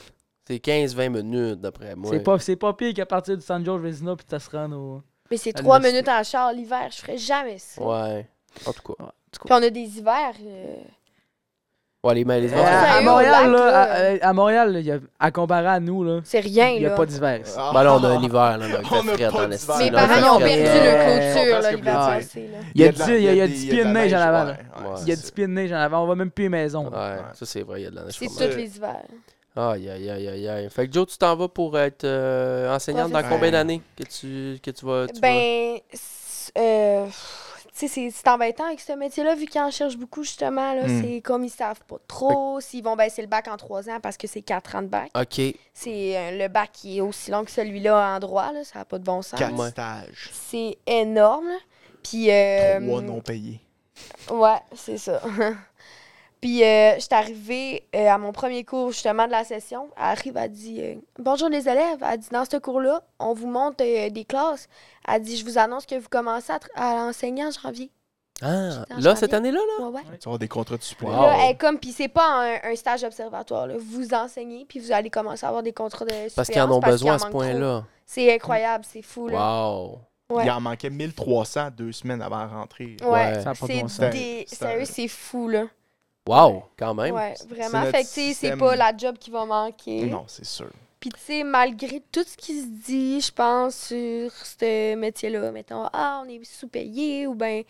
[SPEAKER 3] C'est 15-20 minutes, d'après moi.
[SPEAKER 4] C'est pas, c'est pas pire qu'à partir du San Jorge Vezina puis tu se rendre au.
[SPEAKER 6] Mais c'est
[SPEAKER 4] À
[SPEAKER 6] 3
[SPEAKER 4] l'université.
[SPEAKER 6] minutes en char l'hiver. Je ferais jamais ça.
[SPEAKER 3] Ouais. En tout cas.
[SPEAKER 6] Puis on a des hivers. euh,
[SPEAKER 3] Ouais, les, les
[SPEAKER 4] Euh,
[SPEAKER 3] enfants-
[SPEAKER 6] sérieux,
[SPEAKER 4] à,
[SPEAKER 6] au
[SPEAKER 4] Montréal,
[SPEAKER 6] lac,
[SPEAKER 4] là,
[SPEAKER 6] Ah. là.
[SPEAKER 4] à, à Montréal, là, il y a, à comparer à nous, là,
[SPEAKER 6] C'est rien,
[SPEAKER 4] il n'y a
[SPEAKER 6] là.
[SPEAKER 4] pas d'hiver. ici.
[SPEAKER 1] Ah.
[SPEAKER 3] Ben là, on a un hiver, là, donc
[SPEAKER 6] [laughs]
[SPEAKER 1] On
[SPEAKER 3] il fait
[SPEAKER 1] a
[SPEAKER 3] frais
[SPEAKER 1] pas
[SPEAKER 3] dans
[SPEAKER 1] d'hiver.
[SPEAKER 3] l'esti,
[SPEAKER 4] Non,
[SPEAKER 6] Mes
[SPEAKER 3] là.
[SPEAKER 6] parents
[SPEAKER 4] non,
[SPEAKER 6] ont
[SPEAKER 4] mais-
[SPEAKER 6] perdu
[SPEAKER 4] Euh,
[SPEAKER 6] leur
[SPEAKER 1] je
[SPEAKER 6] clôture
[SPEAKER 1] comprends
[SPEAKER 6] là,
[SPEAKER 1] ce que
[SPEAKER 6] l'hiver
[SPEAKER 1] vous
[SPEAKER 4] dites.
[SPEAKER 6] passé. Là.
[SPEAKER 4] Il y a
[SPEAKER 1] de la-
[SPEAKER 4] dix- il y a- il y a
[SPEAKER 1] des-
[SPEAKER 4] dix
[SPEAKER 1] de
[SPEAKER 4] pieds de
[SPEAKER 1] la
[SPEAKER 4] neige en avant, là.
[SPEAKER 1] ouais, ouais,
[SPEAKER 3] Ouais.
[SPEAKER 4] Il y a
[SPEAKER 1] c'est-
[SPEAKER 4] du pied de neige en avant, on va même plus les maisons. là.
[SPEAKER 3] Ouais,
[SPEAKER 1] Ouais.
[SPEAKER 3] ça c'est vrai, il y a de la neige.
[SPEAKER 6] C'est
[SPEAKER 3] pas mal.
[SPEAKER 6] tous les hivers.
[SPEAKER 3] Aïe, aïe, aïe, aïe, aïe. Fait que Joe, tu t'en vas pour être euh, enseignante dans
[SPEAKER 6] Professeur.
[SPEAKER 3] combien d'années que tu, que tu vas. tu vas-
[SPEAKER 6] Ben, c'est- euh, pff, tu sais, c'est c'est embêtant avec ce métier-là, vu qu'ils en cherchent beaucoup, justement. là.
[SPEAKER 1] Mm.
[SPEAKER 6] C'est comme ils savent pas trop s'ils vont baisser le bac en trois ans parce que c'est quatre ans de bac.
[SPEAKER 3] Ok.
[SPEAKER 6] C'est euh, le bac qui est aussi long que celui-là en droit, là. ça n'a pas de bon sens.
[SPEAKER 1] Quatre
[SPEAKER 3] Ouais.
[SPEAKER 1] stages.
[SPEAKER 6] C'est énorme. là. Puis, euh,
[SPEAKER 1] Trois non payés.
[SPEAKER 6] Ouais, c'est ça. [laughs] Puis, euh, je suis arrivée euh, à mon premier cours, justement, de la session. Elle arrive, elle dit euh, Bonjour les élèves. Elle dit Dans ce cours-là, on vous montre euh, des classes. Elle dit Je vous annonce que vous commencez à, tr- à enseigner en janvier.
[SPEAKER 3] Ah,
[SPEAKER 6] J'étais en
[SPEAKER 3] là, cette
[SPEAKER 6] janvier.
[SPEAKER 3] année-là, là?
[SPEAKER 6] Ouais, ouais.
[SPEAKER 1] Tu as des contrats de supplément.
[SPEAKER 3] Wow.
[SPEAKER 6] Là, elle est comme, puis c'est pas un, un stage observatoire. là. Vous enseignez, puis vous allez commencer à avoir des contrats de
[SPEAKER 3] Parce
[SPEAKER 6] suppléance
[SPEAKER 3] qu'ils en ont besoin à
[SPEAKER 6] qu'il
[SPEAKER 3] ce
[SPEAKER 6] en manque trop.
[SPEAKER 3] point-là.
[SPEAKER 6] C'est incroyable, c'est fou. Là.
[SPEAKER 3] Wow.
[SPEAKER 6] Ouais.
[SPEAKER 1] Il en manquait 1300 deux semaines avant la rentrée.
[SPEAKER 3] Ouais.
[SPEAKER 6] Ouais,
[SPEAKER 4] Ça a pas de bon
[SPEAKER 6] c'est
[SPEAKER 4] sens.
[SPEAKER 6] des...
[SPEAKER 1] C'est un-
[SPEAKER 6] Sérieux, c'est fou, là.
[SPEAKER 3] Wow, quand même.
[SPEAKER 6] Ouais,
[SPEAKER 1] c'est
[SPEAKER 6] vraiment.
[SPEAKER 1] notre
[SPEAKER 6] Fait que, tu sais, c'est
[SPEAKER 1] système.
[SPEAKER 6] pas la job qui va manquer.
[SPEAKER 1] Non, c'est sûr.
[SPEAKER 6] Puis, tu sais, malgré tout ce qui se dit, je pense, sur ce métier-là, mettons, ah, on est sous-payé, ou ben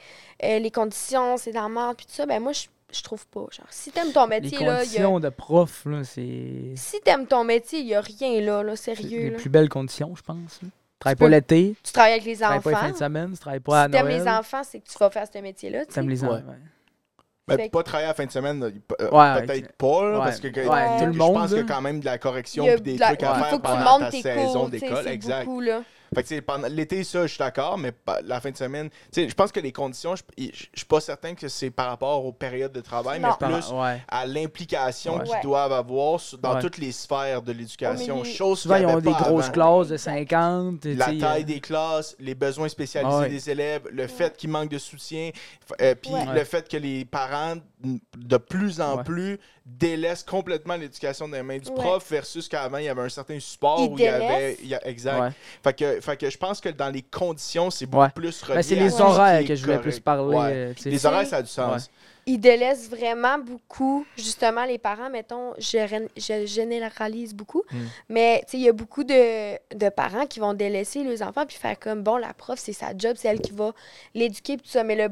[SPEAKER 6] euh, les conditions, c'est dans la merde, puis tout ça, ben moi, je je trouve pas. Genre, si t'aimes ton
[SPEAKER 4] Les
[SPEAKER 6] métier, là, il y a...
[SPEAKER 4] conditions de prof, là, c'est
[SPEAKER 6] Si t'aimes ton métier, il y a rien, là, là,
[SPEAKER 4] c'est
[SPEAKER 6] sérieux,
[SPEAKER 4] les
[SPEAKER 6] là.
[SPEAKER 4] plus belles conditions, je pense. là. Tu travailles
[SPEAKER 6] peux-
[SPEAKER 4] pas l'été, tu
[SPEAKER 6] Tu travailles avec les
[SPEAKER 4] travailles Ben, pas les
[SPEAKER 6] enfants.
[SPEAKER 4] fins de semaine, tu travailles pas à
[SPEAKER 6] Si t'aimes les
[SPEAKER 4] Noël.
[SPEAKER 6] enfants, c'est que tu vas faire ce métier-là, tu sais.
[SPEAKER 4] T'aimes les
[SPEAKER 3] Ouais.
[SPEAKER 4] enfants. ouais.
[SPEAKER 1] Ben,
[SPEAKER 6] Fait que-
[SPEAKER 1] pas travailler à la fin de semaine, là, il peut- euh,
[SPEAKER 4] Ouais,
[SPEAKER 1] peut-être
[SPEAKER 4] ok.
[SPEAKER 1] pas, là,
[SPEAKER 4] Ouais.
[SPEAKER 1] parce que que-
[SPEAKER 4] Ouais,
[SPEAKER 1] je
[SPEAKER 4] tout le monde,
[SPEAKER 1] pense qu'il y a
[SPEAKER 4] là.
[SPEAKER 1] quand même de la correction
[SPEAKER 6] Il y a
[SPEAKER 1] puis des
[SPEAKER 6] de la-
[SPEAKER 1] trucs à
[SPEAKER 4] Ouais.
[SPEAKER 1] faire
[SPEAKER 6] faut que tu
[SPEAKER 1] pendant
[SPEAKER 6] montes
[SPEAKER 1] ta
[SPEAKER 6] tes
[SPEAKER 1] saison
[SPEAKER 6] cours, tu sais,
[SPEAKER 1] d'école.
[SPEAKER 6] c'est
[SPEAKER 1] Exact.
[SPEAKER 6] beaucoup, là.
[SPEAKER 1] Fait que, tu sais, pendant l'été, ça, je suis d'accord, mais pa- la fin de semaine, tu sais, je pense que les conditions, je je- je suis pas certain que c'est par rapport aux périodes de travail,
[SPEAKER 6] Non.
[SPEAKER 1] mais
[SPEAKER 4] Par-
[SPEAKER 1] plus
[SPEAKER 4] ouais.
[SPEAKER 1] à l'implication
[SPEAKER 4] Ouais.
[SPEAKER 1] qu'ils doivent avoir sur- dans
[SPEAKER 4] Ouais.
[SPEAKER 1] toutes les sphères de l'éducation.
[SPEAKER 6] Au milieu.
[SPEAKER 1] Chose
[SPEAKER 4] Souvent,
[SPEAKER 1] qu'il y
[SPEAKER 4] ils ont
[SPEAKER 1] avait
[SPEAKER 4] des
[SPEAKER 1] pas
[SPEAKER 4] grosses
[SPEAKER 1] avant.
[SPEAKER 4] classes de 50. tu
[SPEAKER 1] La
[SPEAKER 4] sais,
[SPEAKER 1] taille
[SPEAKER 4] euh, Ah
[SPEAKER 1] des classes, les besoins spécialisés
[SPEAKER 4] Ouais.
[SPEAKER 1] des élèves, le fait qu'il manque de soutien, f- euh, puis
[SPEAKER 6] Ouais.
[SPEAKER 1] le fait que les parents, n- de plus en
[SPEAKER 4] Ouais.
[SPEAKER 1] plus, délaissent complètement l'éducation des mains du
[SPEAKER 6] Ouais.
[SPEAKER 1] prof versus qu'avant, il y avait un certain support
[SPEAKER 6] Ils
[SPEAKER 1] où il y avait.
[SPEAKER 6] délaissent.
[SPEAKER 1] il y a- exact.
[SPEAKER 4] Ouais. Ben,
[SPEAKER 1] Fait, que, fait que je pense que dans les conditions, c'est beaucoup
[SPEAKER 4] Ouais.
[SPEAKER 1] plus relié.
[SPEAKER 4] Ben, c'est
[SPEAKER 1] à
[SPEAKER 4] les
[SPEAKER 1] ce qui
[SPEAKER 4] horaires
[SPEAKER 1] est
[SPEAKER 4] que je voulais
[SPEAKER 1] correct.
[SPEAKER 4] plus parler.
[SPEAKER 1] Ouais.
[SPEAKER 4] euh, tu sais.
[SPEAKER 1] Les horaires, ça a du sens.
[SPEAKER 6] ils délaissent vraiment beaucoup, justement, les parents, mettons, je, ren- je généralise beaucoup,
[SPEAKER 1] Mm.
[SPEAKER 6] mais tu sais, il y a beaucoup de, de parents qui vont délaisser leurs enfants puis faire comme, bon, la prof, c'est sa job, c'est elle qui va l'éduquer, puis tout ça, mais le,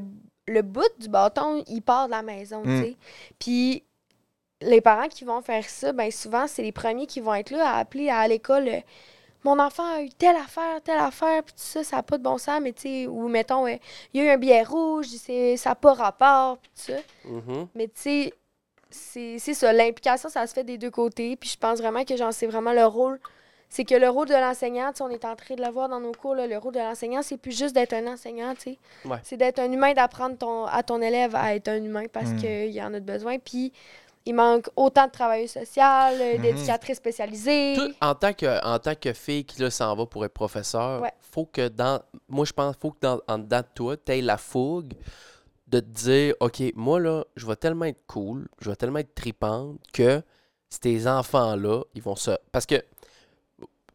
[SPEAKER 6] le bout du bâton, il part de la maison,
[SPEAKER 1] Mm.
[SPEAKER 6] tu sais. Puis les parents qui vont faire ça, ben souvent, c'est les premiers qui vont être là à appeler à l'école. euh, mon enfant a eu telle affaire, telle affaire, puis tout ça, ça n'a pas de bon sens, mais tu sais, ou mettons, euh, il y a eu un billet rouge, c'est- ça n'a pas rapport, puis tout ça.
[SPEAKER 3] Mhm.
[SPEAKER 6] Mais tu sais, c'est c'est ça. L'implication, ça se fait des deux côtés. Puis je pense vraiment que genre, c'est vraiment le rôle. C'est que le rôle de l'enseignant, tu sais, on est en train de le voir dans nos cours, là, le rôle de l'enseignant, c'est plus juste d'être un enseignant, tu sais.
[SPEAKER 3] Ouais.
[SPEAKER 6] C'est d'être un humain, d'apprendre ton, à ton élève à être un humain parce
[SPEAKER 1] Mm.
[SPEAKER 6] qu'il y en a de besoin. Puis il manque autant de travailleurs sociaux, euh,
[SPEAKER 1] Mhm.
[SPEAKER 6] d'éducatrices spécialisées.
[SPEAKER 3] Toi, en tant que en tant que fille qui là s'en va pour être professeur,
[SPEAKER 6] Ouais.
[SPEAKER 3] faut que dans moi je pense faut que dans en dedans de toi, t'aies la fougue de te dire OK, moi là, je vais tellement être cool, je vais tellement être tripante que ces enfants là, ils vont se parce que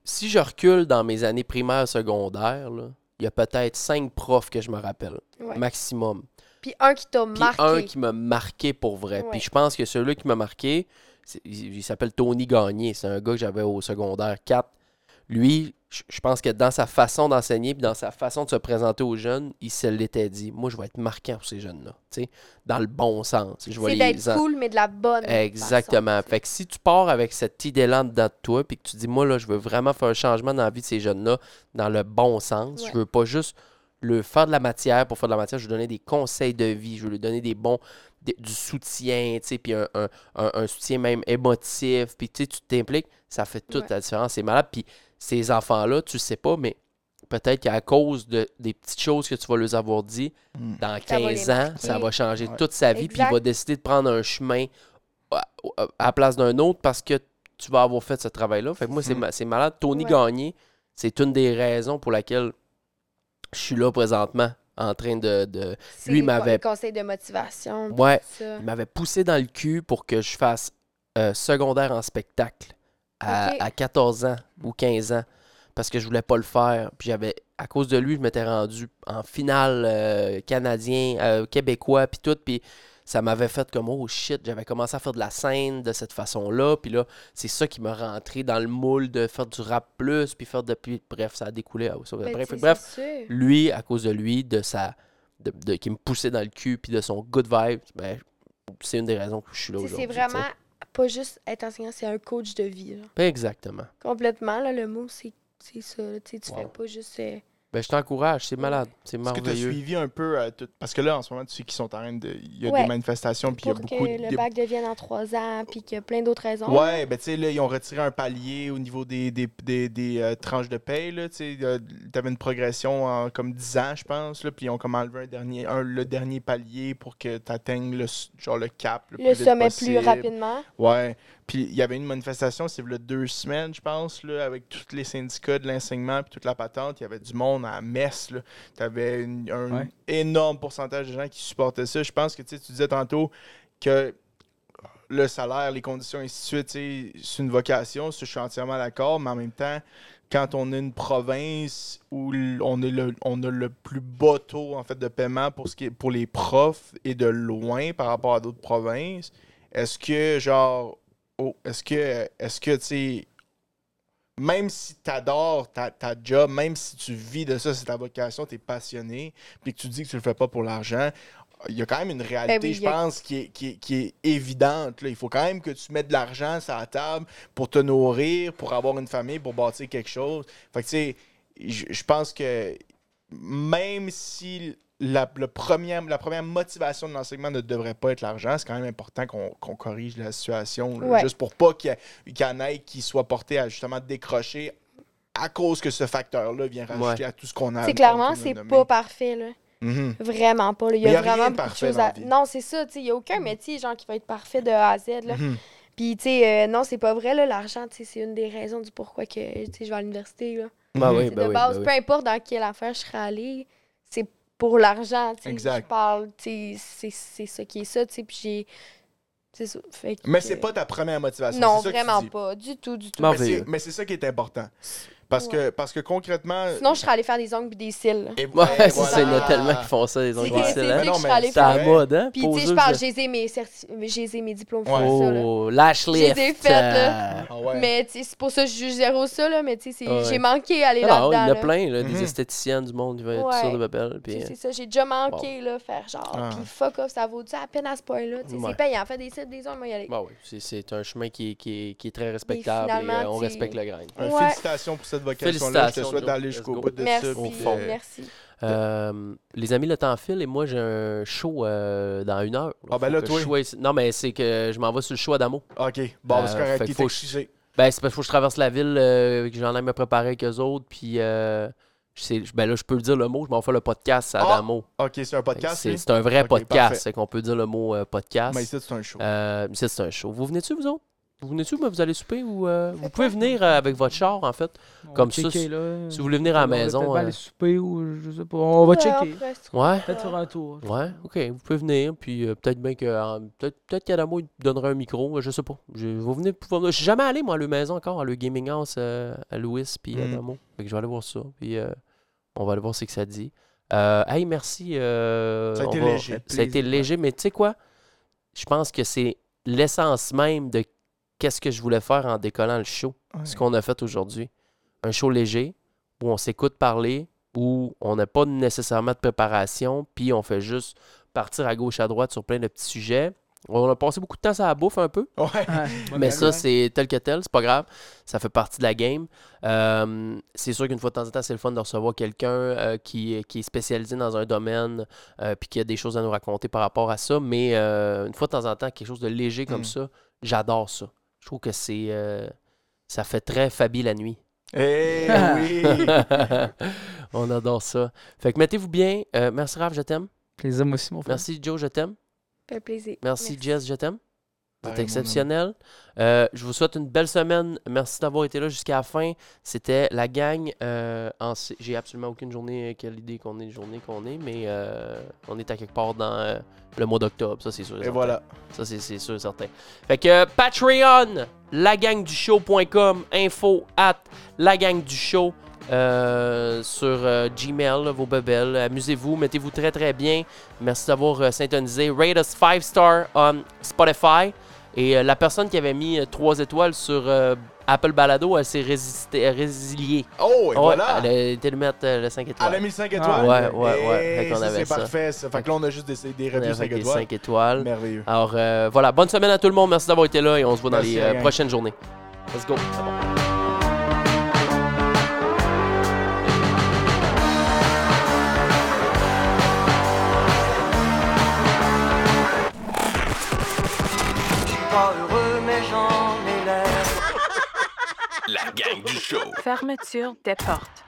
[SPEAKER 3] si je recule dans mes années primaires secondaires là, il y a peut-être cinq profs que je me rappelle
[SPEAKER 6] Ouais.
[SPEAKER 3] maximum.
[SPEAKER 6] Puis un qui t'a
[SPEAKER 3] Puis
[SPEAKER 6] marqué.
[SPEAKER 3] un qui m'a marqué pour vrai.
[SPEAKER 6] Ouais.
[SPEAKER 3] Puis je pense que celui qui m'a marqué, c'est- il, il s'appelle Tony Gagné. C'est un gars que j'avais au secondaire 4. Lui, je je pense que dans sa façon d'enseigner puis dans sa façon de se présenter aux jeunes, il se l'était dit. Moi, je vais être marquant pour ces jeunes-là. Tu sais, dans le bon sens. Je vais
[SPEAKER 6] C'est
[SPEAKER 3] les
[SPEAKER 6] d'être cool, mais de la bonne.
[SPEAKER 3] Exactement.
[SPEAKER 6] façon, tu sais.
[SPEAKER 3] fait que si tu pars avec cette idée-là dedans de toi, puis que tu dis, moi, là, je veux vraiment faire un changement dans la vie de ces jeunes-là, dans le bon sens,
[SPEAKER 6] Ouais.
[SPEAKER 3] je veux pas juste le faire de la matière pour faire de la matière. Je lui donnais des conseils de vie, je lui donnais des bons, des- du soutien, tu sais, puis un, un- un- un soutien même émotif. Puis tu sais, tu t'impliques, ça fait toute
[SPEAKER 6] Ouais.
[SPEAKER 3] la différence. C'est malade. Puis ces enfants-là, tu sais pas, mais peut-être qu'à cause de, des petites choses que tu vas leur avoir dit,
[SPEAKER 1] Mm.
[SPEAKER 3] dans
[SPEAKER 6] Ça va
[SPEAKER 3] 15
[SPEAKER 6] les
[SPEAKER 3] ans,
[SPEAKER 6] marquer.
[SPEAKER 3] ça va changer
[SPEAKER 1] Ouais.
[SPEAKER 3] toute sa vie, puis il va
[SPEAKER 6] Exact.
[SPEAKER 3] décider de prendre un chemin à, à- à la place d'un autre parce que tu vas avoir fait ce travail-là. Fait que moi, c'est
[SPEAKER 1] Mhm.
[SPEAKER 3] ma- c'est malade. Tony
[SPEAKER 6] Ouais.
[SPEAKER 3] Gagné, c'est une des raisons pour laquelle je suis là présentement, en train de. de-
[SPEAKER 6] C'est
[SPEAKER 3] Lui
[SPEAKER 6] les
[SPEAKER 3] m'avait-
[SPEAKER 6] co- les conseils de motivation. puis
[SPEAKER 3] Ouais,
[SPEAKER 6] tout ça.
[SPEAKER 3] il m'avait poussé dans le cul pour que je fasse euh, secondaire en spectacle à,
[SPEAKER 6] Ok.
[SPEAKER 3] à 14 ans ou 15 ans parce que je voulais pas le faire. Puis j'avais, à cause de lui, je m'étais rendu en finale euh, canadien, euh, québécois, puis tout. Puis ça m'avait fait comme oh shit, j'avais commencé à faire de la scène de cette façon-là. Puis là, c'est ça qui m'a rentré dans le moule de faire du rap plus, puis faire de. Puis, bref, ça a découlé. ah, ça-
[SPEAKER 6] Ben,
[SPEAKER 3] bref,
[SPEAKER 6] tu sais,
[SPEAKER 3] bref,
[SPEAKER 6] c'est sûr.
[SPEAKER 3] lui, à cause de lui, de sa. De, de- qui me poussait dans le cul, puis de son good vibe, ben, c'est une des raisons que je suis là
[SPEAKER 6] Tu sais,
[SPEAKER 3] aujourd'hui.
[SPEAKER 6] C'est vraiment pas juste être enseignant, c'est un coach de vie. là.
[SPEAKER 3] t'sais. Ben, Exactement.
[SPEAKER 6] Complètement, là, le mot, c'est c'est ça. là. Tu sais, tu
[SPEAKER 3] Wow.
[SPEAKER 6] fais pas juste. euh,
[SPEAKER 3] Ben, je t'encourage, c'est malade, c'est
[SPEAKER 1] Est-ce que tu as
[SPEAKER 3] merveilleux.
[SPEAKER 1] suivi un peu. euh, tout- Parce que là, en ce moment, tu sais qu'ils sont en train de. Il y a
[SPEAKER 6] Ouais.
[SPEAKER 1] des manifestations, puis il y a
[SPEAKER 6] pour
[SPEAKER 1] beaucoup
[SPEAKER 6] que
[SPEAKER 1] de.
[SPEAKER 6] le bac devienne en trois ans, puis qu'il y a plein d'autres raisons.
[SPEAKER 1] Ouais, ben tu sais, là, ils ont retiré un palier au niveau des, des, des, des, euh, tranches de paye, là, tu sais, euh, t'avais une progression en comme 10 ans, je pense, là, puis ils ont comme enlevé un dernier, un- le dernier palier pour que t'atteignes le, s- genre, le cap le,
[SPEAKER 6] Le
[SPEAKER 1] plus vite
[SPEAKER 6] sommet
[SPEAKER 1] possible.
[SPEAKER 6] plus rapidement.
[SPEAKER 1] Ouais, puis il y avait une manifestation, c'est le deux semaines, je pense, là, avec tous les syndicats de l'enseignement puis toute la patente, il y avait du monde à Metz, là. T'avais une- un
[SPEAKER 4] Ouais.
[SPEAKER 1] énorme pourcentage de gens qui supportaient ça. Je pense que, tu sais, tu disais tantôt que le salaire, les conditions, et ainsi de suite, tu sais, c'est une vocation, ça, je suis entièrement d'accord, mais en même temps, quand on est une province où l- on, est le, on a le plus bas taux en fait, de paiement pour, ce qui est, pour les profs et de loin par rapport à d'autres provinces, est-ce que, genre, oh, est-ce que, est-ce que, tu sais, même si tu adores ta, ta job, même si tu vis de ça, c'est ta vocation, tu es passionné, puis que tu dis que tu le fais pas pour l'argent, il y a quand même une réalité,
[SPEAKER 6] Ben oui,
[SPEAKER 1] je
[SPEAKER 6] il y a-
[SPEAKER 1] pense, qui est, qui est- qui est évidente. là. Il faut quand même que tu mettes de l'argent sur la table pour te nourrir, pour avoir une famille, pour bâtir quelque chose. Fait que, tu sais, je je pense que même si la, le premier- la première motivation de l'enseignement ne devrait pas être l'argent, c'est quand même important qu'on qu'on corrige la situation, là,
[SPEAKER 6] Ouais.
[SPEAKER 1] juste pour pas qu'il y, ait- qu'il y en ait qui soit porté à justement décrocher à cause que ce facteur-là vient rajouter à tout ce qu'on a.
[SPEAKER 6] C'est clairement,
[SPEAKER 1] qu'on a
[SPEAKER 6] c'est
[SPEAKER 1] nommé.
[SPEAKER 6] pas parfait. Là.
[SPEAKER 1] Mhm.
[SPEAKER 6] Vraiment pas. là. Il y
[SPEAKER 1] Mais
[SPEAKER 6] a,
[SPEAKER 1] y a rien
[SPEAKER 6] vraiment
[SPEAKER 1] de
[SPEAKER 6] beaucoup de
[SPEAKER 1] parfait
[SPEAKER 6] choses
[SPEAKER 1] dans
[SPEAKER 6] à.
[SPEAKER 1] la vie.
[SPEAKER 6] Non, c'est ça. tu sais, Il n'y a aucun métier genre, qui va être parfait de A à Z. Là.
[SPEAKER 1] Mhm.
[SPEAKER 6] Puis, tu sais, euh, non, c'est pas vrai. là, L'argent, tu sais, c'est une des raisons du pourquoi que tu sais, je vais à l'université. là.
[SPEAKER 3] Ben
[SPEAKER 1] Mhm.
[SPEAKER 3] oui,
[SPEAKER 6] C'est
[SPEAKER 3] ben
[SPEAKER 6] de
[SPEAKER 3] oui,
[SPEAKER 6] base,
[SPEAKER 3] ben oui.
[SPEAKER 6] peu importe dans quelle affaire je serais allée, c'est pour l'argent. tu sais,
[SPEAKER 1] Exact.
[SPEAKER 6] Je parle, tu sais, c'est c'est ça qui est ça. tu sais, Puis j'ai. C'est ça. Fait que-
[SPEAKER 1] Mais c'est pas ta première motivation.
[SPEAKER 6] Non,
[SPEAKER 1] c'est ça que tu
[SPEAKER 6] vraiment
[SPEAKER 1] dis.
[SPEAKER 6] pas. Du tout, du tout.
[SPEAKER 1] Mais c'est-
[SPEAKER 3] Merveilleux.
[SPEAKER 1] Mais c'est ça qui est important. Parce, que, parce que concrètement.
[SPEAKER 6] Sinon, je serais allée faire des ongles pis des cils. là.
[SPEAKER 1] Et-
[SPEAKER 3] [laughs] Ouais,
[SPEAKER 1] et
[SPEAKER 3] c'est ça, il y a
[SPEAKER 1] voilà.
[SPEAKER 3] tellement qui font ça, les
[SPEAKER 6] C'est
[SPEAKER 3] ongles
[SPEAKER 1] Ouais.
[SPEAKER 6] c'est-
[SPEAKER 3] difficiles,
[SPEAKER 6] c'est
[SPEAKER 3] hein.
[SPEAKER 1] Mais non,
[SPEAKER 6] ça que je
[SPEAKER 1] mais
[SPEAKER 6] serais allée
[SPEAKER 3] C'est à la
[SPEAKER 1] vrai.
[SPEAKER 6] faire.
[SPEAKER 3] mode, hein?
[SPEAKER 6] Puis, tu sais, je
[SPEAKER 3] poseuse
[SPEAKER 6] parle,
[SPEAKER 3] de-
[SPEAKER 6] j'ai les mes, certi- j'ai les mes diplômes pour
[SPEAKER 1] Ouais.
[SPEAKER 6] ça, là.
[SPEAKER 3] Oh, lash
[SPEAKER 6] les ai
[SPEAKER 3] lift.
[SPEAKER 6] faites, là.
[SPEAKER 3] euh,
[SPEAKER 1] Ah ouais.
[SPEAKER 6] Mais tu sais, c'est pour ça que je juge zéro ça, là. Mais tu sais, c'est-
[SPEAKER 3] Ouais.
[SPEAKER 6] j'ai manqué à aller
[SPEAKER 3] Non, Ah non,
[SPEAKER 6] là-dedans.
[SPEAKER 3] il y en a
[SPEAKER 6] là.
[SPEAKER 3] plein, là,
[SPEAKER 1] Mhm.
[SPEAKER 3] des esthéticiennes du monde, tout ça,
[SPEAKER 6] Ouais.
[SPEAKER 3] de Babel.
[SPEAKER 6] Tu
[SPEAKER 3] Puis, hein.
[SPEAKER 6] sais, C'est ça, j'ai déjà manqué, là, faire genre.
[SPEAKER 1] Ah.
[SPEAKER 6] Puis fuck off, ça vaut-tu à peine à ce point-là? Tu sais,
[SPEAKER 3] Ouais.
[SPEAKER 6] C'est payant. Fait des cils, des hommes, moi, y aller.
[SPEAKER 3] Bah oui, c'est- c'est un chemin qui, est- qui est- qui est très respectable et
[SPEAKER 6] finalement,
[SPEAKER 3] euh, on
[SPEAKER 6] tu-
[SPEAKER 3] respecte le grain.
[SPEAKER 1] Euh,
[SPEAKER 6] Ouais.
[SPEAKER 1] Félicitations pour cette vocation-là. Je te
[SPEAKER 3] Félicitations,
[SPEAKER 1] souhaite
[SPEAKER 3] Joe.
[SPEAKER 1] d'aller
[SPEAKER 3] Let's
[SPEAKER 1] jusqu'au
[SPEAKER 3] go.
[SPEAKER 1] bout de
[SPEAKER 6] merci,
[SPEAKER 1] ça.
[SPEAKER 3] au
[SPEAKER 1] puis,
[SPEAKER 3] fond.
[SPEAKER 1] euh,
[SPEAKER 6] merci.
[SPEAKER 3] Euh, les amis, le temps file et moi j'ai un show euh, dans une heure.
[SPEAKER 1] Ah, ben
[SPEAKER 3] Faut
[SPEAKER 1] là,
[SPEAKER 3] que
[SPEAKER 1] toi.
[SPEAKER 3] je choisisse- Non, mais c'est que je m'en vais sur le show à Damo.
[SPEAKER 1] OK. Bon,
[SPEAKER 3] Euh,
[SPEAKER 1] c'est
[SPEAKER 3] fait
[SPEAKER 1] correct.
[SPEAKER 3] que
[SPEAKER 1] Il
[SPEAKER 3] faut
[SPEAKER 1] faut
[SPEAKER 3] que je- Ben, c'est parce qu'il faut que je traverse la ville, euh, que j'en aille me préparer avec eux autres. Puis, euh, je sais- ben là, je peux dire le mot, je m'en fais le podcast à
[SPEAKER 1] Ah,
[SPEAKER 3] Damo.
[SPEAKER 1] OK, c'est un
[SPEAKER 3] Fait que
[SPEAKER 1] podcast.
[SPEAKER 3] C'est
[SPEAKER 1] lui?
[SPEAKER 3] c'est un vrai
[SPEAKER 1] Ok, parfait.
[SPEAKER 3] podcast, c'est qu'on peut dire le mot euh, podcast.
[SPEAKER 1] Mais ici, c'est un show.
[SPEAKER 3] Euh, ça, c'est un show. Vous venez-tu, vous autres? Vous venez-tu, mais vous allez souper ou... euh, vous pouvez venir euh, avec votre char, en fait.
[SPEAKER 4] On
[SPEAKER 3] Comme
[SPEAKER 4] va
[SPEAKER 3] ça,
[SPEAKER 4] checker, là.
[SPEAKER 3] Si vous voulez venir à la
[SPEAKER 4] On va peut-être
[SPEAKER 3] maison...
[SPEAKER 4] pas
[SPEAKER 3] euh,
[SPEAKER 4] aller souper ou je sais pas. On va
[SPEAKER 6] Ouais,
[SPEAKER 4] checker.
[SPEAKER 6] après, c'est-
[SPEAKER 3] Ouais?
[SPEAKER 4] Peut-être faire un tour.
[SPEAKER 3] Ouais, OK. Vous pouvez venir, puis euh, peut-être bien que... euh, peut-être peut-être qu'Adamo il donnera un micro, euh, je sais pas. Je, vous venez... vous- Je suis jamais allé, moi, à leur maison encore, à leur gaming house, euh, à Louis, puis
[SPEAKER 1] Mm.
[SPEAKER 3] Adamo. Fait que je vais aller voir ça, puis euh, on va aller voir ce que ça dit. Euh, hey, merci. euh,
[SPEAKER 1] Ça a
[SPEAKER 3] on
[SPEAKER 1] été
[SPEAKER 3] va-
[SPEAKER 1] léger.
[SPEAKER 3] Ça a été
[SPEAKER 4] Plaisir, ouais.
[SPEAKER 3] léger, mais tu sais quoi? Je pense que c'est l'essence même de qu'est-ce que je voulais faire en décollant le show. ce qu'on a fait aujourd'hui. Un show léger où on s'écoute parler, où on n'a pas nécessairement de préparation, puis on fait juste partir à gauche, à droite sur plein de petits sujets On a passé beaucoup de temps à la bouffe un peu. [laughs]
[SPEAKER 1] Ouais.
[SPEAKER 4] Ouais.
[SPEAKER 3] Mais ça, c'est tel que tel, c'est pas grave. Ça fait partie de la game. Euh, c'est sûr qu'une fois de temps en temps, c'est le fun de recevoir quelqu'un euh, qui, qui est spécialisé dans un domaine euh, puis qui a des choses à nous raconter par rapport à ça. Mais euh, une fois de temps en temps, quelque chose de léger comme
[SPEAKER 1] Mm.
[SPEAKER 3] ça, j'adore ça. Je trouve que c'est. euh, ça fait très Fabi la nuit. [laughs]
[SPEAKER 1] Eh oui.
[SPEAKER 3] On adore ça. Fait que mettez-vous bien. Euh, merci Raph, je t'aime.
[SPEAKER 4] Plaisir, moi aussi, mon frère.
[SPEAKER 3] Merci Joe, je t'aime.
[SPEAKER 6] Fait plaisir.
[SPEAKER 3] Merci, Jess, je t'aime. Vous êtes
[SPEAKER 1] Pareil, mon
[SPEAKER 3] exceptionnel. Euh, je vous souhaite une belle semaine. Merci d'avoir été là jusqu'à la fin. C'était la gang. euh, en C- J'ai absolument aucune journée, euh, quelle idée qu'on est, journée qu'on est, mais euh, on est à quelque part dans euh, le mois d'octobre. Ça, c'est sûr. et
[SPEAKER 1] Et
[SPEAKER 3] certain.
[SPEAKER 1] voilà.
[SPEAKER 3] Ça, c'est c'est sûr et certain. Fait que euh, Patreon, lagangdushow.com, info at lagangdushow euh, sur euh, Gmail, là, vos bebelles. Amusez-vous, mettez-vous très très bien. Merci d'avoir euh, syntonisé. Rate us 5 star on Spotify. Et euh, la personne qui avait mis 3 étoiles sur euh, Apple Balado, elle s'est résistée- résiliée.
[SPEAKER 1] Oh, et
[SPEAKER 3] Ouais,
[SPEAKER 1] voilà.
[SPEAKER 3] Elle a été de mettre euh, le 5
[SPEAKER 1] À
[SPEAKER 3] étoiles.
[SPEAKER 1] la 1005 étoiles.
[SPEAKER 3] Ouais, ouais, ouais.
[SPEAKER 1] Eh,
[SPEAKER 3] Fait qu'on
[SPEAKER 1] ça,
[SPEAKER 3] avait
[SPEAKER 1] c'est
[SPEAKER 3] ça.
[SPEAKER 1] parfait. Ça. Fait que là, on a juste des, des
[SPEAKER 3] On
[SPEAKER 1] reviews
[SPEAKER 3] avait
[SPEAKER 1] 5
[SPEAKER 3] des
[SPEAKER 1] étoiles.
[SPEAKER 3] 5 étoiles.
[SPEAKER 1] Merveilleux.
[SPEAKER 3] Alors euh, voilà, bonne semaine à tout le monde. Merci d'avoir été là et on se voit dans
[SPEAKER 1] Merci,
[SPEAKER 3] les
[SPEAKER 1] la
[SPEAKER 3] euh,
[SPEAKER 1] gang.
[SPEAKER 3] prochaines journées. Let's go. C'est bon.
[SPEAKER 2] suis pas heureux, mais j'en ai l'air.
[SPEAKER 5] La gang du show.
[SPEAKER 7] Fermeture des portes.